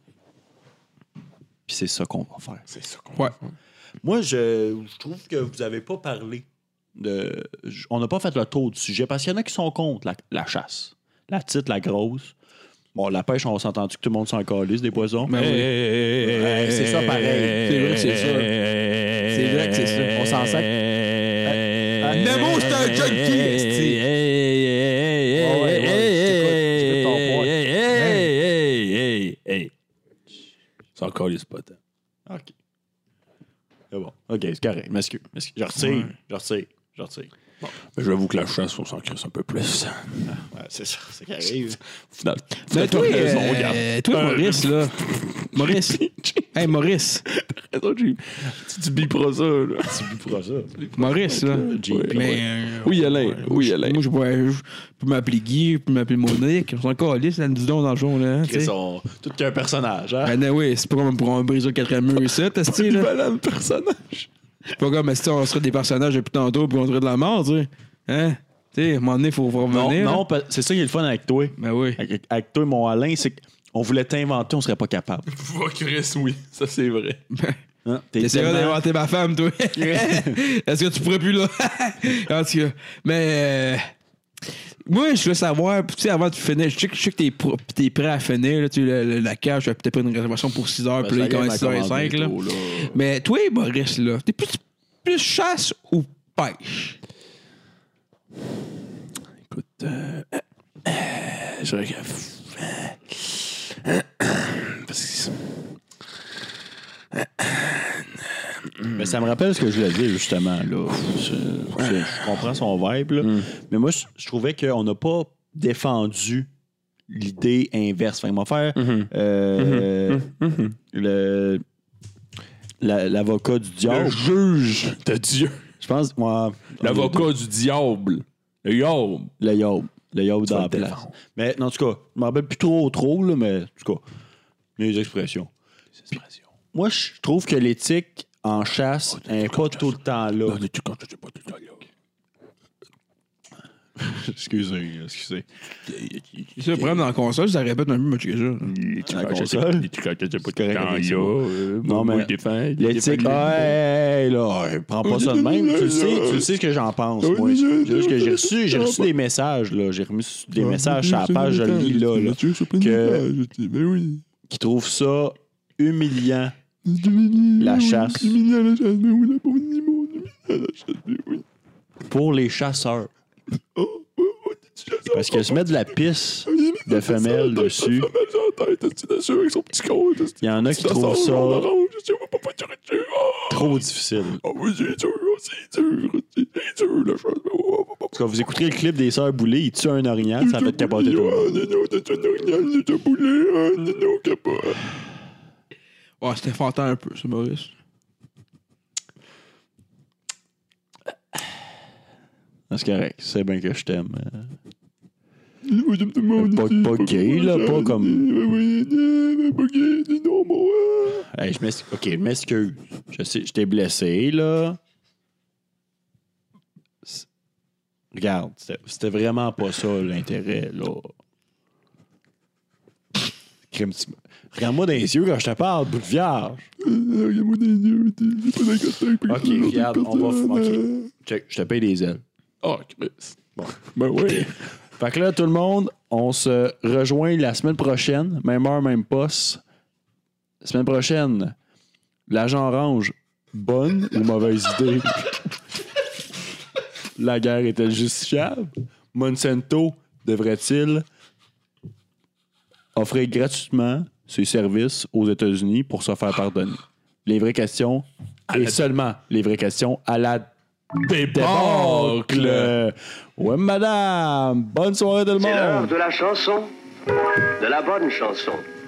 Speaker 5: Puis c'est ça qu'on va faire.
Speaker 3: C'est ça qu'on
Speaker 4: Ouais.
Speaker 5: Moi, je, je trouve que vous n'avez pas parlé de. je- On n'a pas fait le tour du sujet parce qu'il y en a qui sont contre la, la chasse. La petite, la grosse. Bon, la pêche, on s'est entendu que tout le monde s'en calisse des poissons.
Speaker 4: Ben oui.
Speaker 5: Ouais, c'est ça
Speaker 4: C'est vrai
Speaker 5: pareil.
Speaker 4: que c'est ça.
Speaker 3: C'est
Speaker 4: vrai que c'est ça.
Speaker 5: On s'en sac.
Speaker 4: Nemo, c'est un junkie, esti.
Speaker 5: Ouais, ouais, ouais, j'écoute, j'écoute ton point.
Speaker 3: C'est encore les spots.
Speaker 5: OK. C'est bon. OK, c'est correct. M'excuse. m'excuse. Je retire. Je retire. Je retire.
Speaker 3: J'avoue que la chasse, on s'en crisse un peu plus.
Speaker 5: Ouais, c'est ça. C'est qui arrive.
Speaker 3: Final.
Speaker 4: Mais toi,
Speaker 3: raison,
Speaker 4: Ben euh,
Speaker 3: regarde.
Speaker 4: [LAUGHS] toi, Maurice, là. Maurice. hey, Maurice.
Speaker 3: Les autres, j'ai- tu, tu biperas ça, là.
Speaker 5: Tu biperas
Speaker 4: [LAUGHS]
Speaker 5: ça.
Speaker 4: Maurice, là.
Speaker 5: JP.
Speaker 4: Mais, euh,
Speaker 3: Oui, Alain.
Speaker 4: ouais,
Speaker 3: Oui,
Speaker 4: je-
Speaker 3: Alain.
Speaker 4: Moi, je pourrais- je peux m'appeler Guy, je peux m'appeler Monique. Je suis encore lisse, là, dis donc, dans le jour, là. tu sais.
Speaker 5: Chris, on- Tout qu'un personnage, hein?
Speaker 4: Ben, oui, c'est pas comme pour un briser le quatrième mur ici, t'as ce [LAUGHS] style, là.
Speaker 3: Valable personnage.
Speaker 4: C'est pas comme si on serait des personnages depuis tantôt puis on serait de la mort, tu sais. Hein? Tu sais, à un moment donné, hein. faut faut
Speaker 5: Non,
Speaker 4: revenir.
Speaker 5: non,
Speaker 4: là.
Speaker 5: pa- c'est ça qui est le fun avec toi.
Speaker 4: Ben oui.
Speaker 5: Avec, avec toi, mon Alain, c'est qu'on voulait t'inventer, on serait pas capable.
Speaker 3: Va, Chris, oui. Ça, c'est vrai.
Speaker 5: Hein? T'es
Speaker 4: T'essaieras
Speaker 5: tellement-
Speaker 4: d'inventer ma femme,
Speaker 5: [LAUGHS]
Speaker 4: toi. [LAUGHS] Est-ce que tu pourrais plus, là? [LAUGHS] en tout cas. Mais. euh, Moi, je veux savoir, tu sais, avant de finir, je sais que, je sais que t'es, pro- t'es prêt à finir, là, tu sais, le- le- la cage, j'avais peut-être pas une réservation pour 6 heures,
Speaker 5: Ben,
Speaker 4: puis là,
Speaker 5: ça
Speaker 4: il
Speaker 5: y est,
Speaker 4: commence
Speaker 5: ma
Speaker 4: 6 h
Speaker 5: commande
Speaker 4: 5, là.
Speaker 5: bientôt, là.
Speaker 4: Mais toi, Maurice, là, t'es plus, plus chasse ou pêche?
Speaker 3: Écoute, euh, euh, euh, je regarde. Parce que
Speaker 5: Mais ça me rappelle ce que je voulais dire, justement. Là. Je, je- je comprends son vibe. là.
Speaker 3: Hmm.
Speaker 5: Mais moi, je, je trouvais qu'on n'a pas défendu l'idée inverse. Fait que m'a faire
Speaker 3: Hmm.
Speaker 5: euh, le- la- l'avocat du
Speaker 3: le
Speaker 5: diable.
Speaker 3: juge de Dieu.
Speaker 5: Je pense. moi,
Speaker 3: L'avocat du diable. Le diable.
Speaker 5: Le yob. Le yob dans
Speaker 3: vas
Speaker 5: la
Speaker 3: le
Speaker 5: place.
Speaker 3: défendre.
Speaker 5: Mais en tout cas, je me rappelle plus trop trop, là, mais en tout cas, mes expressions. Puis, moi, je trouve que l'éthique en
Speaker 3: Oh,
Speaker 5: chasse n'est pas tout le temps là.
Speaker 3: tu quand tu pas tout le diable?
Speaker 5: [LAUGHS] excusez, excusez.
Speaker 4: C'est ça, le problème dans la console, ça répète un peu, moi, que ça.
Speaker 3: Ah,
Speaker 5: La console. correct, ok, c'est bon. Non, mais L'éthique, hey, là, hey, prends pas ça de même. Tu le sais, tu le sais ce que j'en pense, moi. C'est juste que j'ai reçu, j'ai reçu des messages, là. J'ai remis
Speaker 3: Ah,
Speaker 5: des messages sur la page, je le lis, là, là, que-
Speaker 3: Ben oui.
Speaker 5: qui trouvent ça humiliant.
Speaker 3: La
Speaker 5: chasse.
Speaker 3: Humiliant la chasse, mais oui, la pauvre Nemo. Humiliant la chasse, mais oui.
Speaker 5: pour les chasseurs. Parce que se mettre de la pisse de femelle dessus, il y en a qui trouvent ça trop difficile. En tout cas, vous écouterez le clip des sœurs Boulay, ils tuent un orignal, ça fait capoter tout le monde.
Speaker 4: Ouais, c'était fantant un peu, ça, Maurice.
Speaker 5: C'est correct, c'est bien que je t'aime. euh. Pas, pas gay, là, pas comme. Hey, je m'ex- ok, je m'excuse. Je sais, je t'ai blessé, là. C'est- Regarde, c'était- c'était vraiment pas ça l'intérêt, là. Crime, tu- Regarde-moi dans les yeux quand je te parle, bout de vierge. Ok, regarde, on va. f- Ok, check, je te paye des ailes.
Speaker 3: Ah, Chris.
Speaker 5: Bon.
Speaker 3: Ben oui.
Speaker 5: Fait que là, tout le monde, on se rejoint la semaine prochaine, même heure, même poste. Semaine prochaine, l'agent orange, bonne ou mauvaise idée? [LAUGHS] la guerre est-elle justifiable? Monsanto devrait-il offrir gratuitement ses services aux États-Unis pour se faire pardonner? Les vraies questions, et seulement les vraies questions à la débacle. Euh, Ouais, madame. Bonne soirée tout le
Speaker 1: C'est l'heure
Speaker 5: monde.
Speaker 1: de la chanson, de la bonne chanson.
Speaker 2: e e